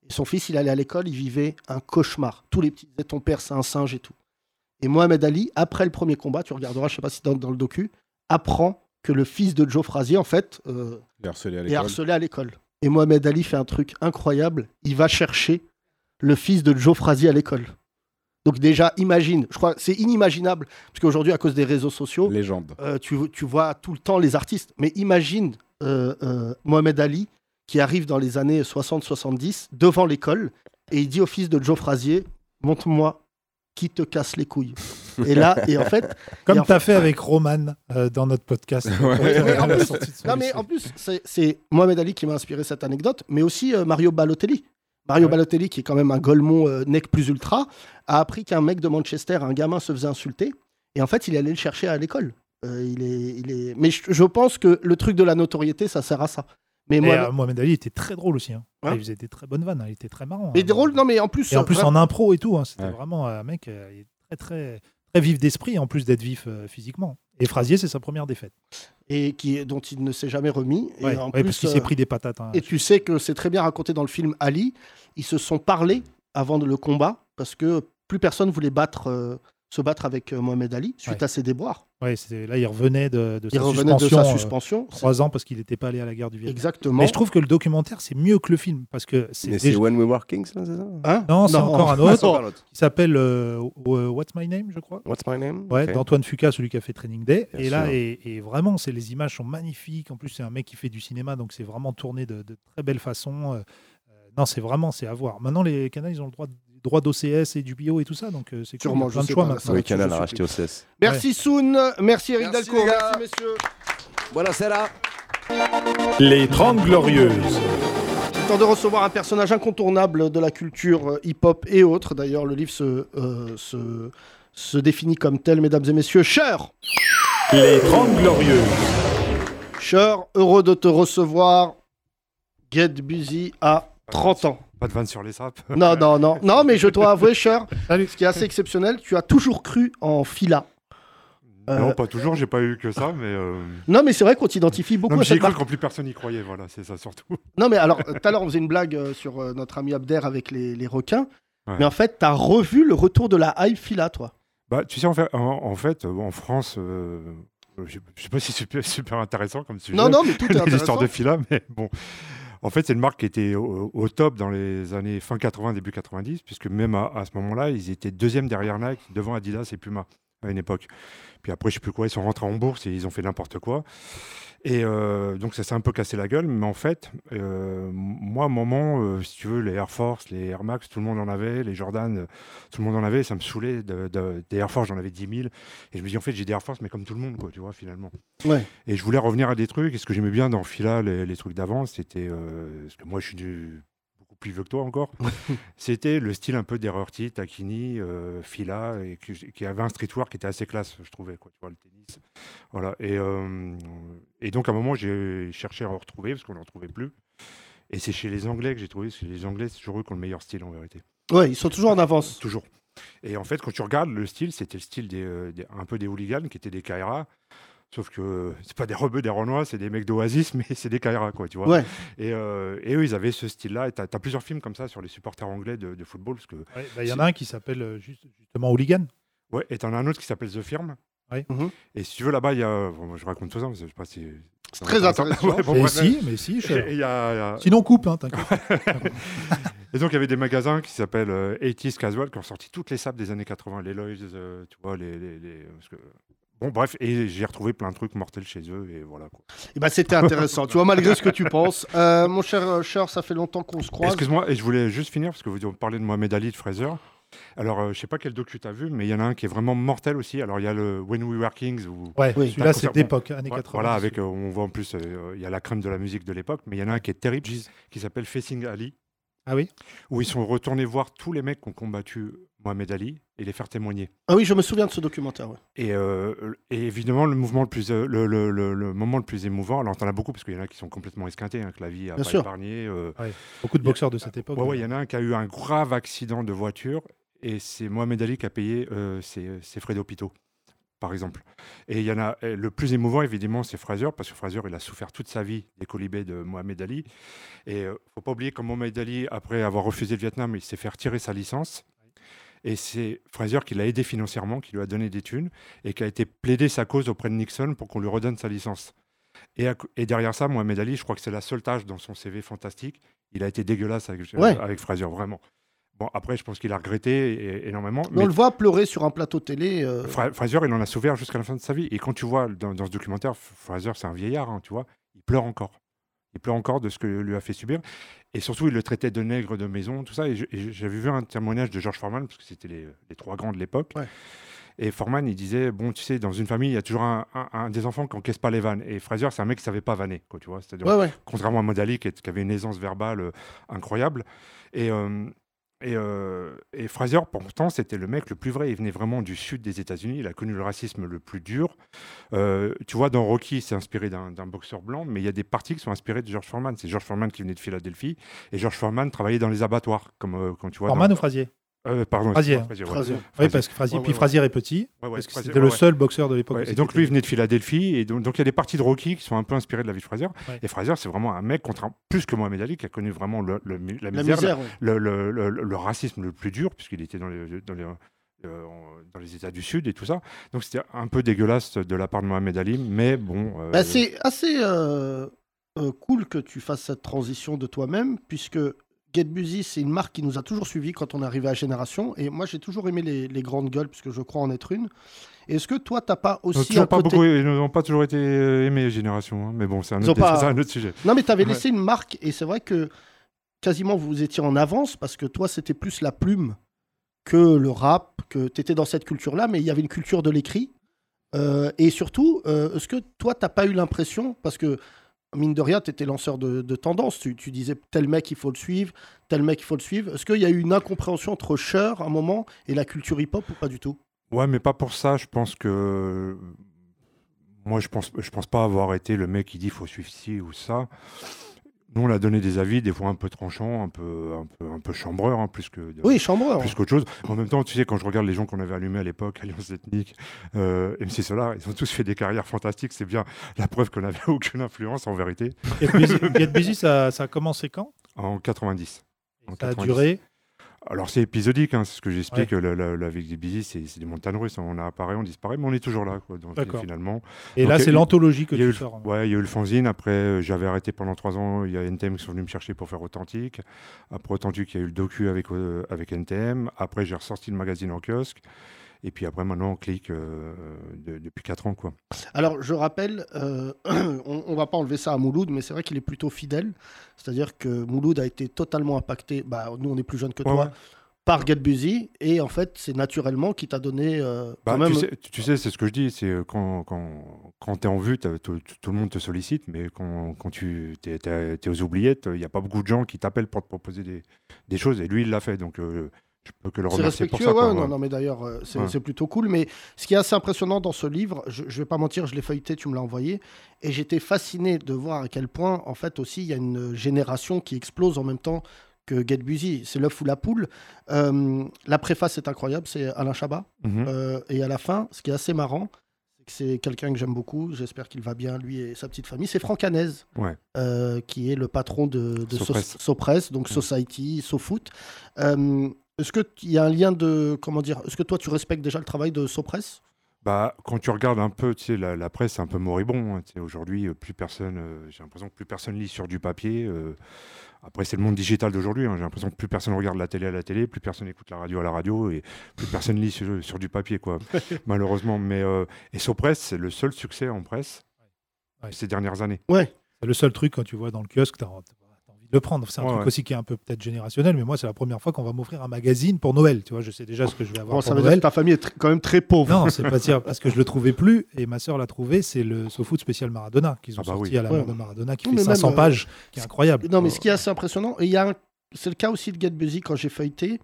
[SPEAKER 3] Et son fils, il allait à l'école, il vivait un cauchemar. Tous les petits disaient, ton père, c'est un singe et tout. Et Mohamed Ali, après le premier combat, tu regarderas, je sais pas si dans, dans le docu, apprend que le fils de Joe Frazier, en fait, euh,
[SPEAKER 5] Il est harcelé à
[SPEAKER 3] et
[SPEAKER 5] l'école.
[SPEAKER 3] harcelé à l'école. Et Mohamed Ali fait un truc incroyable. Il va chercher le fils de Joe Frazier à l'école. Donc déjà, imagine. Je crois c'est inimaginable parce qu'aujourd'hui, à cause des réseaux sociaux,
[SPEAKER 5] Légende.
[SPEAKER 3] euh, tu, tu vois tout le temps les artistes. Mais imagine euh, euh, Mohamed Ali qui arrive dans les années 60-70 devant l'école et il dit au fils de Joe Frazier, montre-moi qui te casse les couilles. Et là, et en fait, et
[SPEAKER 4] Comme
[SPEAKER 3] en
[SPEAKER 4] t'as fait avec Roman euh, dans notre podcast.
[SPEAKER 3] Ouais, mais en
[SPEAKER 4] À la
[SPEAKER 3] plus-
[SPEAKER 4] sortie de son
[SPEAKER 3] non, mais
[SPEAKER 4] lycée.
[SPEAKER 3] en plus, c'est- c'est Mohamed Ali qui m'a inspiré cette anecdote, mais aussi euh, Mario Balotelli. Mario Balotelli, qui est quand même un golemon euh, nec plus ultra, a appris qu'un mec de Manchester, un gamin, se faisait insulter. Et en fait, il allait le chercher à l'école. Euh, il est, il est... Mais je, je pense que le truc de la notoriété, ça sert à ça. Mais
[SPEAKER 4] Et,
[SPEAKER 3] moi,
[SPEAKER 4] euh, Mohamed Ali était très drôle aussi. hein.
[SPEAKER 3] Hein
[SPEAKER 4] il faisait des très bonnes vannes, hein, il était très marrant.
[SPEAKER 3] mais
[SPEAKER 4] hein.
[SPEAKER 3] drôle, non, mais en plus.
[SPEAKER 4] Et en plus
[SPEAKER 3] euh,
[SPEAKER 4] en impro et tout, hein, c'était
[SPEAKER 3] Ouais.
[SPEAKER 4] vraiment un mec euh, il est très très très vif d'esprit en plus d'être vif euh, physiquement. Et Frazier, c'est sa première défaite.
[SPEAKER 3] et qui, dont il ne s'est jamais remis.
[SPEAKER 4] Ouais,
[SPEAKER 3] et en
[SPEAKER 4] ouais,
[SPEAKER 3] plus,
[SPEAKER 4] parce qu'il
[SPEAKER 3] euh,
[SPEAKER 4] s'est pris des patates. hein.
[SPEAKER 3] Et tu sais que c'est très bien raconté dans le film Ali. Ils se sont parlé avant le combat parce que plus personne voulait battre, euh, se battre avec euh, Mohamed Ali suite
[SPEAKER 4] Ouais.
[SPEAKER 3] à ses déboires.
[SPEAKER 4] Ouais, c'était- là, il revenait de, de
[SPEAKER 3] Il
[SPEAKER 4] sa
[SPEAKER 3] revenait de
[SPEAKER 4] suspension.
[SPEAKER 3] sa
[SPEAKER 4] euh,
[SPEAKER 3] suspension.
[SPEAKER 4] trois ans parce qu'il n'était pas allé à la guerre du Vietnam.
[SPEAKER 3] Exactement.
[SPEAKER 4] Mais je trouve que le documentaire, c'est mieux que le film parce que c'est.
[SPEAKER 11] Mais c'est
[SPEAKER 4] déjà-
[SPEAKER 11] When We Were Kings, là, c'est ça
[SPEAKER 4] non, c'est
[SPEAKER 11] Non.
[SPEAKER 4] encore un
[SPEAKER 11] Ah, c'est encore
[SPEAKER 4] autre
[SPEAKER 11] l'autre.
[SPEAKER 4] qui s'appelle euh, euh, What's My Name, je crois.
[SPEAKER 11] What's My Name
[SPEAKER 4] Ouais,
[SPEAKER 11] ok.
[SPEAKER 4] d'Antoine Fuca, celui qui a fait Training Day.
[SPEAKER 11] Bien
[SPEAKER 4] et là,
[SPEAKER 11] sûr.
[SPEAKER 4] et, et vraiment, c'est les images sont magnifiques. En plus, c'est un mec qui fait du cinéma, donc c'est vraiment tourné de, de très belle façon. Euh, euh, non, c'est vraiment, c'est à voir. Maintenant, les canaux, ils ont le droit, droit d'OCS et du bio et tout ça, donc euh, c'est cool.
[SPEAKER 3] Sûrement,
[SPEAKER 4] Il y a
[SPEAKER 3] je
[SPEAKER 4] plein de
[SPEAKER 3] sais
[SPEAKER 4] choix
[SPEAKER 3] pas,
[SPEAKER 4] maintenant.
[SPEAKER 3] ça va
[SPEAKER 11] Oui, Canal a racheté OCS.
[SPEAKER 3] Merci Soun, merci Eric
[SPEAKER 11] Merci,
[SPEAKER 3] Dalcourt,
[SPEAKER 11] les gars.
[SPEAKER 3] merci messieurs.
[SPEAKER 11] Voilà, c'est là.
[SPEAKER 12] Les 30 Glorieuses.
[SPEAKER 3] C'est temps de recevoir un personnage incontournable de la culture euh, hip-hop et autres. D'ailleurs, le livre se, euh, se, se définit comme tel, mesdames et messieurs. Cher
[SPEAKER 12] Les 30 Glorieuses.
[SPEAKER 3] Cher, heureux de te recevoir. Get Busy à 30 ans.
[SPEAKER 13] Pas de vanne sur les sapes.
[SPEAKER 3] Non, non, non. Non, mais je dois avouer, cher, ce qui est assez exceptionnel, tu as toujours cru en Fila. Euh,
[SPEAKER 13] Non, pas toujours, j'ai pas eu que ça, mais. euh,
[SPEAKER 3] Non, mais c'est vrai qu'on t'identifie beaucoup
[SPEAKER 13] non, mais
[SPEAKER 3] à
[SPEAKER 13] J'ai
[SPEAKER 3] cette
[SPEAKER 13] cru
[SPEAKER 3] marque.
[SPEAKER 13] quand plus personne y croyait, voilà, c'est ça surtout.
[SPEAKER 3] Non, mais alors, euh, tout à l'heure, on faisait une blague euh, sur euh, notre ami Abder avec les, les requins.
[SPEAKER 13] Ouais.
[SPEAKER 3] Mais en fait, t'as revu le retour de la hype Fila, toi.
[SPEAKER 13] Bah, tu sais, en fait, en, en fait, euh, en France, euh,
[SPEAKER 4] je je sais pas si c'est super, super intéressant comme sujet.
[SPEAKER 3] Non, non, mais tout est
[SPEAKER 4] les
[SPEAKER 3] intéressant.
[SPEAKER 4] histoires de Fila, mais bon. En fait, c'est une marque qui était au, au top dans les années fin 80, début 90, puisque même à, à ce moment-là, ils étaient deuxième derrière Nike, devant Adidas et Puma à une époque. Puis après, je sais plus quoi, ils sont rentrés en bourse et ils ont fait n'importe quoi. Et euh, donc, ça s'est un peu cassé la gueule. Mais en fait, euh, moi, à un moment, euh, si tu veux, les Air Force, les Air Max, tout le monde en avait, les Jordan, euh, tout le monde en avait. Ça me saoulait. de- de- des Air Force, j'en avais 10 000. Et je me dis, en fait, j'ai des Air Force, mais comme tout le monde, quoi, tu vois, finalement.
[SPEAKER 3] Ouais.
[SPEAKER 4] Et je voulais revenir à des trucs. Et ce que j'aimais bien dans Fila, les, les trucs d'avant, c'était. euh, parce que moi, je suis du- beaucoup plus vieux que toi encore. c'était le style un peu d'Errorty, Takini, euh, Fila, et que j- qui avait un streetwear qui était assez classe, je trouvais, quoi, tu vois, le tennis. Voilà. Et, euh, et donc, à un moment, j'ai cherché à en retrouver, parce qu'on n'en trouvait plus. Et c'est chez les Anglais que j'ai trouvé, parce que les Anglais, c'est toujours eux qui ont le meilleur style, en vérité.
[SPEAKER 3] Ouais, ils sont toujours en avance.
[SPEAKER 4] Toujours. Et en fait, quand tu regardes le style, c'était le style des, euh, des- un peu des hooligans qui étaient des Kaira. Sauf que euh, c'est pas des rebeux, des Renois, c'est des mecs d'Oasis, mais c'est des Kaira, quoi, tu vois.
[SPEAKER 3] Ouais.
[SPEAKER 4] Et, euh, et eux, ils avaient ce style-là. Et t'as as plusieurs films comme ça sur les supporters anglais de, de football. parce que
[SPEAKER 6] Ouais, bah, Il y en a un qui s'appelle euh, juste- justement Hooligan.
[SPEAKER 4] Ouais, et t'en as un autre qui s'appelle The Firm.
[SPEAKER 6] Ouais.
[SPEAKER 4] Et si tu veux, là-bas, il y a. bon, moi, je raconte tout ça, parce que je sais pas si. C'est
[SPEAKER 6] très intéressant. Mais
[SPEAKER 4] bref.
[SPEAKER 6] si, mais si, je-
[SPEAKER 4] Et bah, il y a- il y a-
[SPEAKER 6] Sinon, coupe, hein, t'inquiète.
[SPEAKER 4] et donc, il y avait des magasins qui s'appellent euh, 80s Casual, qui ont sorti toutes les sapes des années 80, les Lois, euh, tu vois, les. les- les- parce que- Bon, bref, et j'ai retrouvé plein de trucs mortels chez eux, et voilà quoi.
[SPEAKER 3] Et bah, c'était intéressant, tu vois, malgré ce que tu penses. Euh, mon cher euh, Cher, ça fait longtemps qu'on se croise.
[SPEAKER 4] Excuse-moi, et je voulais juste finir parce que vous parlez de Mohamed Ali, de Fraser. Alors, euh, je sais pas quel docu t'as vu, mais il y en a un qui est vraiment mortel aussi. Alors, il y a le When We Were Kings. Où
[SPEAKER 6] Ouais,
[SPEAKER 4] t'as un concert-
[SPEAKER 6] celui-là, c'est d'époque, années
[SPEAKER 4] Bah, Ouais,
[SPEAKER 6] 90.
[SPEAKER 4] Voilà, avec, euh, on voit en plus, euh, euh, il y a la crème de la musique de l'époque, mais il y en a un qui est terrible, qui s'appelle Facing Ali.
[SPEAKER 6] Ah oui
[SPEAKER 4] Où ils sont retournés voir tous les mecs qui ont combattu Mohamed Ali et les faire témoigner.
[SPEAKER 3] Ah oui, je me souviens de ce documentaire. ouais.
[SPEAKER 4] Et, euh, et évidemment, le mouvement le plus, euh, le, le- le- le moment le plus émouvant. Alors, t'en as beaucoup parce qu'il y en a qui sont complètement esquintés, hein, que la vie a
[SPEAKER 6] Bien
[SPEAKER 4] pas
[SPEAKER 6] sûr.
[SPEAKER 4] épargné. euh,
[SPEAKER 6] Ouais, beaucoup de
[SPEAKER 4] il y a-
[SPEAKER 6] boxeurs de cette époque,
[SPEAKER 4] Ouais, ouais,
[SPEAKER 6] ouais.
[SPEAKER 4] il y en a un qui a eu un grave accident de voiture et c'est Mohamed Ali qui a payé euh, ses, ses frais d'hôpitaux, par exemple. Et il y en a euh, le plus émouvant, évidemment, c'est Fraser parce que Fraser, il a souffert toute sa vie des colibés de Mohamed Ali. Et euh, faut pas oublier que Mohamed Ali, après avoir refusé le Vietnam, il s'est fait retirer sa licence. Et c'est Fraser qui l'a aidé financièrement, qui lui a donné des thunes et qui a été plaider sa cause auprès de Nixon pour qu'on lui redonne sa licence. Et, à co- et derrière ça, Mohamed Ali, je crois que c'est la seule tâche dans son CV fantastique. Il a été dégueulasse avec, euh,
[SPEAKER 3] Ouais.
[SPEAKER 4] avec Fraser, vraiment. Bon, après, je pense qu'il a regretté é- énormément.
[SPEAKER 3] On le voit pleurer sur un plateau télé. euh,
[SPEAKER 4] Fra- Fraser, il en a souffert jusqu'à la fin de sa vie. Et quand tu vois dans, dans ce documentaire, F- Fraser, c'est un vieillard, hein, tu vois, il pleure encore. Il pleure encore de ce que lui a fait subir. Et surtout, il le traitait de nègre de maison, tout ça. Et je- et j'avais vu un témoignage de George Foreman, parce que c'était les, les trois grands de l'époque. Et Foreman, il disait Bon, tu sais, dans une famille, il y a toujours un, un- un des enfants qui n'encaisse pas les vannes. Et Fraser, c'est un mec qui savait pas vanner, quoi, tu vois. C'est-à-dire,
[SPEAKER 3] Ouais, ouais.
[SPEAKER 4] contrairement à Modali, qui, est- qui avait une aisance verbale euh, incroyable. Et. euh, et, euh, et Fraser, pourtant, c'était le mec le plus vrai. Il venait vraiment du sud des États-Unis. Il a connu le racisme le plus dur. Euh, tu vois, dans Rocky, c'est inspiré d'un d'un boxeur blanc, mais il y a des parties qui sont inspirées de George Foreman. C'est George Foreman qui venait de Philadelphie. Et George Foreman travaillait dans les abattoirs, comme euh, quand tu vois.
[SPEAKER 6] Foreman
[SPEAKER 4] dans-
[SPEAKER 6] ou Frasier
[SPEAKER 4] Euh, Pardon,
[SPEAKER 6] Frasier.
[SPEAKER 4] excuse-moi, ouais.
[SPEAKER 6] Oui, parce que Frasier,
[SPEAKER 4] Ouais,
[SPEAKER 6] puis
[SPEAKER 4] ouais, ouais.
[SPEAKER 6] Frasier est petit.
[SPEAKER 4] Ouais, ouais,
[SPEAKER 6] parce que
[SPEAKER 4] Frazier,
[SPEAKER 6] c'était
[SPEAKER 4] ouais,
[SPEAKER 6] le
[SPEAKER 4] ouais.
[SPEAKER 6] seul boxeur de l'époque.
[SPEAKER 4] Ouais,
[SPEAKER 6] aussi
[SPEAKER 4] et donc
[SPEAKER 6] qui
[SPEAKER 4] lui, il
[SPEAKER 6] était-
[SPEAKER 4] venait de Philadelphie, et donc donc, il y a des parties de Rocky qui sont un peu inspirées de la vie de Fraser.
[SPEAKER 6] Ouais.
[SPEAKER 4] Et Fraser, c'est vraiment un mec, contraint, plus que Mohamed Ali, qui a connu vraiment le, le mi- la
[SPEAKER 3] La
[SPEAKER 4] misère,
[SPEAKER 3] misère,
[SPEAKER 4] le-
[SPEAKER 3] ouais.
[SPEAKER 4] le, le- le- le racisme le plus dur, puisqu'il était dans les, dans, les, euh, en- dans les États du Sud et tout ça. Donc c'était un peu dégueulasse de la part de Mohamed Ali, mais bon. euh,
[SPEAKER 3] Bah, c'est assez euh, euh, cool que tu fasses cette transition de toi-même, puisque Get Busy, c'est une marque qui nous a toujours suivis quand on est arrivé à Génération. Et moi, j'ai toujours aimé les, les grandes gueules, puisque je crois en être une. Est-ce que toi, t'as pas
[SPEAKER 4] ils n'ont
[SPEAKER 3] aussi.
[SPEAKER 4] toujours
[SPEAKER 3] un
[SPEAKER 4] pas
[SPEAKER 3] côté-
[SPEAKER 4] beaucoup- ils n'ont pas toujours été euh, aimés, Génération, hein, mais bon, c'est un,
[SPEAKER 3] Ils ont
[SPEAKER 4] autre-
[SPEAKER 3] pas-
[SPEAKER 4] c'est un autre sujet.
[SPEAKER 3] Non, mais tu avais
[SPEAKER 4] Ouais.
[SPEAKER 3] laissé une marque, et c'est vrai que quasiment vous étiez en avance, parce que toi, c'était plus la plume que le rap, que tu étais dans cette culture-là, mais il y avait une culture de l'écrit. Euh, et surtout, euh, est-ce que toi, t'as pas eu l'impression, parce que mine de rien, tu étais lanceur de, de tendance, tu, tu disais tel mec, il faut le suivre, tel mec, il faut le suivre. Est-ce qu'il y a eu une incompréhension entre Cher, un moment, et la culture hip-hop, ou pas du tout
[SPEAKER 4] Ouais, mais pas pour ça. Je pense que moi, je pense, je pense pas avoir été le mec qui dit faut suivre ci ou ça. Nous, on a donné des avis, des fois un peu tranchants, un peu, un peu, un peu chambreurs, hein, plus que
[SPEAKER 3] Oui, chambreur.
[SPEAKER 4] plus qu'autre chose. En même temps, tu sais, quand je regarde les gens qu'on avait allumés à l'époque, Alliance Ethnique, euh, MC Solar, ils ont tous fait des carrières fantastiques. C'est bien la preuve qu'on n'avait aucune influence en vérité.
[SPEAKER 6] Get Busy, Get Busy, ça, ça a commencé quand
[SPEAKER 4] En 90. En
[SPEAKER 6] Ça a duré
[SPEAKER 13] Alors c'est épisodique, hein, c'est ce que j'explique.
[SPEAKER 4] Ouais.
[SPEAKER 13] La, la, la vie des busy, c'est c'est des montagnes russes. On apparaît, on disparaît, mais on est toujours là. Quoi. Donc,
[SPEAKER 4] D'accord.
[SPEAKER 13] Finalement.
[SPEAKER 4] Et
[SPEAKER 13] Donc, il
[SPEAKER 4] là,
[SPEAKER 13] y a
[SPEAKER 4] c'est
[SPEAKER 13] eu-
[SPEAKER 4] l'anthologie que
[SPEAKER 13] il y a
[SPEAKER 4] tu
[SPEAKER 13] eu le-
[SPEAKER 4] sors, hein.
[SPEAKER 13] Ouais, il y a eu le fanzine. Après, euh, j'avais arrêté pendant trois ans. Il y a NTM qui sont venus me chercher pour faire Authentique. Après Authentique, il y a eu le docu avec, euh, avec NTM. Après, j'ai ressorti le magazine en kiosque. Et puis après, maintenant, on clique euh, de- depuis quatre ans. quoi.
[SPEAKER 3] Alors, je rappelle, euh, on, on va pas enlever ça à Mouloud, mais c'est vrai qu'il est plutôt fidèle. C'est-à-dire que Mouloud a été totalement impacté. Bah, nous, on est plus jeunes que
[SPEAKER 13] Ouais,
[SPEAKER 3] toi.
[SPEAKER 13] ouais.
[SPEAKER 3] Par Get Busy, et en fait, c'est naturellement qui t'a donné euh,
[SPEAKER 13] Bah,
[SPEAKER 3] quand même.
[SPEAKER 13] tu, sais, tu- tu sais, c'est ce que je dis, c'est euh, quand, quand, quand tu es en vue, t'as- tout, tout- tout le monde te sollicite, mais quand, quand tu es, aux oubliettes, il n'y a pas beaucoup de gens qui t'appellent pour te proposer des, des choses, et lui, il l'a fait, donc euh, je peux que le
[SPEAKER 3] C'est
[SPEAKER 13] remercier pour
[SPEAKER 3] respectueux,
[SPEAKER 13] ça. quoi,
[SPEAKER 3] ouais, non,
[SPEAKER 13] ouais.
[SPEAKER 3] non, mais d'ailleurs, euh, c'est
[SPEAKER 13] Ouais.
[SPEAKER 3] c'est plutôt cool. Mais ce qui est assez impressionnant dans ce livre, je, je vais pas mentir, je l'ai feuilleté, tu me l'as envoyé, et j'étais fasciné de voir à quel point, en fait, aussi, il y a une génération qui explose en même temps que Get Busy. C'est l'œuf ou la poule. Euh, la préface est incroyable, c'est Alain Chabat.
[SPEAKER 13] Mhm.
[SPEAKER 3] Euh, et à la fin, ce qui est assez marrant, c'est que c'est quelqu'un que j'aime beaucoup, j'espère qu'il va bien, lui et sa petite famille, c'est Franck Hanez
[SPEAKER 13] Ouais.
[SPEAKER 3] euh, qui est le patron de, de
[SPEAKER 13] Sopress.
[SPEAKER 3] So- Sopress, donc Society, SoFoot. Euh, est-ce qu'il y a un lien de. Comment dire Est-ce que toi, tu respectes déjà le travail de Sopress
[SPEAKER 13] Bah, quand tu regardes un peu, tu sais, la, la presse, c'est un peu moribond. hein, tu sais, Aujourd'hui, euh, plus personne, euh, j'ai l'impression que plus personne lit sur du papier. euh, après, c'est le monde digital d'aujourd'hui. hein, j'ai l'impression que plus personne regarde la télé à la télé, plus personne écoute la radio à la radio et plus personne lit sur, sur du papier, quoi. malheureusement. Mais euh, et Sopress, c'est le seul succès en presse ces dernières années.
[SPEAKER 3] Ouais.
[SPEAKER 4] C'est le seul truc quand tu vois dans le kiosque, t'as t'as envie de le prendre. C'est un
[SPEAKER 13] Ouais,
[SPEAKER 4] truc
[SPEAKER 13] ouais.
[SPEAKER 4] aussi qui est un peu peut-être générationnel, mais moi, c'est la première fois qu'on va m'offrir un magazine pour Noël. Tu vois, je sais déjà ce que je vais avoir
[SPEAKER 3] Bon,
[SPEAKER 4] pour
[SPEAKER 3] ça veut dire
[SPEAKER 4] Noël.
[SPEAKER 3] que ta famille est tr- quand même très pauvre.
[SPEAKER 4] Non, c'est pas dire parce que je le trouvais plus et ma sœur l'a trouvé. C'est le SoFoot spécial Maradona qu'ils ont
[SPEAKER 13] Ah bah
[SPEAKER 4] sorti
[SPEAKER 13] oui.
[SPEAKER 4] à la
[SPEAKER 3] Ouais.
[SPEAKER 4] mort de Maradona qui
[SPEAKER 3] Non,
[SPEAKER 4] fait
[SPEAKER 3] mais même,
[SPEAKER 4] 500
[SPEAKER 3] euh,
[SPEAKER 4] pages, qui est
[SPEAKER 3] ce-
[SPEAKER 4] incroyable.
[SPEAKER 3] Non, mais ce qui est assez impressionnant, et il y a un- c'est le cas aussi de Get Busy quand j'ai feuilleté,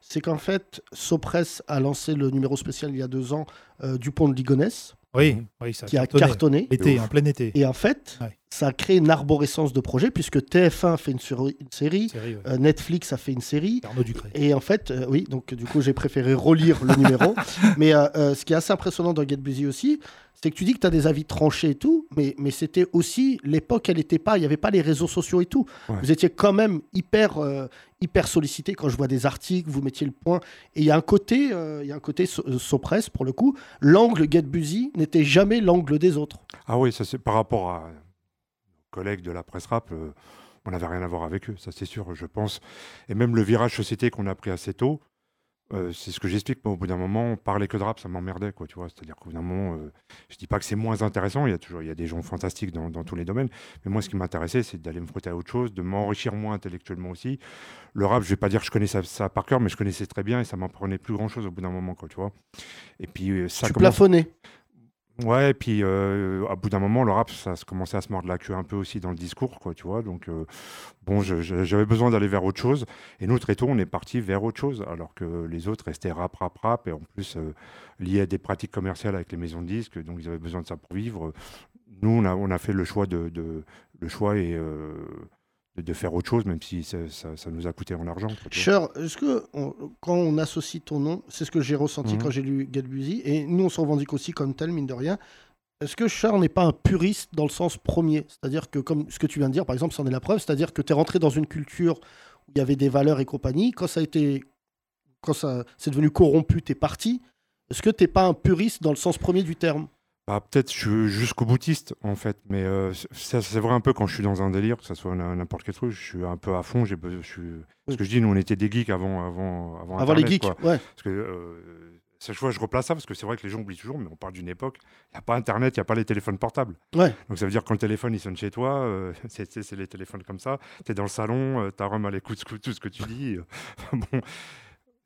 [SPEAKER 3] c'est qu'en fait, Sopress a lancé le numéro spécial il y a deux ans euh, du pont de Ligonesse.
[SPEAKER 4] Euh, Oui, oui, ça a
[SPEAKER 3] qui a
[SPEAKER 4] Bah, cartonné.
[SPEAKER 3] cartonné.
[SPEAKER 4] L'été, en plein été.
[SPEAKER 3] Et en fait, ça a créé une arborescence de projets, puisque TF1 fait une, sur- une série,
[SPEAKER 4] série, ouais.
[SPEAKER 3] euh, Netflix a fait une série.
[SPEAKER 4] Arnaud Ducré.
[SPEAKER 3] Et en fait, euh, oui, donc du coup, j'ai préféré relire le numéro. Mais euh, euh, ce qui est assez impressionnant dans Get Busy aussi, c'est que tu dis que tu as des avis tranchés et tout, mais, mais c'était aussi l'époque, elle n'était pas, il n'y avait pas les réseaux sociaux et tout.
[SPEAKER 13] Ouais.
[SPEAKER 3] Vous étiez quand même hyper, euh, hyper sollicité. Quand je vois des articles, vous mettiez le point. Et il y a un côté, euh, il y a un côté so- euh, Sopress, pour le coup. L'angle Get Busy n'était jamais l'angle des autres.
[SPEAKER 13] Ah oui, ça c'est par rapport à nos collègues de la presse rap, euh, on n'avait rien à voir avec eux, ça c'est sûr, je pense. Et même le virage société qu'on a pris assez tôt, euh, c'est ce que j'explique. Moi, au bout d'un moment, parler que de rap, ça m'emmerdait, quoi, tu vois. C'est-à-dire qu'au bout d'un moment, euh, je dis pas que c'est moins intéressant. Il y a toujours, il y a des gens fantastiques dans, dans tous les domaines. Mais moi, ce qui m'intéressait, c'est d'aller me frotter à autre chose, de m'enrichir moi intellectuellement aussi. Le rap, je vais pas dire que je connaissais ça, ça par cœur, mais je connaissais très bien et ça m'apprenait plus grand-chose au bout d'un moment, quoi, tu vois. Et puis euh, ça
[SPEAKER 3] tu
[SPEAKER 13] commence-
[SPEAKER 3] plafonnais.
[SPEAKER 13] Ouais, et puis euh, à bout d'un moment, le rap, ça se commençait à se mordre la queue un peu aussi dans le discours, quoi, tu vois. Donc, euh, bon, je- je- j'avais besoin d'aller vers autre chose. Et nous, très tôt, on est parti vers autre chose, alors que les autres restaient rap, rap, rap, et en plus euh, liés à des pratiques commerciales avec les maisons de disques, donc ils avaient besoin de ça pour vivre. Nous, on a, on a fait le choix de, de- le choix et euh, de, de faire autre chose, même si ça, ça- ça nous a coûté en argent. quoi, tu vois.
[SPEAKER 3] Cher, est-ce que on- quand on associe ton nom, c'est ce que j'ai ressenti
[SPEAKER 13] Mhm.
[SPEAKER 3] quand j'ai lu Get Busy, et nous on s'en revendique aussi comme tel, mine de rien. Est-ce que Cher n'est pas un puriste dans le sens premier C'est-à-dire que, comme ce que tu viens de dire, par exemple, c'en est la preuve, c'est-à-dire que tu es rentré dans une culture où il y avait des valeurs et compagnie, quand ça a été. quand ça c'est devenu corrompu, t'es parti. Est-ce que t'es pas un puriste dans le sens premier du terme
[SPEAKER 13] Bah, peut-être je suis jusqu'au boutiste en fait, mais euh, c- ça c'est vrai un peu quand je suis dans un délire, que ça soit n- n'importe quel truc, je suis un peu à fond. J'ai, be- je suis... Ce que je dis, nous on était des geeks avant, avant, avant,
[SPEAKER 3] Avant les
[SPEAKER 13] Internet,
[SPEAKER 3] geeks,
[SPEAKER 13] quoi.
[SPEAKER 3] ouais.
[SPEAKER 13] Parce que euh, chaque fois je replace ça parce que c'est vrai que les gens oublient toujours, mais on parle d'une époque, il n'y a pas Internet, il n'y a pas les téléphones portables.
[SPEAKER 3] Ouais.
[SPEAKER 13] Donc ça veut dire quand le téléphone il sonne chez toi, euh, c'est, c'est- c'est les téléphones comme ça, tu es dans le salon, tu as Rome à l'écoute scou- tout ce que tu dis. euh, bon,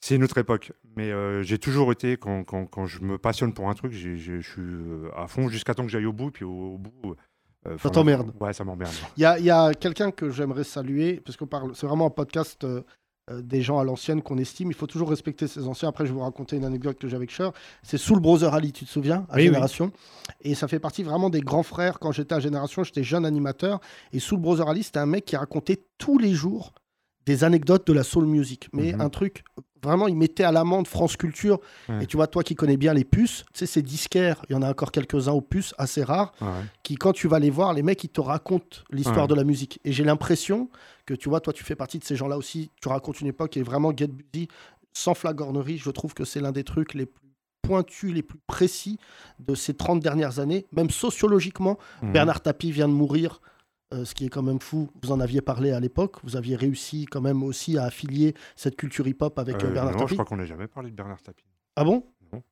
[SPEAKER 13] c'est une autre époque. Mais euh, j'ai toujours été, quand, quand- quand je me passionne pour un truc, j'ai- j'ai- je suis euh, à fond jusqu'à temps que j'aille au bout, puis au, au bout. euh,
[SPEAKER 3] Ça
[SPEAKER 13] fin-
[SPEAKER 3] t'emmerde.
[SPEAKER 13] Ouais, ça m'emmerde.
[SPEAKER 3] Il y a, il y a quelqu'un que j'aimerais saluer, parce qu'on parle, c'est vraiment un podcast euh, euh, des gens à l'ancienne qu'on estime. Il faut toujours respecter ses anciens. Après, je vais vous raconter une anecdote que j'ai avec Cher. C'est Soul Brother Ali, tu te souviens, à
[SPEAKER 4] Oui, oui.
[SPEAKER 3] Génération. Et ça fait partie vraiment des grands frères. Quand j'étais à Génération, j'étais jeune animateur. Et Soul Brother
[SPEAKER 13] Mhm.
[SPEAKER 3] Ali, c'était un mec qui racontait tous les jours des anecdotes de la soul music. Mais un truc vraiment, ils mettaient à l'amende France Culture.
[SPEAKER 13] Ouais.
[SPEAKER 3] Et tu vois, toi qui connais bien les puces, tu sais, ces disquaires, il y en a encore quelques-uns aux puces assez rares,
[SPEAKER 13] Ouais.
[SPEAKER 3] qui, quand tu vas les voir, les mecs, ils te racontent l'histoire
[SPEAKER 13] Ouais.
[SPEAKER 3] de la musique. Et j'ai l'impression que, tu vois, toi, tu fais partie de ces gens-là aussi. Tu racontes une époque et vraiment, Get Busy, sans flagornerie, je trouve que c'est l'un des trucs les plus pointus, les plus précis de ces 30 dernières années, même sociologiquement.
[SPEAKER 13] Mmh.
[SPEAKER 14] Mhm.
[SPEAKER 3] Bernard Tapie vient de mourir. euh, ce qui est quand même fou, vous en aviez parlé à l'époque, vous aviez réussi quand même aussi à affilier cette culture hip-hop avec euh,
[SPEAKER 13] Euh,
[SPEAKER 3] Bernard
[SPEAKER 13] non,
[SPEAKER 3] Tapie.
[SPEAKER 13] je crois qu'on n'a jamais parlé de Bernard Tapie.
[SPEAKER 3] Ah bon
[SPEAKER 13] Non.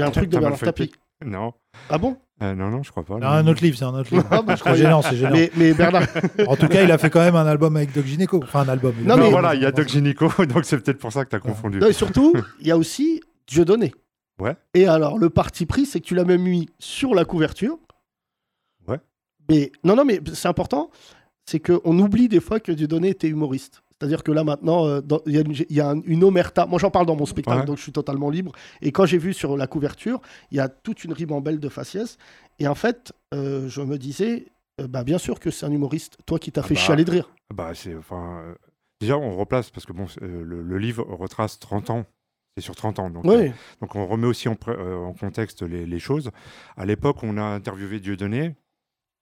[SPEAKER 3] y a un truc de
[SPEAKER 13] T'as mal
[SPEAKER 3] Bernard
[SPEAKER 13] fait le
[SPEAKER 3] Tapie.
[SPEAKER 13] pic. Non.
[SPEAKER 3] Ah bon
[SPEAKER 13] Euh, Non, non, je crois pas.
[SPEAKER 4] Non, un autre livre, c'est un autre livre.
[SPEAKER 13] Ah, bah, je
[SPEAKER 4] c'est
[SPEAKER 13] croyais-
[SPEAKER 4] gênant, c'est gênant.
[SPEAKER 13] Mais- mais Bernard-
[SPEAKER 4] En tout cas, il a fait quand même un album avec Doc Gynéco. Enfin, un album.
[SPEAKER 13] Non, mais voilà, il y a Doc Gynéco, donc c'est peut-être pour ça que t'as confondu.
[SPEAKER 3] Non, et surtout, il y a aussi Dieudonné.
[SPEAKER 13] Ouais.
[SPEAKER 3] Et alors, le parti pris, c'est que tu l'as même mis sur la couverture.
[SPEAKER 13] Ouais.
[SPEAKER 3] Mais non, non, mais c'est important. C'est qu'on oublie des fois que Dieudonné était humoriste. C'est-à-dire que là, maintenant, euh, dans- il y a, une- il y a un- une omerta. Moi, j'en parle dans mon spectacle,
[SPEAKER 13] Ouais.
[SPEAKER 3] donc je suis totalement libre. Et quand j'ai vu sur la couverture, il y a toute une ribambelle de faciès. Et en fait, euh, je me disais, euh, bah, bien sûr que c'est un humoriste. Toi qui t'as fait
[SPEAKER 13] Bah,
[SPEAKER 3] chialer de rire.
[SPEAKER 13] Bah, c'est, enfin, euh, déjà, on replace, parce que bon, c'est, euh, le, le livre retrace 30 ans. C'est sur 30 ans. Donc,
[SPEAKER 3] Oui.
[SPEAKER 13] euh, donc on remet aussi en, pré- euh, en contexte les, les choses. À l'époque, on a interviewé Dieudonné.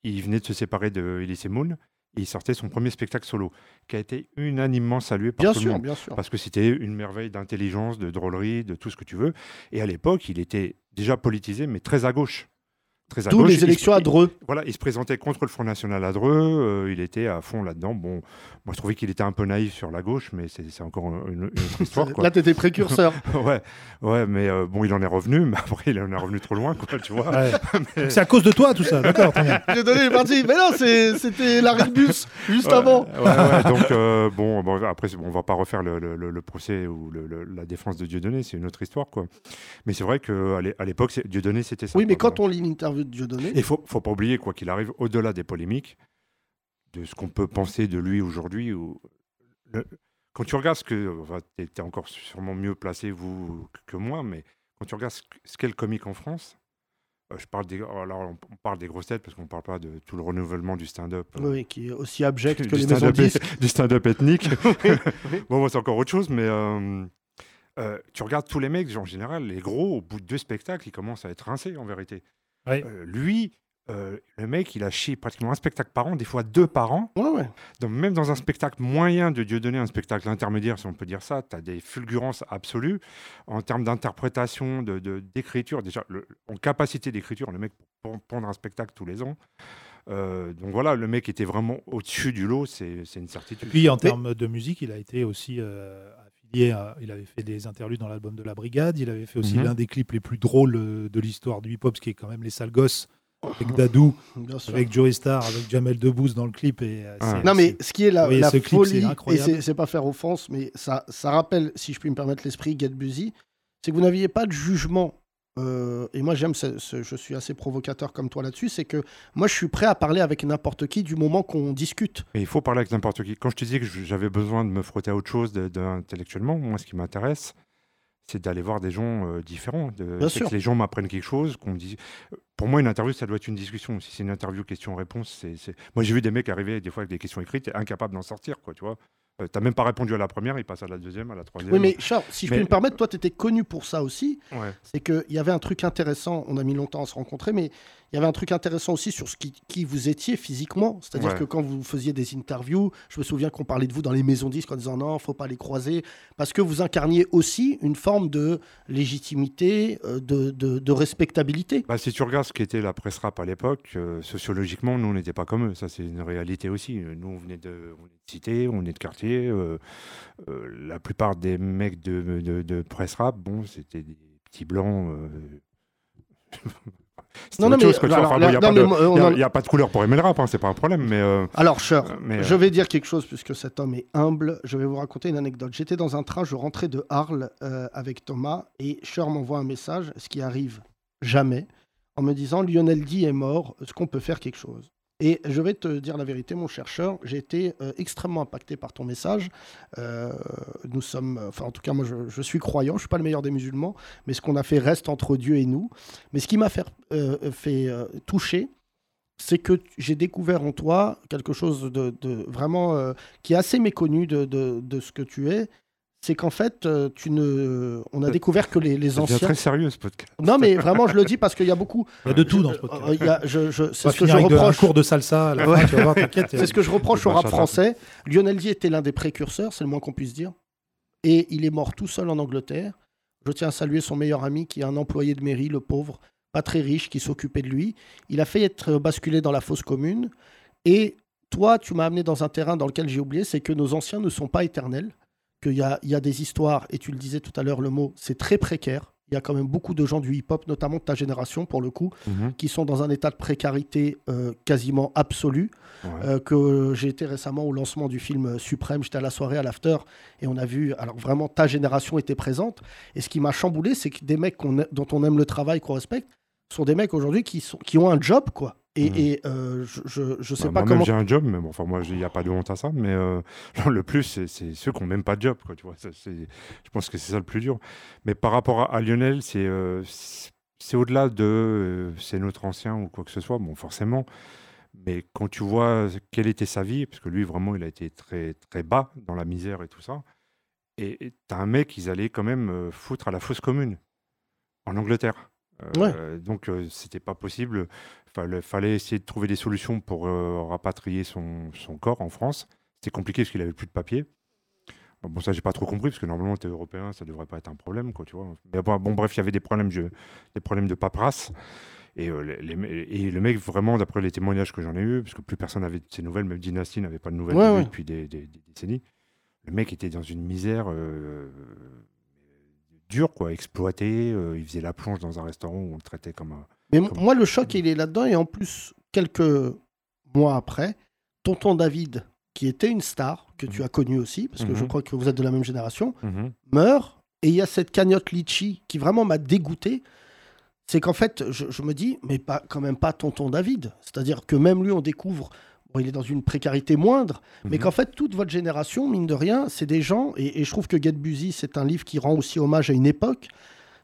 [SPEAKER 13] Il venait de se séparer de Elise Moon. Et il sortait son premier spectacle solo, qui a été unanimement salué par
[SPEAKER 3] Bien
[SPEAKER 13] tout
[SPEAKER 3] sûr,
[SPEAKER 13] le monde.
[SPEAKER 3] bien sûr.
[SPEAKER 13] Parce que c'était une merveille d'intelligence, de drôlerie, de tout ce que tu veux. Et à l'époque, il était déjà politisé, mais très à gauche. Très à
[SPEAKER 3] D'où
[SPEAKER 13] gauche.
[SPEAKER 3] les
[SPEAKER 13] Il se-
[SPEAKER 3] élections à Dreux.
[SPEAKER 13] voilà, il se présentait contre le Front National à Dreux, euh, il était à fond là-dedans. Bon, moi je trouvais qu'il était un peu naïf sur la gauche, mais c'est c'est encore une, une
[SPEAKER 9] euh,
[SPEAKER 13] autre histoire. Quoi.
[SPEAKER 3] Là, t'étais précurseur.
[SPEAKER 13] ouais, ouais, mais euh, bon, il en est revenu, mais après il en est revenu trop loin, quoi, tu vois.
[SPEAKER 4] Ouais.
[SPEAKER 13] Mais-
[SPEAKER 4] C'est à cause de toi, tout ça. D'accord, très bien.
[SPEAKER 3] Dieudonné est parti. Mais non, c'est- c'était l'arrêt de bus, juste
[SPEAKER 13] Ouais,
[SPEAKER 3] avant.
[SPEAKER 13] ouais, ouais, donc, euh, bon, bon, après, c'est bon, on va pas refaire le, le- le- le procès ou le- le- la défense de Dieudonné, c'est une autre histoire, quoi. Mais c'est vrai qu'à l'époque, c'est- Dieudonné, c'était ça.
[SPEAKER 3] Oui, mais
[SPEAKER 13] quoi,
[SPEAKER 3] quand on lit l'interview de Dieudonné,
[SPEAKER 13] Et il faut, faut pas oublier, quoi qu'il arrive, au-delà des polémiques, de ce qu'on peut penser de lui aujourd'hui, ou le- quand tu regardes ce que. Enfin, tu es encore sûrement mieux placé, vous, que moi, mais quand tu regardes ce, que- ce qu'est le comique en France, euh, je parle des, alors, on, on parle des grosses têtes parce qu'on parle pas de tout le renouvellement du stand-up. euh,
[SPEAKER 3] Oui, qui est aussi abject que
[SPEAKER 13] du
[SPEAKER 3] les maisons
[SPEAKER 13] stand-up
[SPEAKER 3] de disques.
[SPEAKER 13] du stand-up ethnique. bon, moi, c'est encore autre chose, mais euh, euh, tu regardes tous les mecs, en général, les gros, au bout de deux spectacles, ils commencent à être rincés, en vérité. Euh, lui, euh, le mec, il a chié pratiquement un spectacle par an, des fois deux par an. Donc, même dans un spectacle moyen de Dieu donné, un spectacle intermédiaire, si on peut dire ça, tu as des fulgurances absolues en termes d'interprétation, d'écriture. De, d'écriture déjà, le- en capacité d'écriture, le mec pour prendre un spectacle tous les ans. Euh, donc voilà, le mec était vraiment au-dessus du lot, c'est c'est une certitude.
[SPEAKER 4] Puis en
[SPEAKER 13] Mais-
[SPEAKER 4] termes de musique, il a été aussi euh, affilié. à- il avait fait des interludes dans l'album de la Brigade. Il avait fait aussi
[SPEAKER 13] Mhm.
[SPEAKER 4] l'un des clips les plus drôles euh, de l'histoire du hip-hop, ce qui est quand même les sales gosses avec Dadou,
[SPEAKER 3] Bien sûr.
[SPEAKER 4] avec Joey Star, avec Jamel Debbouze dans le clip. Et, euh, c'est-
[SPEAKER 3] Non, mais
[SPEAKER 4] c'est-
[SPEAKER 3] ce qui est la,
[SPEAKER 4] Vous voyez
[SPEAKER 3] la
[SPEAKER 4] ce clip, c'est
[SPEAKER 3] folie, et
[SPEAKER 4] incroyable.
[SPEAKER 3] c'est- c'est pas faire offense, mais ça, ça rappelle, si je puis me permettre l'esprit, Get Busy, c'est que vous n'aviez pas de jugement. euh, et moi, j'aime, ce, ce- je suis assez provocateur comme toi là-dessus, c'est que moi, je suis prêt à parler avec n'importe qui du moment qu'on discute.
[SPEAKER 13] Mais il faut parler avec n'importe qui. Quand je te dis que je- j'avais besoin de me frotter à autre chose de- de- intellectuellement, moi, ce qui m'intéresse, c'est d'aller voir des gens euh, différents. de-
[SPEAKER 3] Bien
[SPEAKER 13] c'est
[SPEAKER 3] sûr.
[SPEAKER 13] Que les gens m'apprennent quelque chose. qu'on me dise- euh, Pour moi, une interview, ça doit être une discussion. Si c'est une interview question-réponse, c'est, c'est- Moi, j'ai vu des mecs arriver des fois avec des questions écrites, incapables d'en sortir, quoi, tu vois. Euh, T'as même pas répondu à la première, il passe à la deuxième, à la troisième.
[SPEAKER 3] Oui, mais Charles, si je
[SPEAKER 13] Mais-
[SPEAKER 3] peux me permettre, toi, tu étais connu pour ça aussi.
[SPEAKER 13] Ouais.
[SPEAKER 3] C'est qu'il y avait un truc intéressant, on a mis longtemps à se rencontrer, mais il y avait un truc intéressant aussi sur ce qui, qui vous étiez physiquement. C'est-à-dire
[SPEAKER 13] Ouais.
[SPEAKER 3] que quand vous faisiez des interviews, je me souviens qu'on parlait de vous dans les maisons disques en disant non, faut pas les croiser, parce que vous incarniez aussi une forme de légitimité, euh, de, de- de respectabilité.
[SPEAKER 13] Bah, si tu regardes ce qu'était la presse rap à l'époque, euh, sociologiquement, nous, on n'était pas comme eux. Ça, c'est une réalité aussi. Euh, Nous, on venait de, on venait de cité, on venait de quartier. euh, euh, la plupart des mecs de, de, de presse rap, bon, c'était des petits blancs. euh, c'était
[SPEAKER 3] Non, non,
[SPEAKER 13] autre
[SPEAKER 3] mais-
[SPEAKER 13] chose, quoi, tu vois.
[SPEAKER 3] alors,
[SPEAKER 13] Enfin,
[SPEAKER 3] là-
[SPEAKER 13] bon, Il n'y a,
[SPEAKER 3] non,
[SPEAKER 13] pas
[SPEAKER 3] mais
[SPEAKER 13] de-
[SPEAKER 3] moi, on
[SPEAKER 13] il y a-
[SPEAKER 3] en-
[SPEAKER 13] il y a pas de couleur pour aimer le rap, hein, c'est pas un problème. Mais, euh,
[SPEAKER 3] Alors, Cher,
[SPEAKER 13] mais,
[SPEAKER 3] je
[SPEAKER 13] euh,
[SPEAKER 3] vais dire quelque chose puisque cet homme est humble. Je vais vous raconter une anecdote. J'étais dans un train, je rentrais de Arles euh, avec Thomas et Cher m'envoie un message, ce qui arrive jamais, en me disant Lionel D est mort, est-ce qu'on peut faire quelque chose et je vais te dire la vérité, mon chercheur, j'ai été euh, extrêmement impacté par ton message. Euh, nous sommes, euh, enfin en tout cas moi je, je suis croyant, je suis pas le meilleur des musulmans, mais ce qu'on a fait reste entre Dieu et nous. Mais ce qui m'a fait, euh, fait euh, toucher, c'est que tu- j'ai découvert en toi quelque chose de, de vraiment euh, qui est assez méconnu de, de- de ce que tu es. c'est qu'en fait, euh, tu ne... on a découvert que les, les
[SPEAKER 4] Euh, Ça devient
[SPEAKER 3] anciens.
[SPEAKER 4] très sérieux, ce podcast.
[SPEAKER 3] Non, mais vraiment, je le dis parce qu'il y a beaucoup.
[SPEAKER 15] Il y a de tout dans ce podcast.
[SPEAKER 3] Euh, il y a- je- je-
[SPEAKER 15] On
[SPEAKER 3] c'est
[SPEAKER 15] va
[SPEAKER 3] ce que
[SPEAKER 15] finir
[SPEAKER 3] je
[SPEAKER 15] avec de-
[SPEAKER 3] reproche.
[SPEAKER 15] un cours de salsa à la fin, tu vas voir, t'inquiète.
[SPEAKER 3] c'est ce que je reproche au
[SPEAKER 15] Bah,
[SPEAKER 3] rap
[SPEAKER 15] ça va.
[SPEAKER 3] français. Lionel D était l'un des précurseurs, c'est le moins qu'on puisse dire. Et il est mort tout seul en Angleterre. Je tiens à saluer son meilleur ami qui est un employé de mairie, le pauvre, pas très riche, qui s'occupait de lui. Il a fait être basculé dans la fosse commune. Et toi, tu m'as amené dans un terrain dans lequel j'ai oublié, c'est que nos anciens ne sont pas éternels qu'il y a, il y a des histoires, et tu le disais tout à l'heure, le mot, c'est très précaire. Il y a quand même beaucoup de gens du hip-hop, notamment de ta génération pour le coup,
[SPEAKER 4] Mhm.
[SPEAKER 3] qui sont dans un état de précarité euh, quasiment absolu. Euh, que j'ai été récemment au lancement du film euh, Suprême, j'étais à la soirée à l'after, et on a vu, alors vraiment, ta génération était présente. Et ce qui m'a chamboulé, c'est que des mecs qu'on a- dont on aime le travail, qu'on respecte, sont des mecs aujourd'hui qui, sont- qui ont un job, quoi. Et, et, euh, je- je, je sais
[SPEAKER 4] Mhm.
[SPEAKER 3] pas
[SPEAKER 4] Bah, moi-même,
[SPEAKER 3] comment.
[SPEAKER 4] j'ai un job, mais bon, enfin, moi, il n'y a pas de honte à ça, mais euh, genre, le plus, c'est- c'est ceux qui n'ont même pas de job, quoi, tu vois. ça, c'est- je pense que c'est ça le plus dur. Mais par rapport à, à Lionel, c'est euh, c'est- c'est au-delà de euh, c'est notre ancien ou quoi que ce soit, bon, forcément. Mais quand tu vois quelle était sa vie, parce que lui, vraiment, il a été très, très bas dans la misère et tout ça, et et t'as un mec, ils allaient quand même euh, foutre à la fosse commune en Angleterre. Euh, Donc euh, c'était pas possible. Fallait, fallait essayer de trouver des solutions pour euh, rapatrier son, son corps en France. C'était compliqué parce qu'il avait plus de papier. Bon, bon, ça j'ai pas trop compris parce que normalement t'es européen, ça devrait pas être un problème quoi, tu vois. Mais bon, bon, bref, il y avait des problèmes, je- des problèmes de paperasse. Et, euh, les- les me- et le mec vraiment, d'après les témoignages que j'en ai eu, parce que plus personne n'avait de ses nouvelles, même Dynasty n'avait pas de nouvelles
[SPEAKER 3] Ouais,
[SPEAKER 4] de lui
[SPEAKER 3] ouais.
[SPEAKER 4] depuis des, des- des décennies. Le mec était dans une misère. euh, dur, quoi, exploité. euh, il faisait la plonge dans un restaurant où on le traitait comme un.
[SPEAKER 3] Mais m- moi, le choc, il est là-dedans. Et en plus, quelques mois après, tonton David, qui était une star, que
[SPEAKER 4] Mmh.
[SPEAKER 3] tu as connue aussi, parce que je
[SPEAKER 4] Mhm.
[SPEAKER 3] crois que vous êtes de la même génération, meurt. Et il y a cette cagnotte Litchi qui vraiment m'a dégoûté. C'est qu'en fait, je, je me dis, mais pas, quand même pas tonton David. C'est-à-dire que même lui, on découvre, bon, il est dans une précarité moindre, mais
[SPEAKER 4] Mhm.
[SPEAKER 3] qu'en fait, toute votre génération, mine de rien, c'est des gens, et, et je trouve que Get Busy, c'est un livre qui rend aussi hommage à une époque,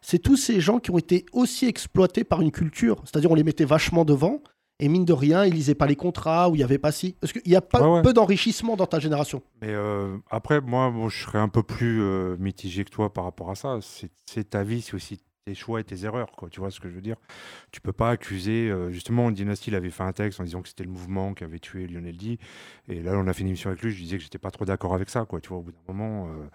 [SPEAKER 3] c'est tous ces gens qui ont été aussi exploités par une culture. C'est-à-dire, on les mettait vachement devant, et mine de rien, ils lisaient pas les contrats, ou il n'y avait pas si. Parce qu'il y a pas
[SPEAKER 4] Ouais, ouais.
[SPEAKER 3] peu d'enrichissement dans ta génération.
[SPEAKER 4] Mais euh, après, moi, bon, je serais un peu plus euh, mitigé que toi par rapport à ça. C'est c'est ta vie, c'est aussi tes choix et tes erreurs, quoi. Tu vois ce que je veux dire Tu peux pas accuser. euh, justement, Dynasty il avait fait un texte en disant que c'était le mouvement qui avait tué Lionel D. Et là, on a fait une émission avec lui. Je disais que j'étais pas trop d'accord avec ça, quoi. Tu vois, au bout d'un moment. euh,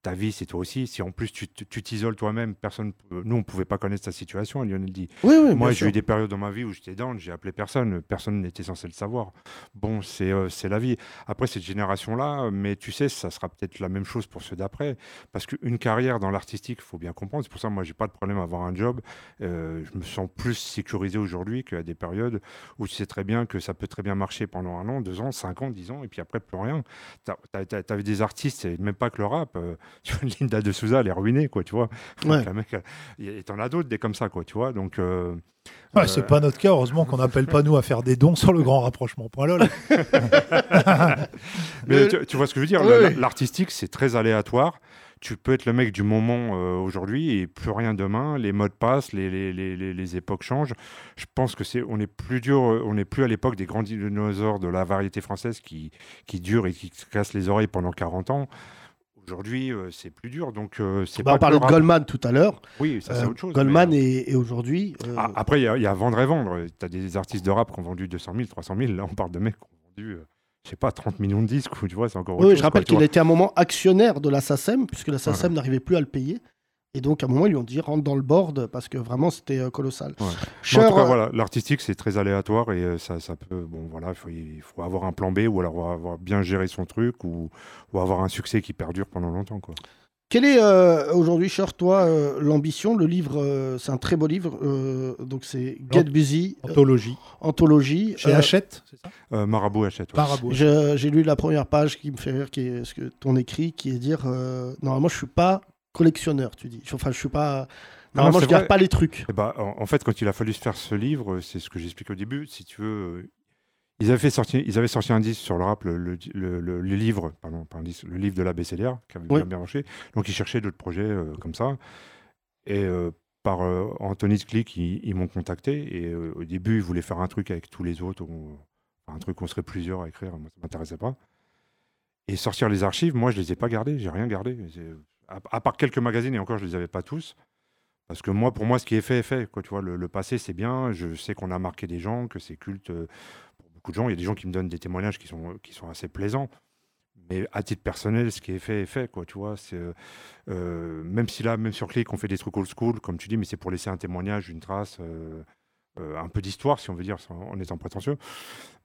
[SPEAKER 4] ta vie, c'est toi aussi. Si en plus tu tu- tu t'isoles toi-même, personne. euh, Nous, on pouvait pas connaître ta situation, Lionel dit.
[SPEAKER 3] Oui, oui,
[SPEAKER 4] Moi,
[SPEAKER 3] bien
[SPEAKER 4] j'ai
[SPEAKER 3] sûr.
[SPEAKER 4] eu des périodes dans ma vie où j'étais down, j'ai appelé personne, personne n'était censé le savoir. Bon, c'est euh, c'est la vie. Après, cette génération-là, euh, mais tu sais, ça sera peut-être la même chose pour ceux d'après. Parce qu'une carrière dans l'artistique, il faut bien comprendre. C'est pour ça, moi, j'ai pas de problème à avoir un job. Euh, je me sens plus sécurisé aujourd'hui qu'à des périodes où tu sais très bien que ça peut très bien marcher pendant un an, deux ans, cinq ans, dix ans, et puis après, plus rien. T'as- t'as- t'as- T'avais des artistes, et même pas que le rap. euh, tu vois, Linda de Souza, elle est ruinée, quoi, tu vois.
[SPEAKER 15] Ouais.
[SPEAKER 4] La mec, elle- et t'en as d'autres, des comme ça, quoi, tu vois. Donc. euh,
[SPEAKER 15] Ouais,
[SPEAKER 4] euh,
[SPEAKER 15] c'est pas notre cas. Heureusement qu'on n'appelle pas nous à faire des dons sur le grand rapprochement. Point lol.
[SPEAKER 4] Mais
[SPEAKER 15] Mais-
[SPEAKER 4] tu, tu vois ce que je veux dire
[SPEAKER 15] Oui,
[SPEAKER 4] le-
[SPEAKER 15] oui.
[SPEAKER 4] la- L'artistique, c'est très aléatoire. Tu peux être le mec du moment euh, aujourd'hui et plus rien demain. Les modes passent, les, les, les- les- les époques changent. Je pense que c'est, on est plus dur, euh, on n'est plus à l'époque des grands dinosaures de la variété française qui, qui durent et qui se cassent les oreilles pendant 40 ans. Aujourd'hui, euh, c'est plus dur. Donc, euh, c'est
[SPEAKER 3] Bah,
[SPEAKER 4] pas
[SPEAKER 3] on parlait
[SPEAKER 4] que
[SPEAKER 3] de
[SPEAKER 4] le rap.
[SPEAKER 3] Goldman tout à l'heure. Euh,
[SPEAKER 4] Oui, ça, c'est autre chose,
[SPEAKER 3] Goldman et, et aujourd'hui. euh,
[SPEAKER 4] Ah, après, il y, a- il y a vendre et vendre. Tu as des artistes de rap qui ont vendu 200 000, 300 000. Là, on parle de mecs qui ont vendu, euh, je sais pas, 30 millions de disques. ou Tu vois, c'est encore autre
[SPEAKER 3] oui,
[SPEAKER 4] chose,
[SPEAKER 3] je
[SPEAKER 4] quoi,
[SPEAKER 3] rappelle
[SPEAKER 4] tu vois.
[SPEAKER 3] qu'il était à un moment actionnaire de la SACEM, puisque la SACEM
[SPEAKER 4] Ouais.
[SPEAKER 3] n'arrivait plus à le payer. Et donc, à un moment, ils lui ont dit rentre dans le board, parce que vraiment, c'était euh, colossal.
[SPEAKER 4] Ouais.
[SPEAKER 3] Cher,
[SPEAKER 4] Mais en tout cas,
[SPEAKER 3] euh,
[SPEAKER 4] voilà, l'artistique, c'est très aléatoire et euh, ça, ça peut. Bon, voilà, il faut, il faut avoir un plan B ou alors avoir bien géré son truc ou, ou avoir un succès qui perdure pendant longtemps, quoi.
[SPEAKER 3] Quelle est euh, aujourd'hui, cher toi, euh, l'ambition Le livre, euh, c'est un très beau livre. euh, donc, c'est Get Busy. euh,
[SPEAKER 15] Anthologie.
[SPEAKER 3] anthologie. Euh,
[SPEAKER 15] Chez Hachette, c'est ça
[SPEAKER 4] Euh, Marabout achète. ouais.
[SPEAKER 3] Je- J'ai lu la première page qui me fait rire, qui est ce que ton écrit, qui est dire euh, normalement, je suis pas collectionneur, tu dis. Enfin, je suis pas.
[SPEAKER 4] Ah Non,
[SPEAKER 3] Normalement,
[SPEAKER 4] c'est
[SPEAKER 3] je garde
[SPEAKER 4] vrai.
[SPEAKER 3] pas les trucs.
[SPEAKER 4] Eh ben, en, en fait, quand il a fallu se faire ce livre, euh, c'est ce que j'explique au début, si tu veux, euh, ils avaient, fait sorti, ils avaient sorti un disque sur le rap, le, le, le- le- le livre, pardon, pas un disque, le livre de la BCDR, qui avait
[SPEAKER 3] Oui.
[SPEAKER 4] bien, bien marché. Donc, ils cherchaient d'autres projets euh, comme ça. Et euh, par euh, Anthony Click, ils, ils m'ont contacté. Et euh, au début, ils voulaient faire un truc avec tous les autres, on- un truc qu'on serait plusieurs à écrire. Moi, ça m'intéressait pas.
[SPEAKER 13] Et sortir les archives, moi, je les ai pas gardées, j'ai rien gardé. C'est- À, à part quelques magazines, et encore, je les avais pas tous. Parce que moi, pour moi, ce qui est fait est fait. Quoi, tu vois, le, le passé, c'est bien. Je sais qu'on a marqué des gens, que c'est culte euh, pour beaucoup de gens. Il y a des gens qui me donnent des témoignages qui sont, qui sont assez plaisants. Mais à titre personnel, ce qui est fait est fait, quoi. Tu vois, c'est euh, euh, même si là, même sur Click, on fait des trucs old school, comme tu dis, mais c'est pour laisser un témoignage, une trace, euh, euh, un peu d'histoire, si on veut dire, sans- en étant prétentieux.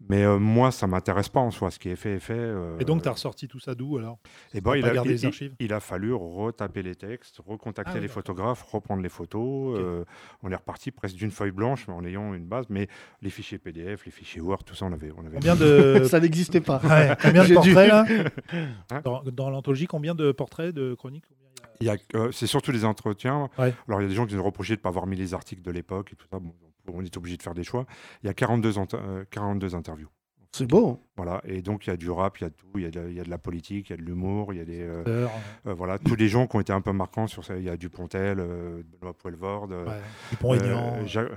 [SPEAKER 13] Mais euh, moi, ça m'intéresse pas en soi. Ce qui est fait est fait. euh,
[SPEAKER 4] Et donc, tu as ressorti tout ça d'où alors
[SPEAKER 13] eh
[SPEAKER 4] T'as
[SPEAKER 13] ben, il,
[SPEAKER 4] pas
[SPEAKER 13] a,
[SPEAKER 4] gardé
[SPEAKER 13] il-
[SPEAKER 4] les
[SPEAKER 13] il-
[SPEAKER 4] archives
[SPEAKER 13] il a fallu retaper les textes, recontacter
[SPEAKER 4] Ah oui,
[SPEAKER 13] les
[SPEAKER 4] d'accord.
[SPEAKER 13] photographes, reprendre les photos. euh, on est reparti presque d'une feuille blanche, mais en ayant une base. Mais les fichiers PDF, les fichiers Word, tout ça, on avait. On avait
[SPEAKER 4] Combien de...
[SPEAKER 3] Ça n'existait pas.
[SPEAKER 4] Ouais, Combien de
[SPEAKER 13] J'ai
[SPEAKER 4] portraits
[SPEAKER 13] dû-
[SPEAKER 4] là
[SPEAKER 13] Hein
[SPEAKER 4] Dans, dans l'anthologie, combien de portraits de chroniques
[SPEAKER 13] Il y a- euh, c'est surtout des entretiens.
[SPEAKER 4] Ouais.
[SPEAKER 13] Alors, il y a des gens qui nous reprochaient de ne pas avoir mis les articles de l'époque et tout ça. Bon, on est obligé de faire des choix. Il y a 42, ent- euh, 42 interviews.
[SPEAKER 3] C'est beau. hein.
[SPEAKER 13] Voilà. Et donc, il y a du rap, il y a de tout. Il y a de, il y a de la politique, il y a de l'humour, il y a des. euh,
[SPEAKER 4] Acteurs.
[SPEAKER 13] euh, voilà, tous les gens qui ont été un peu marquants sur ça. Il y a Dupontel, euh, Benoît Poelvoorde. euh,
[SPEAKER 4] Ouais, Dupont-Aignan,
[SPEAKER 13] euh, Jacques-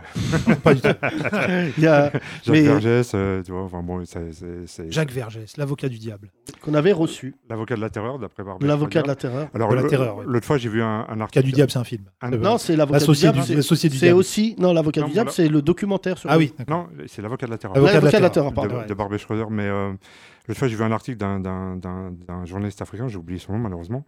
[SPEAKER 4] Non, pas du tout.
[SPEAKER 13] Jacques
[SPEAKER 4] Il y a- mais-
[SPEAKER 13] Vergès, euh, tu vois. Enfin, bon, c'est- c'est- c'est-
[SPEAKER 4] Jacques Vergès, l'avocat du diable.
[SPEAKER 3] Qu'on avait reçu.
[SPEAKER 13] L'avocat de la terreur, d'après Barbet.
[SPEAKER 4] L'avocat
[SPEAKER 13] Fradier.
[SPEAKER 4] de la terreur.
[SPEAKER 13] Alors,
[SPEAKER 4] De la
[SPEAKER 13] le- Ah
[SPEAKER 4] terreur, ouais.
[SPEAKER 13] l'autre fois, j'ai vu un, un
[SPEAKER 4] L'avocat
[SPEAKER 13] article.
[SPEAKER 4] du diable, c'est un film. Euh,
[SPEAKER 3] Non, c'est l'avocat du
[SPEAKER 4] L'associé
[SPEAKER 3] diable.
[SPEAKER 4] du-
[SPEAKER 3] c'est-
[SPEAKER 4] l'associé du
[SPEAKER 3] C'est
[SPEAKER 4] diable.
[SPEAKER 3] aussi. Non, l'avocat
[SPEAKER 13] Non,
[SPEAKER 3] du diable,
[SPEAKER 13] voilà.
[SPEAKER 3] c'est le documentaire sur.
[SPEAKER 13] Ah
[SPEAKER 3] le-
[SPEAKER 13] oui, Non, c'est l'avocat de la terreur.
[SPEAKER 3] L'avocat de la L'avocat de la terreur, terreur, pardon.
[SPEAKER 13] De, de Barbet Schroeder. Mais euh, l'autre fois, j'ai vu un article d'un- d'un d'un- d'un journaliste africain, j'ai oublié son nom malheureusement.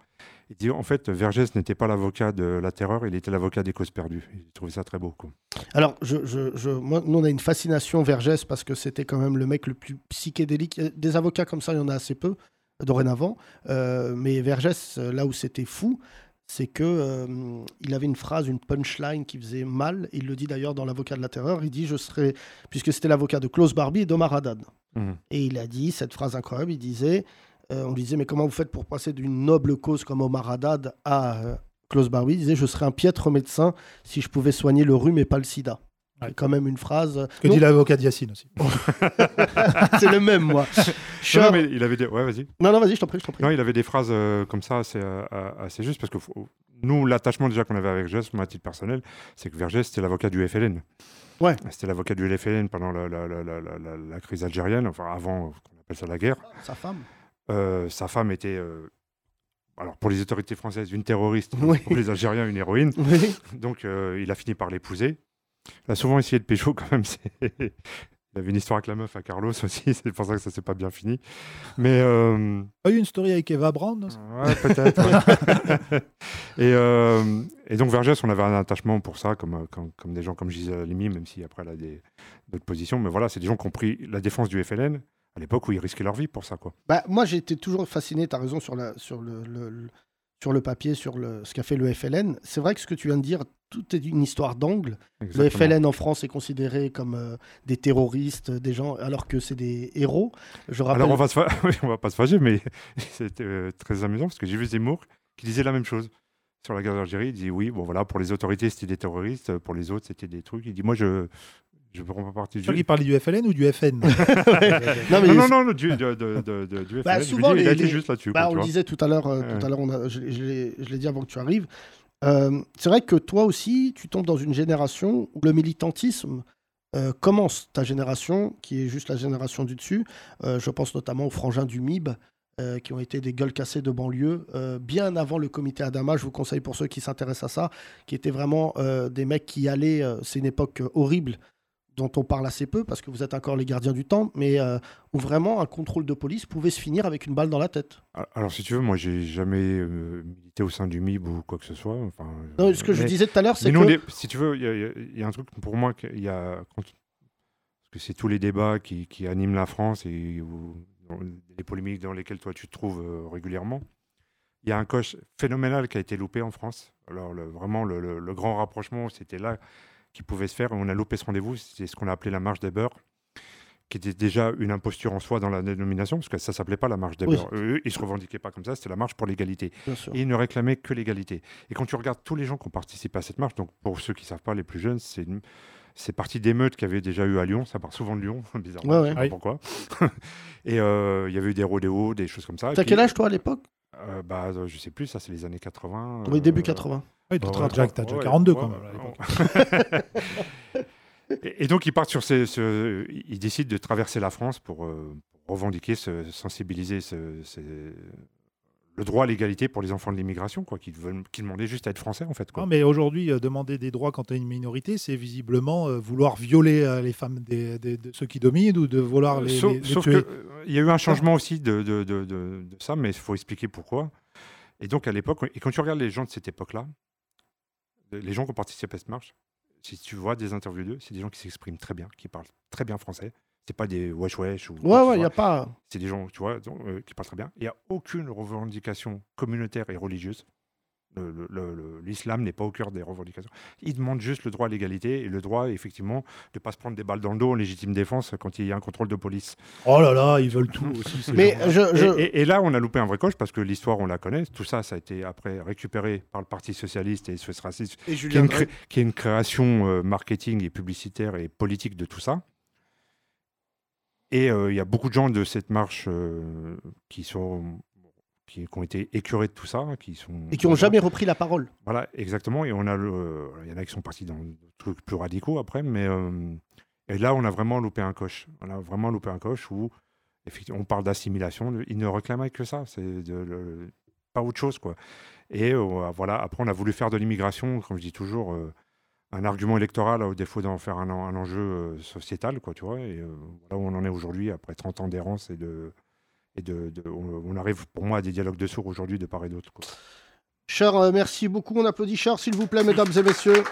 [SPEAKER 13] Il dit en fait, Vergès n'était pas l'avocat de la terreur, il était l'avocat des causes perdues. Il trouvait ça très beau. quoi.
[SPEAKER 3] Alors, je, je, je- moi, nous, on a une fascination Vergès parce que c'était quand même le mec le plus psychédélique. Euh, Des avocats comme ça, il y en a assez peu euh, dorénavant. Euh, mais Vergès, euh, là où c'était fou, c'est que euh, il avait une phrase, une punchline qui faisait mal. Il le dit d'ailleurs dans l'avocat de la terreur. Il dit je serai, puisque c'était l'avocat de Klaus Barbie et d'Omar Haddad.
[SPEAKER 13] Mhm.
[SPEAKER 3] Et il a dit cette phrase incroyable. Il disait, euh, on lui disait mais comment vous faites pour passer d'une noble cause comme Omar Haddad à euh, Klaus Barbie Il disait je serais un piètre médecin si je pouvais soigner le rhume et pas le sida. C'est quand même une phrase.
[SPEAKER 4] Ce que
[SPEAKER 3] Non,
[SPEAKER 4] dit l'avocat de Yacine aussi.
[SPEAKER 3] c'est le même moi.
[SPEAKER 13] Non,
[SPEAKER 3] Sure.
[SPEAKER 13] non, mais il avait des... ouais, vas-y.
[SPEAKER 3] Non, non, vas-y, je t'en prie, je t'en prie.
[SPEAKER 13] Non, il avait des phrases euh, comme ça assez, euh, assez justes parce que faut- nous, l'attachement déjà qu'on avait avec Vergès, moi à titre personnel, c'est que Vergès c'était l'avocat du FLN.
[SPEAKER 3] Ouais.
[SPEAKER 13] C'était l'avocat du FLN pendant la, la- la- la- la- la crise algérienne, enfin avant euh, qu'on appelle ça la guerre.
[SPEAKER 3] Sa femme.
[SPEAKER 13] Euh, sa femme était, euh, alors pour les autorités françaises, une terroriste, pour les Algériens, une héroïne. Donc euh, il a fini par l'épouser. Il a souvent essayé de pécho quand même. c'est- Il avait une histoire avec la meuf à Carlos aussi, c'est pour ça que ça s'est pas bien fini. Mais euh,
[SPEAKER 4] Pas eu une story avec Eva Brown non
[SPEAKER 13] Ouais, peut-être. ouais. et, euh, et donc Vergès, on avait un attachement pour ça, comme, euh, comme, comme des gens comme Gisèle Halimi, même si après elle a des- d'autres positions. Mais voilà, c'est des gens qui ont pris la défense du FLN à l'époque où ils risquaient leur vie pour ça. Quoi.
[SPEAKER 3] Bah, moi, j'ai été toujours fasciné, tu as raison, sur, la, sur, le, le- le- sur le papier, sur le, ce qu'a fait le FLN. C'est vrai que ce que tu viens de dire, tout est une histoire d'angle. Le
[SPEAKER 13] Exactement.
[SPEAKER 3] FLN en France est considéré comme euh, des terroristes, des gens, alors que c'est des héros. Je rappelle...
[SPEAKER 13] Alors on va, se fa- oui, on va pas se fâcher, mais c'était euh, très amusant parce que j'ai vu Zemmour qui disait la même chose sur la guerre d'Algérie. Il dit oui, bon voilà, pour les autorités c'était des terroristes, euh, pour les autres c'était des trucs. Il dit moi je je prends pas partie
[SPEAKER 4] Je
[SPEAKER 13] du.
[SPEAKER 4] crois qu'il parlait du FLN ou du FN
[SPEAKER 13] non, non, non, non, du, de- de- de- de- du FLN,
[SPEAKER 3] Bah,
[SPEAKER 13] je lui
[SPEAKER 3] souvent,
[SPEAKER 13] dis, il a
[SPEAKER 3] les-
[SPEAKER 13] été
[SPEAKER 3] les-
[SPEAKER 13] juste là-dessus.
[SPEAKER 3] bah,
[SPEAKER 13] quoi,
[SPEAKER 3] on
[SPEAKER 13] tu
[SPEAKER 3] le
[SPEAKER 13] vois.
[SPEAKER 3] disait tout à l'heure, euh, tout à l'heure, on a- je, je l'ai- je l'ai dit avant que tu arrives. Euh, c'est vrai que toi aussi, tu tombes dans une génération où le militantisme euh, commence. Ta génération, qui est juste la génération du dessus, Euh, je pense notamment aux frangins du MIB. euh, qui ont été des gueules cassées de banlieue, euh, bien avant le comité Adama, je vous conseille pour ceux qui s'intéressent à ça, qui étaient vraiment euh, des mecs qui allaient, euh, c'est une époque euh, horrible, dont on parle assez peu parce que vous êtes encore les gardiens du temps, mais euh, où vraiment un contrôle de police pouvait se finir avec une balle dans la tête.
[SPEAKER 13] Al- Alors, si tu veux, moi, j'ai jamais euh, milité au sein du MIB ou quoi que ce soit. Enfin,
[SPEAKER 3] Non, ce que je disais tout à l'heure,
[SPEAKER 13] Euh, mais
[SPEAKER 3] c'est
[SPEAKER 13] nous,
[SPEAKER 3] que-
[SPEAKER 13] on est- si tu veux, il y a- il y a- il y, a un truc pour moi qu'il y a. quand- parce que c'est tous les débats qui, qui animent la France et où- dans les polémiques dans lesquelles toi tu te trouves euh, régulièrement. Il y a un coche phénoménal qui a été loupé en France. Alors, le- vraiment, le, le- le grand rapprochement, c'était là qui pouvait se faire. On a loupé ce rendez-vous. C'est ce qu'on a appelé la marche des beurs qui était déjà une imposture en soi dans la dénomination, parce que ça s'appelait pas la marche des
[SPEAKER 10] Oui.
[SPEAKER 13] beurs. Eux, ils se revendiquaient pas comme ça, c'était la marche pour l'égalité.
[SPEAKER 10] Bien sûr.
[SPEAKER 13] Et ils ne réclamaient que l'égalité. Et quand tu regardes tous les gens qui ont participé à cette marche, donc pour ceux qui savent pas, les plus jeunes, c'est une- c'est parti d'émeutes qu'il y avait déjà eu à Lyon, ça part souvent de Lyon, bizarrement, Ah,
[SPEAKER 3] Ouais,
[SPEAKER 13] je sais
[SPEAKER 3] ouais.
[SPEAKER 13] pas
[SPEAKER 3] Oui.
[SPEAKER 13] pourquoi. et euh, il y avait eu des rodéos, des choses comme ça. Et
[SPEAKER 3] T'as
[SPEAKER 13] puis-
[SPEAKER 3] quel âge toi à l'époque
[SPEAKER 13] euh, bah, euh, je sais plus, ça c'est les années euh, 80.
[SPEAKER 3] Oui, début 80.
[SPEAKER 4] Oui,
[SPEAKER 13] donc
[SPEAKER 4] donc t'as déjà- t'as déjà 42 quand même, à
[SPEAKER 13] et, et donc ils partent sur ces, ce- ils décident de traverser la France pour, euh, pour revendiquer, ce- sensibiliser ce- ce- le droit à l'égalité pour les enfants de l'immigration, quoi, qui, veulent, qui demandaient juste à être français, en fait. Quoi.
[SPEAKER 4] Non, mais aujourd'hui, euh, demander des droits quand tu es une minorité, c'est visiblement euh, vouloir violer euh, les femmes des, des- de ceux qui dominent ou de vouloir les,
[SPEAKER 13] sauf
[SPEAKER 4] les- les
[SPEAKER 13] sauf que,
[SPEAKER 4] tuer.
[SPEAKER 13] euh, il y a eu un changement aussi de, de- de- de- de ça, mais il faut expliquer pourquoi. Et donc, à l'époque, et quand tu regardes les gens de cette époque-là, les gens qui ont participé à cette marche, si tu vois des interviews d'eux, c'est des gens qui s'expriment très bien, qui parlent très bien français. C'est pas des wesh wesh ou.
[SPEAKER 3] Ouais, ouais,
[SPEAKER 13] il
[SPEAKER 3] y a pas-
[SPEAKER 13] C'est des gens, tu vois, donc, euh, qui parlent très bien. Il n'y a aucune revendication communautaire et religieuse. Le- le- le- le- L'islam n'est pas au cœur des revendications. Ils demandent juste le droit à l'égalité et le droit, effectivement, de ne pas se prendre des balles dans le dos en légitime défense quand il y a un contrôle de police.
[SPEAKER 4] Oh là là, ils veulent tout aussi. ces
[SPEAKER 13] Mais
[SPEAKER 4] gens-là.
[SPEAKER 13] et, et- et là, on a loupé un vrai coche parce que l'histoire, on la connaît. Tout ça, ça a été après récupéré par le Parti socialiste et Suisse raciste,
[SPEAKER 10] Et
[SPEAKER 13] qui, est
[SPEAKER 10] Julien
[SPEAKER 13] une cré-
[SPEAKER 10] Drey.
[SPEAKER 13] qui est une création euh, marketing et publicitaire et politique de tout ça. Et euh, il y a beaucoup de gens de cette marche euh, qui sont qui, qui ont été écœurés de tout ça, qui sont
[SPEAKER 3] Et qui ont jamais repris la parole.
[SPEAKER 13] voilà, exactement. Et on a le, il y en a qui sont partis dans des trucs plus radicaux après, mais euh, et là on a vraiment loupé un coche. On a vraiment loupé un coche où effectivement on parle d'assimilation. Le- Ils ne réclamaient que ça, c'est de- le- pas autre chose quoi. Et euh, voilà, après on a voulu faire de l'immigration, comme je dis toujours, euh, un argument électoral au défaut d'en faire un, en- un enjeu euh, sociétal quoi, tu vois. Et euh, voilà où on en est aujourd'hui après 30 ans d'errance et de et de, de- on on arrive pour moi à des dialogues de sourds aujourd'hui de part et d'autre. quoi.
[SPEAKER 3] Cher, euh, merci beaucoup. On applaudit Cher, s'il vous plaît, mesdames et messieurs.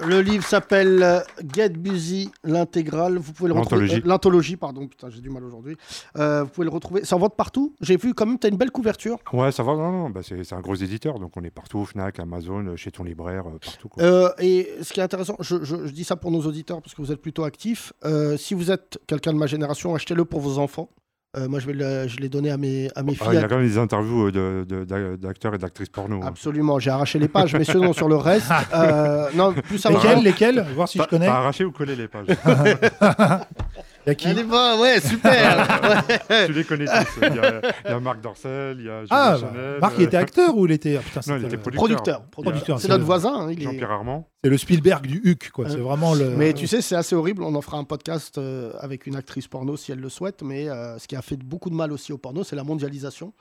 [SPEAKER 3] Le livre s'appelle euh, Get Busy, l'intégrale. Vous pouvez le retrouver.
[SPEAKER 13] L'anthologie.
[SPEAKER 3] euh, L'anthologie, pardon. Putain, j'ai du mal aujourd'hui. Euh, vous pouvez le retrouver. Ça en vente partout. J'ai vu quand même, t'as une belle couverture.
[SPEAKER 13] Ouais, ça va, non, non, bah, c'est c'est un gros éditeur, donc on est partout, Fnac, Amazon, euh, chez ton libraire, euh, partout. quoi.
[SPEAKER 3] Euh, et ce qui est intéressant, je, je- je dis ça pour nos auditeurs parce que vous êtes plutôt actifs. Euh, si vous êtes quelqu'un de ma génération, achetez-le pour vos enfants. Euh, moi, je vais le- je l'ai donné à mes, à mes
[SPEAKER 13] Ah,
[SPEAKER 3] filles.
[SPEAKER 13] il y a quand même des interviews euh, de- de- d'acteurs et d'actrices porno. hein.
[SPEAKER 3] Absolument, j'ai arraché les pages, mais sinon sur le reste, euh, non, plus
[SPEAKER 13] Lesquelles,
[SPEAKER 4] lesquelles Voir si
[SPEAKER 13] T'as-
[SPEAKER 4] je connais.
[SPEAKER 13] T'as arraché ou collé les pages
[SPEAKER 3] Elle est pas- ouais, super
[SPEAKER 13] Tu les connais tous.
[SPEAKER 9] euh,
[SPEAKER 13] Il y, a- il y a Marc Dorcel, il y a Julien
[SPEAKER 4] Ah, bah,
[SPEAKER 13] Chanel,
[SPEAKER 4] Marc, il
[SPEAKER 13] euh,
[SPEAKER 4] était acteur ou il était. ah, putain,
[SPEAKER 13] Non, il
[SPEAKER 4] c'était
[SPEAKER 13] était
[SPEAKER 4] le-
[SPEAKER 13] producteur.
[SPEAKER 4] Producteur,
[SPEAKER 3] C'est notre
[SPEAKER 4] le-
[SPEAKER 3] voisin. hein, il est-
[SPEAKER 13] Jean-Pierre Armand.
[SPEAKER 4] C'est le Spielberg du HUC, quoi. C'est
[SPEAKER 3] Hein.
[SPEAKER 4] vraiment le.
[SPEAKER 3] Mais tu sais, c'est assez horrible. On en fera un podcast euh, avec une actrice porno si elle le souhaite. Mais euh, ce qui a fait beaucoup de mal aussi au porno, c'est la mondialisation.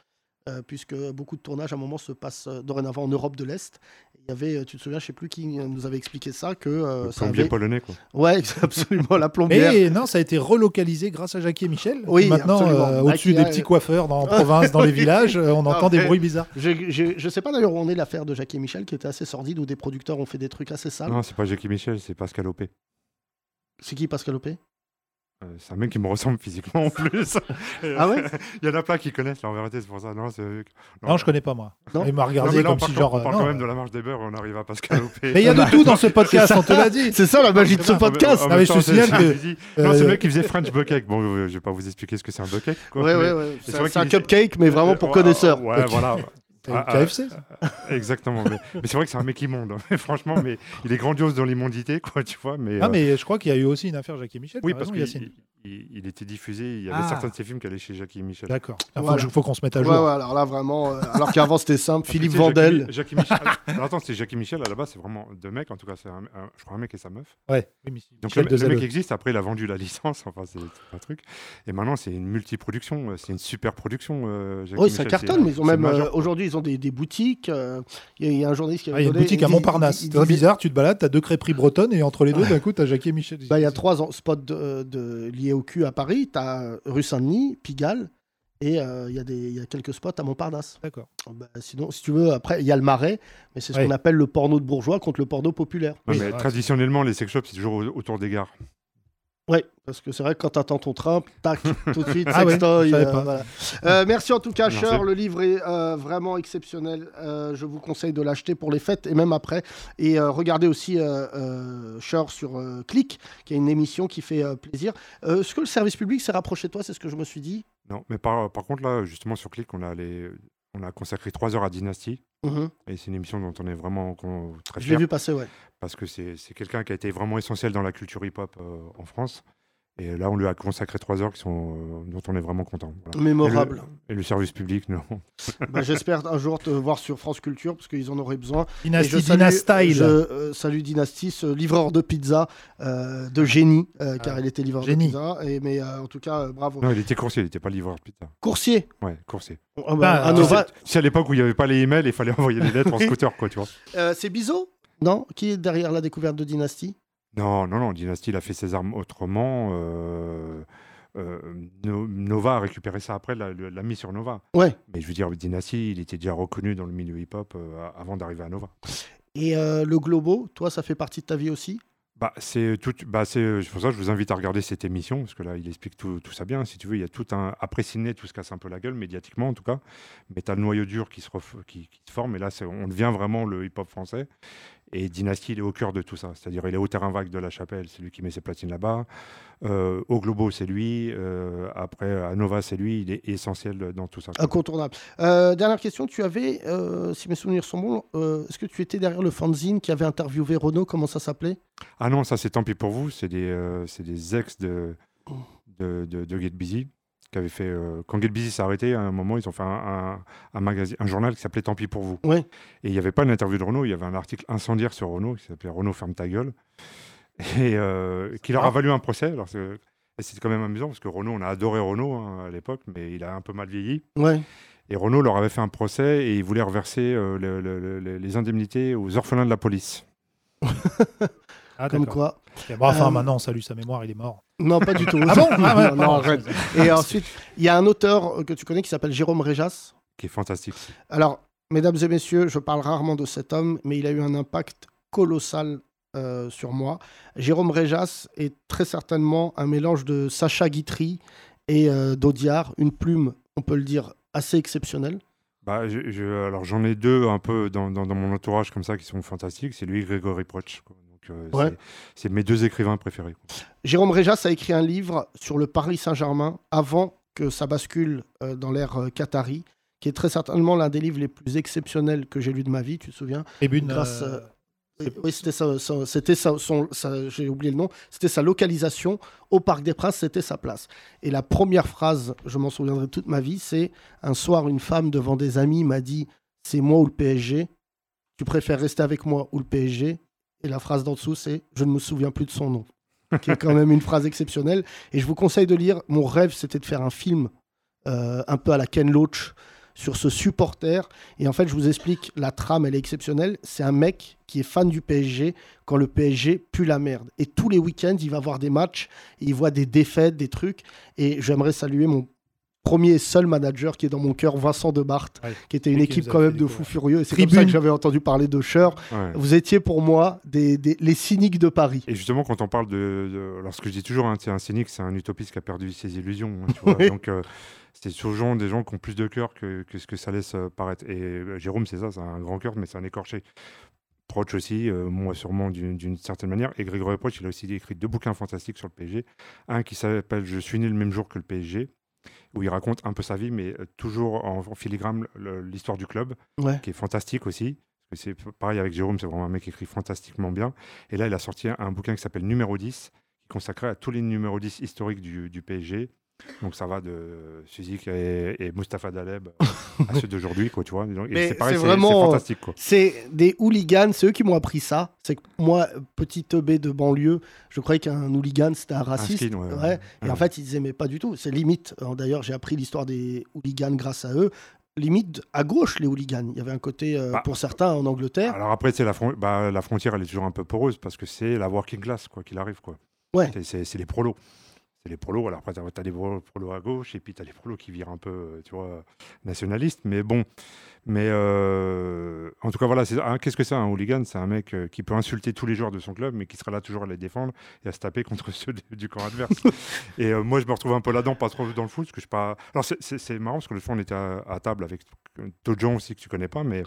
[SPEAKER 3] euh, puisque beaucoup de tournages à un moment se passent euh, dorénavant en Europe de l'Est. Il y avait, euh, tu te souviens, je sais plus qui euh, nous avait expliqué ça, que euh,
[SPEAKER 13] Le
[SPEAKER 3] ça
[SPEAKER 13] plombier
[SPEAKER 3] avait-
[SPEAKER 13] polonais, quoi.
[SPEAKER 3] Ouais, c'est absolument la plombière.
[SPEAKER 4] Mais non, ça a été relocalisé grâce à Jackie et Michel. qui
[SPEAKER 3] Oui,
[SPEAKER 4] maintenant,
[SPEAKER 3] absolument.
[SPEAKER 4] euh, au-dessus
[SPEAKER 3] Avec-
[SPEAKER 4] des petits coiffeurs dans en province, dans les villages, euh, on
[SPEAKER 3] Non,
[SPEAKER 4] entend des
[SPEAKER 3] mais
[SPEAKER 4] bruits bizarres.
[SPEAKER 3] Je, je, je sais pas d'ailleurs où on est l'affaire de Jackie et Michel qui était assez sordide où des producteurs ont fait des trucs assez sales.
[SPEAKER 13] Non, c'est pas Jackie Michel, c'est Pascal Opé.
[SPEAKER 3] C'est qui Pascal Opé
[SPEAKER 13] Euh, C'est un mec qui me ressemble physiquement en plus.
[SPEAKER 3] Ah ouais
[SPEAKER 13] Il y en a plein qui connaissent, là, en vérité, c'est pour ça. Non, c'est-
[SPEAKER 4] Non, je connais pas, moi.
[SPEAKER 13] Non.
[SPEAKER 4] Il m'a regardé
[SPEAKER 13] Non, mais là, on
[SPEAKER 4] comme
[SPEAKER 13] parle
[SPEAKER 4] si,
[SPEAKER 13] quand-
[SPEAKER 4] genre,
[SPEAKER 13] On parle
[SPEAKER 4] euh,
[SPEAKER 13] quand
[SPEAKER 4] non.
[SPEAKER 13] même de la marche des beurs, on arrive à Pascal Opé.
[SPEAKER 4] Mais il y a de tout dans ce podcast,
[SPEAKER 13] C'est
[SPEAKER 4] on te
[SPEAKER 13] ça.
[SPEAKER 4] l'a dit.
[SPEAKER 3] C'est ça, la magie de ce
[SPEAKER 13] Non, mais-
[SPEAKER 3] podcast.
[SPEAKER 13] en
[SPEAKER 3] Ah, mais
[SPEAKER 13] même
[SPEAKER 3] je
[SPEAKER 13] temps,
[SPEAKER 3] te signale
[SPEAKER 13] c'est-
[SPEAKER 3] que-
[SPEAKER 13] c'est- Non, c'est
[SPEAKER 3] Euh,
[SPEAKER 13] le mec qui faisait French Bucake. Bon, euh, je vais pas vous expliquer ce que c'est un bucake. quoi,
[SPEAKER 3] Ouais,
[SPEAKER 13] mais
[SPEAKER 3] ouais, ouais. C'est-
[SPEAKER 13] vrai
[SPEAKER 3] c'est un
[SPEAKER 13] qu'il-
[SPEAKER 3] cupcake, mais vraiment pour connaisseurs.
[SPEAKER 13] Ouais,
[SPEAKER 3] Ok.
[SPEAKER 13] voilà. Ah,
[SPEAKER 3] C'est un KFC, ça.
[SPEAKER 13] Exactement. Mais, mais c'est vrai que c'est un mec immonde. hein. Franchement, mais il est grandiose dans l'immondité, quoi, tu vois. Mais,
[SPEAKER 4] Ah,
[SPEAKER 13] euh,
[SPEAKER 4] mais je crois qu'il y a eu aussi une affaire Jackie et Michel.
[SPEAKER 13] oui,
[SPEAKER 4] t'as
[SPEAKER 13] parce
[SPEAKER 4] raison,
[SPEAKER 13] qu'il
[SPEAKER 4] Yacine.
[SPEAKER 13] il- il était diffusé. Il y avait
[SPEAKER 4] Ah.
[SPEAKER 13] certains de ses films qui allaient chez Jackie et Michel.
[SPEAKER 4] D'accord. Ah, faut que je- faut qu'on se mette à
[SPEAKER 3] Ouais,
[SPEAKER 4] jour.
[SPEAKER 3] ouais, alors là, vraiment, euh, alors qu'avant c'était simple,
[SPEAKER 13] Puis, tu
[SPEAKER 3] Philippe
[SPEAKER 13] sais, Jackie-
[SPEAKER 3] Vandel.
[SPEAKER 13] Jackie Michel. Alors, attends, c'est Jackie Michel à la base, c'est vraiment deux mecs. En tout cas, c'est un- un- je crois un mec et sa meuf.
[SPEAKER 4] Ouais. Oui, mais c'est
[SPEAKER 13] Donc
[SPEAKER 4] Michel
[SPEAKER 13] le, le
[SPEAKER 4] Desailles.
[SPEAKER 13] mec existe. Après, il a vendu la licence. Enfin, c'est c'est un truc. Et maintenant, c'est une multi-production. euh, C'est une super production. euh, Jackie
[SPEAKER 3] Oui, ça
[SPEAKER 13] Michel,
[SPEAKER 3] cartonne,
[SPEAKER 13] c'est-
[SPEAKER 3] mais ils ont
[SPEAKER 13] c'est
[SPEAKER 3] même.
[SPEAKER 13] majeur.
[SPEAKER 3] euh, Aujourd'hui, ils ont des, des boutiques. euh, Il y, a- il y a un journaliste qui
[SPEAKER 4] Ah,
[SPEAKER 3] avait
[SPEAKER 4] Il y a une
[SPEAKER 3] donné-
[SPEAKER 4] boutique à
[SPEAKER 3] il-
[SPEAKER 4] Montparnasse.
[SPEAKER 3] il- il
[SPEAKER 4] C'est très
[SPEAKER 3] disait-
[SPEAKER 4] bizarre, tu te balades, t'as deux crêperies bretonnes et entre les deux, d'un coup, t'as Jackie et Michel.
[SPEAKER 3] Bah, il y a trois ans- spots de, de- liés au cul à Paris. Tu as rue Saint-Denis, Pigalle, et euh, il y, a des- il y a quelques spots à Montparnasse. bah,
[SPEAKER 4] D'accord.
[SPEAKER 3] sinon, si tu veux, après, il y a le marais, mais c'est ce
[SPEAKER 13] Ouais.
[SPEAKER 3] qu'on appelle le porno de bourgeois contre le porno populaire.
[SPEAKER 13] Non,
[SPEAKER 4] Ah,
[SPEAKER 13] mais traditionnellement, les sex shops, c'est toujours au- autour des gares.
[SPEAKER 3] Ouais, parce que c'est vrai que quand t'attends ton train, tac, tout de suite,
[SPEAKER 13] Ah ouais,
[SPEAKER 3] sextoy.
[SPEAKER 13] je savais
[SPEAKER 3] euh,
[SPEAKER 13] pas.
[SPEAKER 3] voilà. Euh, merci en tout cas,
[SPEAKER 13] Merci.
[SPEAKER 3] Cher. Le livre est euh, vraiment exceptionnel. Euh, je vous conseille de l'acheter pour les fêtes et même après. Et euh, regardez aussi euh, euh, Cher sur euh, Click, qui est une émission qui fait euh, plaisir. Euh, Est-ce que le service public s'est rapproché de toi C'est ce que je me suis dit.
[SPEAKER 13] Non, mais par, par contre, là, justement, sur Click, on a, les, on a consacré trois heures à Dynasty.
[SPEAKER 3] Mhm.
[SPEAKER 13] Et c'est une émission dont on est vraiment qu'on- très
[SPEAKER 3] Je l'ai
[SPEAKER 13] fier.
[SPEAKER 3] vu passer, ouais.
[SPEAKER 13] Parce que c'est c'est quelqu'un qui a été vraiment essentiel dans la culture hip-hop euh, en France.
[SPEAKER 4] Et là, on lui a consacré trois heures qui sont, euh, dont on est vraiment content. Voilà.
[SPEAKER 3] Mémorable.
[SPEAKER 4] Et le, et le service public, non.
[SPEAKER 3] Bah, J'espère un jour te voir sur France Culture parce qu'ils en auraient besoin.
[SPEAKER 16] Dynasty,
[SPEAKER 3] Et je salue,
[SPEAKER 16] Dynastyle.
[SPEAKER 3] Je euh, salue Dynasty, ce livreur de pizza euh, de génie, euh, car il était livreur
[SPEAKER 16] génie.
[SPEAKER 3] de pizza. Et, mais euh, en tout cas, euh, bravo.
[SPEAKER 4] Non, il était coursier, il n'était pas livreur, putain.
[SPEAKER 3] Coursier
[SPEAKER 4] Ouais, coursier.
[SPEAKER 3] Ah bah, Bah, à
[SPEAKER 4] Tu
[SPEAKER 3] Nova-
[SPEAKER 4] sais- tu sais, à l'époque où il n'y avait pas les emails, il fallait envoyer des lettres en scooter, quoi, tu vois.
[SPEAKER 3] Euh, C'est Bizot Non Qui est derrière la découverte de Dynasty
[SPEAKER 4] Non, non, non, Dynasty, il a fait ses armes autrement. euh, euh, No- Nova a récupéré ça après, l'a, l'a mis sur Nova.
[SPEAKER 3] Ouais.
[SPEAKER 4] Mais je veux dire, Dynasty, il était déjà reconnu dans le milieu hip-hop euh, avant d'arriver à Nova.
[SPEAKER 3] Et euh, le Globo, toi, ça fait partie de ta vie aussi
[SPEAKER 4] Bah, c'est tout. Bah, c'est euh, c'est pour ça que je vous invite à regarder cette émission parce que là, il explique tout, tout ça bien. Si tu veux, il y a tout un après Sydney, tout se casse un peu la gueule médiatiquement en tout cas. Mais t'as le noyau dur qui se ref- qui, qui se forme et là, c'est- on devient vraiment le hip-hop français. Et Dynasty, il est au cœur de tout ça. C'est-à-dire, il est au terrain vague de la Chapelle, c'est lui qui met ses platines là-bas. Euh, au Globo, c'est lui. Euh, après, à Nova, c'est lui. Il est essentiel dans tout ça.
[SPEAKER 3] Incontournable. Euh, dernière question, tu avais, euh, si mes souvenirs sont bons, euh, est-ce que tu étais derrière le fanzine qui avait interviewé Renault Comment ça s'appelait
[SPEAKER 4] Ah non, ça c'est tant pis pour vous, c'est des, euh, c'est des ex de, de, de, de Get Busy. Qui avaient fait, euh, quand Get Busy s'est arrêté, à un moment, ils ont fait un, un, un magazine, un journal qui s'appelait Tant pis pour vous. Et il n'y avait pas une interview de Renault, il y avait un article incendiaire sur Renault qui s'appelait Renault ferme ta gueule. Et euh, qui leur a valu un procès. Alors c'est- et c'est quand même amusant parce que Renault, on a adoré Renault hein, à l'époque, mais il a un peu mal vieilli.
[SPEAKER 3] Ouais.
[SPEAKER 4] Et Renault leur avait fait un procès et ils voulaient reverser euh, le- le- le- les indemnités aux orphelins de la police.
[SPEAKER 16] Ah,
[SPEAKER 3] Comme
[SPEAKER 16] d'accord.
[SPEAKER 3] quoi.
[SPEAKER 16] Bon, enfin,
[SPEAKER 3] Euh,
[SPEAKER 16] maintenant, on salue sa mémoire, il est mort.
[SPEAKER 3] Non, pas du tout.
[SPEAKER 16] ah bon
[SPEAKER 3] Non,
[SPEAKER 16] Ah ouais,
[SPEAKER 3] non,
[SPEAKER 16] pardon.
[SPEAKER 3] arrête. Et ensuite, il y a un auteur euh, que tu connais qui s'appelle Jérôme Réjas.
[SPEAKER 4] Qui est fantastique.
[SPEAKER 3] Alors, mesdames et messieurs, je parle rarement de cet homme, mais il a eu un impact colossal euh, sur moi. Jérôme Réjas est très certainement un mélange de Sacha Guitry et euh, d'Audiard, une plume, on peut le dire, assez exceptionnelle.
[SPEAKER 4] Bah, je- je- alors j'en ai deux un peu dans, dans- dans mon entourage comme ça qui sont fantastiques. C'est lui et Grégory Proch. quoi. Donc, euh,
[SPEAKER 3] Ouais.
[SPEAKER 4] c'est- c'est mes deux écrivains préférés. quoi.
[SPEAKER 3] Jérôme Réjas a écrit un livre sur le Paris Saint-Germain avant que ça bascule euh, dans l'ère euh, Qatari, qui est très certainement l'un des livres les plus exceptionnels que j'ai lu de ma vie, tu te souviens
[SPEAKER 16] Tribune,
[SPEAKER 3] Grâce,
[SPEAKER 16] euh,
[SPEAKER 3] euh, oui, c'était ça, ça- c'était ça- son- ça- j'ai oublié le nom, c'était sa localisation au Parc des Princes, c'était sa place. Et la première phrase, je m'en souviendrai toute ma vie, c'est un soir, une femme devant des amis m'a dit C'est moi ou le PSG Tu préfères rester avec moi ou le PSG Et la phrase d'en dessous, c'est Je ne me souviens plus de son nom qui est quand même une phrase exceptionnelle. Et je vous conseille de lire. Mon rêve, c'était de faire un film euh, un peu à la Ken Loach sur ce supporter. Et en fait, je vous explique, la trame, elle est exceptionnelle. C'est un mec qui est fan du PSG quand le PSG pue la merde. Et tous les week-ends, il va voir des matchs, et il voit des défaites, des trucs. Et j'aimerais saluer mon premier et seul manager qui est dans mon cœur, Vincent Debarthe, qui était une
[SPEAKER 16] Et qui
[SPEAKER 3] équipe
[SPEAKER 16] nous a
[SPEAKER 3] quand
[SPEAKER 16] fait
[SPEAKER 3] même de
[SPEAKER 16] découvrir.
[SPEAKER 3] fous furieux. Et c'est comme ça
[SPEAKER 16] Tribune.
[SPEAKER 3] que j'avais entendu parler de Scher.
[SPEAKER 4] Ouais.
[SPEAKER 3] Vous étiez pour moi des- des- les cyniques de Paris.
[SPEAKER 4] Et justement, quand on parle de, de- alors ce que je dis toujours, hein, c'est un cynique, c'est un utopiste qui a perdu ses illusions. hein, tu vois.
[SPEAKER 3] Oui.
[SPEAKER 4] Donc, euh, c'est souvent des gens qui ont plus de cœur que, que ce que ça laisse euh, paraître. Et euh, Jérôme, c'est ça, c'est un grand cœur, mais c'est un écorché. Proche aussi, euh, moi sûrement d'une d'une certaine manière. Et Grégory Proche, il a aussi écrit deux bouquins fantastiques sur le PSG. Un qui s'appelle Je suis né le même jour que le PSG, où il raconte un peu sa vie, mais euh, toujours en, en filigrane le- l'histoire du club,
[SPEAKER 3] Ouais.
[SPEAKER 4] qui est fantastique aussi. Parce que C'est pareil avec Jérôme, c'est vraiment un mec qui écrit fantastiquement bien. Et là, il a sorti un, un bouquin qui s'appelle Numéro 10, consacré à tous les numéros 10 historiques du, du PSG. Donc ça va de Suzik Euh, et, et Mustapha Daleb à ceux d'aujourd'hui, quoi, tu vois. Donc, et
[SPEAKER 3] Mais
[SPEAKER 4] c'est pareil,
[SPEAKER 3] c'est
[SPEAKER 4] c'est-
[SPEAKER 3] vraiment- euh,
[SPEAKER 4] c'est fantastique, quoi.
[SPEAKER 3] C'est des hooligans, c'est eux qui m'ont appris ça. C'est que moi, petit teubé de banlieue, je croyais qu'un hooligan c'était un raciste.
[SPEAKER 4] skin, ouais, ouais.
[SPEAKER 3] Et en fait, ils disaient, mais pas du tout. C'est limite. Alors, D'ailleurs, j'ai appris l'histoire des hooligans grâce à eux. Limite à gauche, les hooligans. Il y avait un côté, euh, pour certains, en Angleterre.
[SPEAKER 4] Bah, Alors après, c'est la, fron- bah, la frontière, elle est toujours un peu poreuse parce que c'est la working class, quoi qu'il arrive, quoi.
[SPEAKER 3] Ouais.
[SPEAKER 4] C'est- C'est c'est les prolos. C'est les prolos. Alors après, t'as as des pro- prolos à gauche et puis t'as les prolos qui virent un peu, euh, tu vois, nationalistes. Mais bon. Mais euh, en tout cas, voilà. c'est- hein, Qu'est-ce que c'est un hooligan C'est un mec euh, qui peut insulter tous les joueurs de son club, mais qui sera là toujours à les défendre et à se taper contre ceux du, du camp adverse. et euh, moi, je me retrouve un peu là-dedans, pas trop dans le foot, parce que je suis pas. Alors c'est- c'est c'est marrant parce que le fond, on était à, à table avec d'autres gens aussi que tu connais pas, mais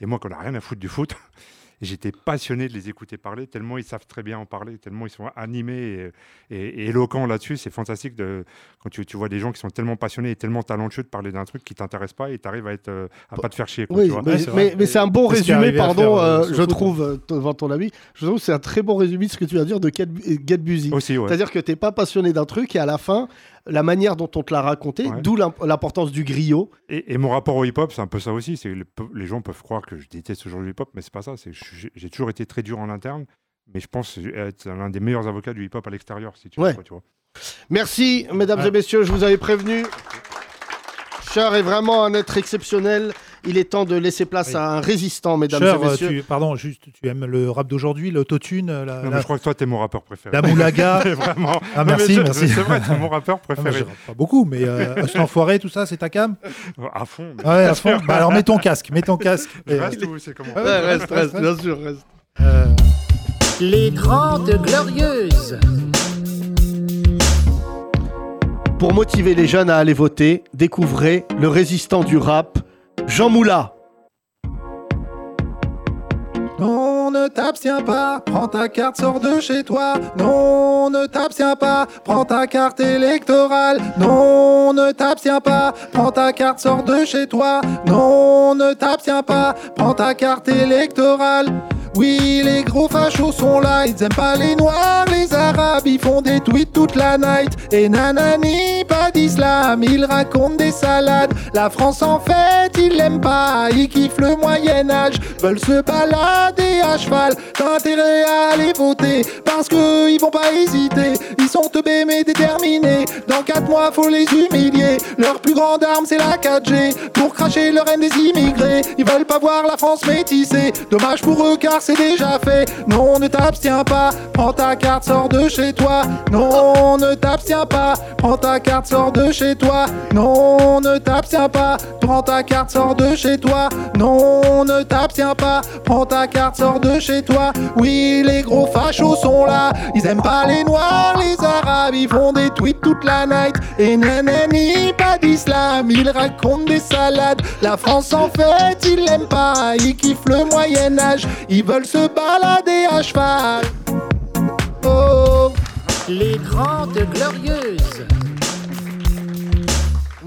[SPEAKER 4] et moi, qu'on n'a rien à foutre du foot.
[SPEAKER 9] Et J'étais passionné de les écouter parler, tellement ils savent très bien en parler, tellement ils sont animés et, et- et éloquents là-dessus. C'est fantastique de, quand tu, tu vois des gens qui sont tellement passionnés et tellement talentueux de parler d'un truc qui t'intéresse pas et tu arrives à, être, euh, à pas te faire chier. quoi,
[SPEAKER 3] Oui,
[SPEAKER 9] tu vois.
[SPEAKER 3] mais, mais- mais c'est un bon
[SPEAKER 9] Qu'est-ce qui est
[SPEAKER 3] résumé,
[SPEAKER 9] arrivé à
[SPEAKER 3] pardon,
[SPEAKER 9] faire,
[SPEAKER 3] euh,
[SPEAKER 9] euh,
[SPEAKER 3] je
[SPEAKER 9] Sophie
[SPEAKER 3] trouve, euh, devant ton ami. Je trouve que c'est un très bon résumé de ce que tu vas dire de Get, Bu- Get Busy.
[SPEAKER 9] Aussi, ouais.
[SPEAKER 3] C'est-à-dire que t'es pas passionné d'un truc et à la fin, la manière dont on te l'a raconté, d'où l'imp- l'importance du griot.
[SPEAKER 9] Et, et mon rapport au hip-hop, c'est un peu ça aussi. C'est le peu- les gens peuvent croire que je déteste aujourd'hui le hip-hop, mais c'est pas ça. C'est que j'ai j'ai toujours été très dur en interne, mais je pense être l'un des meilleurs avocats du hip-hop à l'extérieur, si tu veux,
[SPEAKER 3] Ouais.
[SPEAKER 9] quoi, tu vois.
[SPEAKER 3] Merci, mesdames
[SPEAKER 9] Ouais.
[SPEAKER 3] et messieurs, je vous avais prévenu. Cher est vraiment un être exceptionnel. Il est temps de laisser place à un résistant, mesdames
[SPEAKER 17] Cher,
[SPEAKER 3] et
[SPEAKER 17] euh,
[SPEAKER 3] messieurs.
[SPEAKER 17] tu- pardon, juste, tu aimes le rap d'aujourd'hui, l'autotune, euh, la,
[SPEAKER 9] Non, mais
[SPEAKER 17] la-
[SPEAKER 9] je crois que toi, t'es mon rappeur préféré.
[SPEAKER 17] la moulaga.
[SPEAKER 9] Vraiment.
[SPEAKER 17] Ah,
[SPEAKER 9] Non, mais
[SPEAKER 17] merci,
[SPEAKER 9] je-
[SPEAKER 17] merci.
[SPEAKER 9] C'est vrai, t'es mon rappeur
[SPEAKER 17] Ah, mais
[SPEAKER 9] préféré.
[SPEAKER 17] je rappe pas beaucoup, mais euh, cet enfoiré, tout ça, c'est ta cam
[SPEAKER 9] À fond. mais-
[SPEAKER 17] Ouais, à fond. Bah, alors mets ton casque, mets ton casque.
[SPEAKER 9] Je
[SPEAKER 17] Et-
[SPEAKER 9] reste ou c'est comment
[SPEAKER 17] Ouais,
[SPEAKER 3] Ouais, reste, reste, bien sûr, reste.
[SPEAKER 17] Euh,
[SPEAKER 13] Les Grandes Glorieuses.
[SPEAKER 3] Pour motiver les jeunes à aller voter, découvrez le résistant du rap, Jean Moula.
[SPEAKER 4] Non, ne t'abstiens pas, prends ta carte, sors de chez toi. Non, ne t'abstiens pas, prends ta carte électorale. Non, ne t'abstiens pas, prends ta carte, sors de chez toi. Non, ne t'abstiens pas, prends ta carte électorale. Oui, les gros fachos sont là, ils aiment pas les noirs, les arabes, ils font des tweets toute la night. Et nanani, pas d'islam, ils racontent des salades. La France en fait, ils l'aiment pas, ils kiffent le Moyen-Âge, veulent se balader à cheval. T'as intérêt à aller voter, parce que ils vont pas hésiter, ils sont teubés mais déterminés. Dans 4 mois, faut les humilier. Leur plus grande arme, c'est la 4G, pour cracher leur haine des immigrés. Ils veulent pas voir la France métissée, dommage pour eux car c'est déjà fait. Non, ne t'abstiens pas, prends ta carte, sors de chez toi. Non, ne t'abstiens pas, prends ta carte, sors de chez toi. Non, ne t'abstiens pas, prends ta carte, sors de chez toi. Non, ne t'abstiens pas, prends ta carte, sors de chez toi. Oui, les gros fachos sont là, ils aiment pas les noirs, les arabes, ils font des tweets toute la night. Et nanani, pas d'islam, ils racontent des salades. La France en fait, ils l'aiment pas, ils kiffent le Moyen-Âge, ils veulent se balader à cheval. Oh.
[SPEAKER 13] Les Grandes Glorieuses.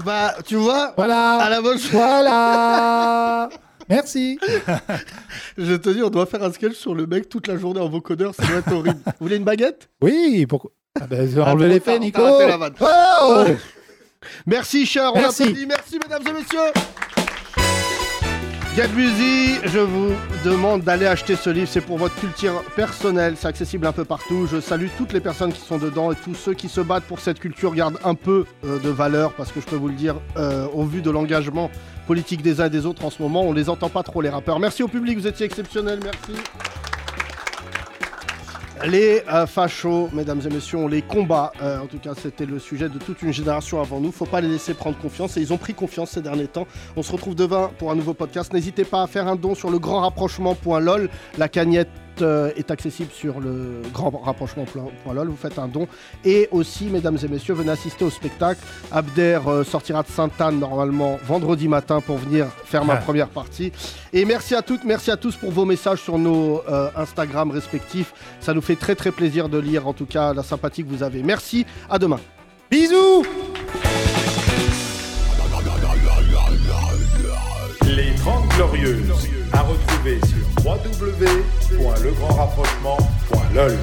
[SPEAKER 3] Bah, tu vois,
[SPEAKER 4] voilà.
[SPEAKER 3] à la bonne
[SPEAKER 4] Voilà. Merci.
[SPEAKER 3] Je te dis, on doit faire un sketch sur le mec toute la journée en vocodeur, ça doit être horrible. Vous voulez une baguette
[SPEAKER 17] Oui, pourquoi ah, bah,
[SPEAKER 3] Ah,
[SPEAKER 17] Enlevez les
[SPEAKER 3] t'as-
[SPEAKER 17] faits,
[SPEAKER 3] t'as
[SPEAKER 17] Nico
[SPEAKER 3] raté la vanne.
[SPEAKER 17] Oh
[SPEAKER 3] Merci, cher, on
[SPEAKER 17] Merci.
[SPEAKER 3] applaudit. Merci, mesdames et messieurs. Gadbuzi, je vous demande d'aller acheter ce livre, c'est pour votre culture personnelle, c'est accessible un peu partout. Je salue toutes les personnes qui sont dedans et tous ceux qui se battent pour cette culture gardent un peu euh, de valeur parce que je peux vous le dire, euh, au vu de l'engagement politique des uns et des autres en ce moment, on les entend pas trop les rappeurs. Merci au public, vous étiez exceptionnels, merci. Les euh, fachos, mesdames et messieurs, on les combat. Euh, en tout cas, c'était le sujet de toute une génération avant nous. Faut pas les laisser prendre confiance. Et ils ont pris confiance ces derniers temps. On se retrouve demain pour un nouveau podcast. N'hésitez pas à faire un don sur le grand rapprochement.lol. La cagnette euh, est accessible sur le grand rapprochement.lol. Vous faites un don. Et aussi, mesdames et messieurs, venez assister au spectacle. Abder euh, sortira de Sainte-Anne normalement vendredi matin pour venir faire ma
[SPEAKER 17] Ah.
[SPEAKER 3] première partie. Et merci à toutes, merci à tous pour vos messages sur nos euh, Instagram respectifs. Ça nous fait très très plaisir de lire en tout cas la sympathie que vous avez. Merci, à demain. Bisous
[SPEAKER 18] Les 30 Glorieuses. À retrouver sur www.legrandrapprochement.lol.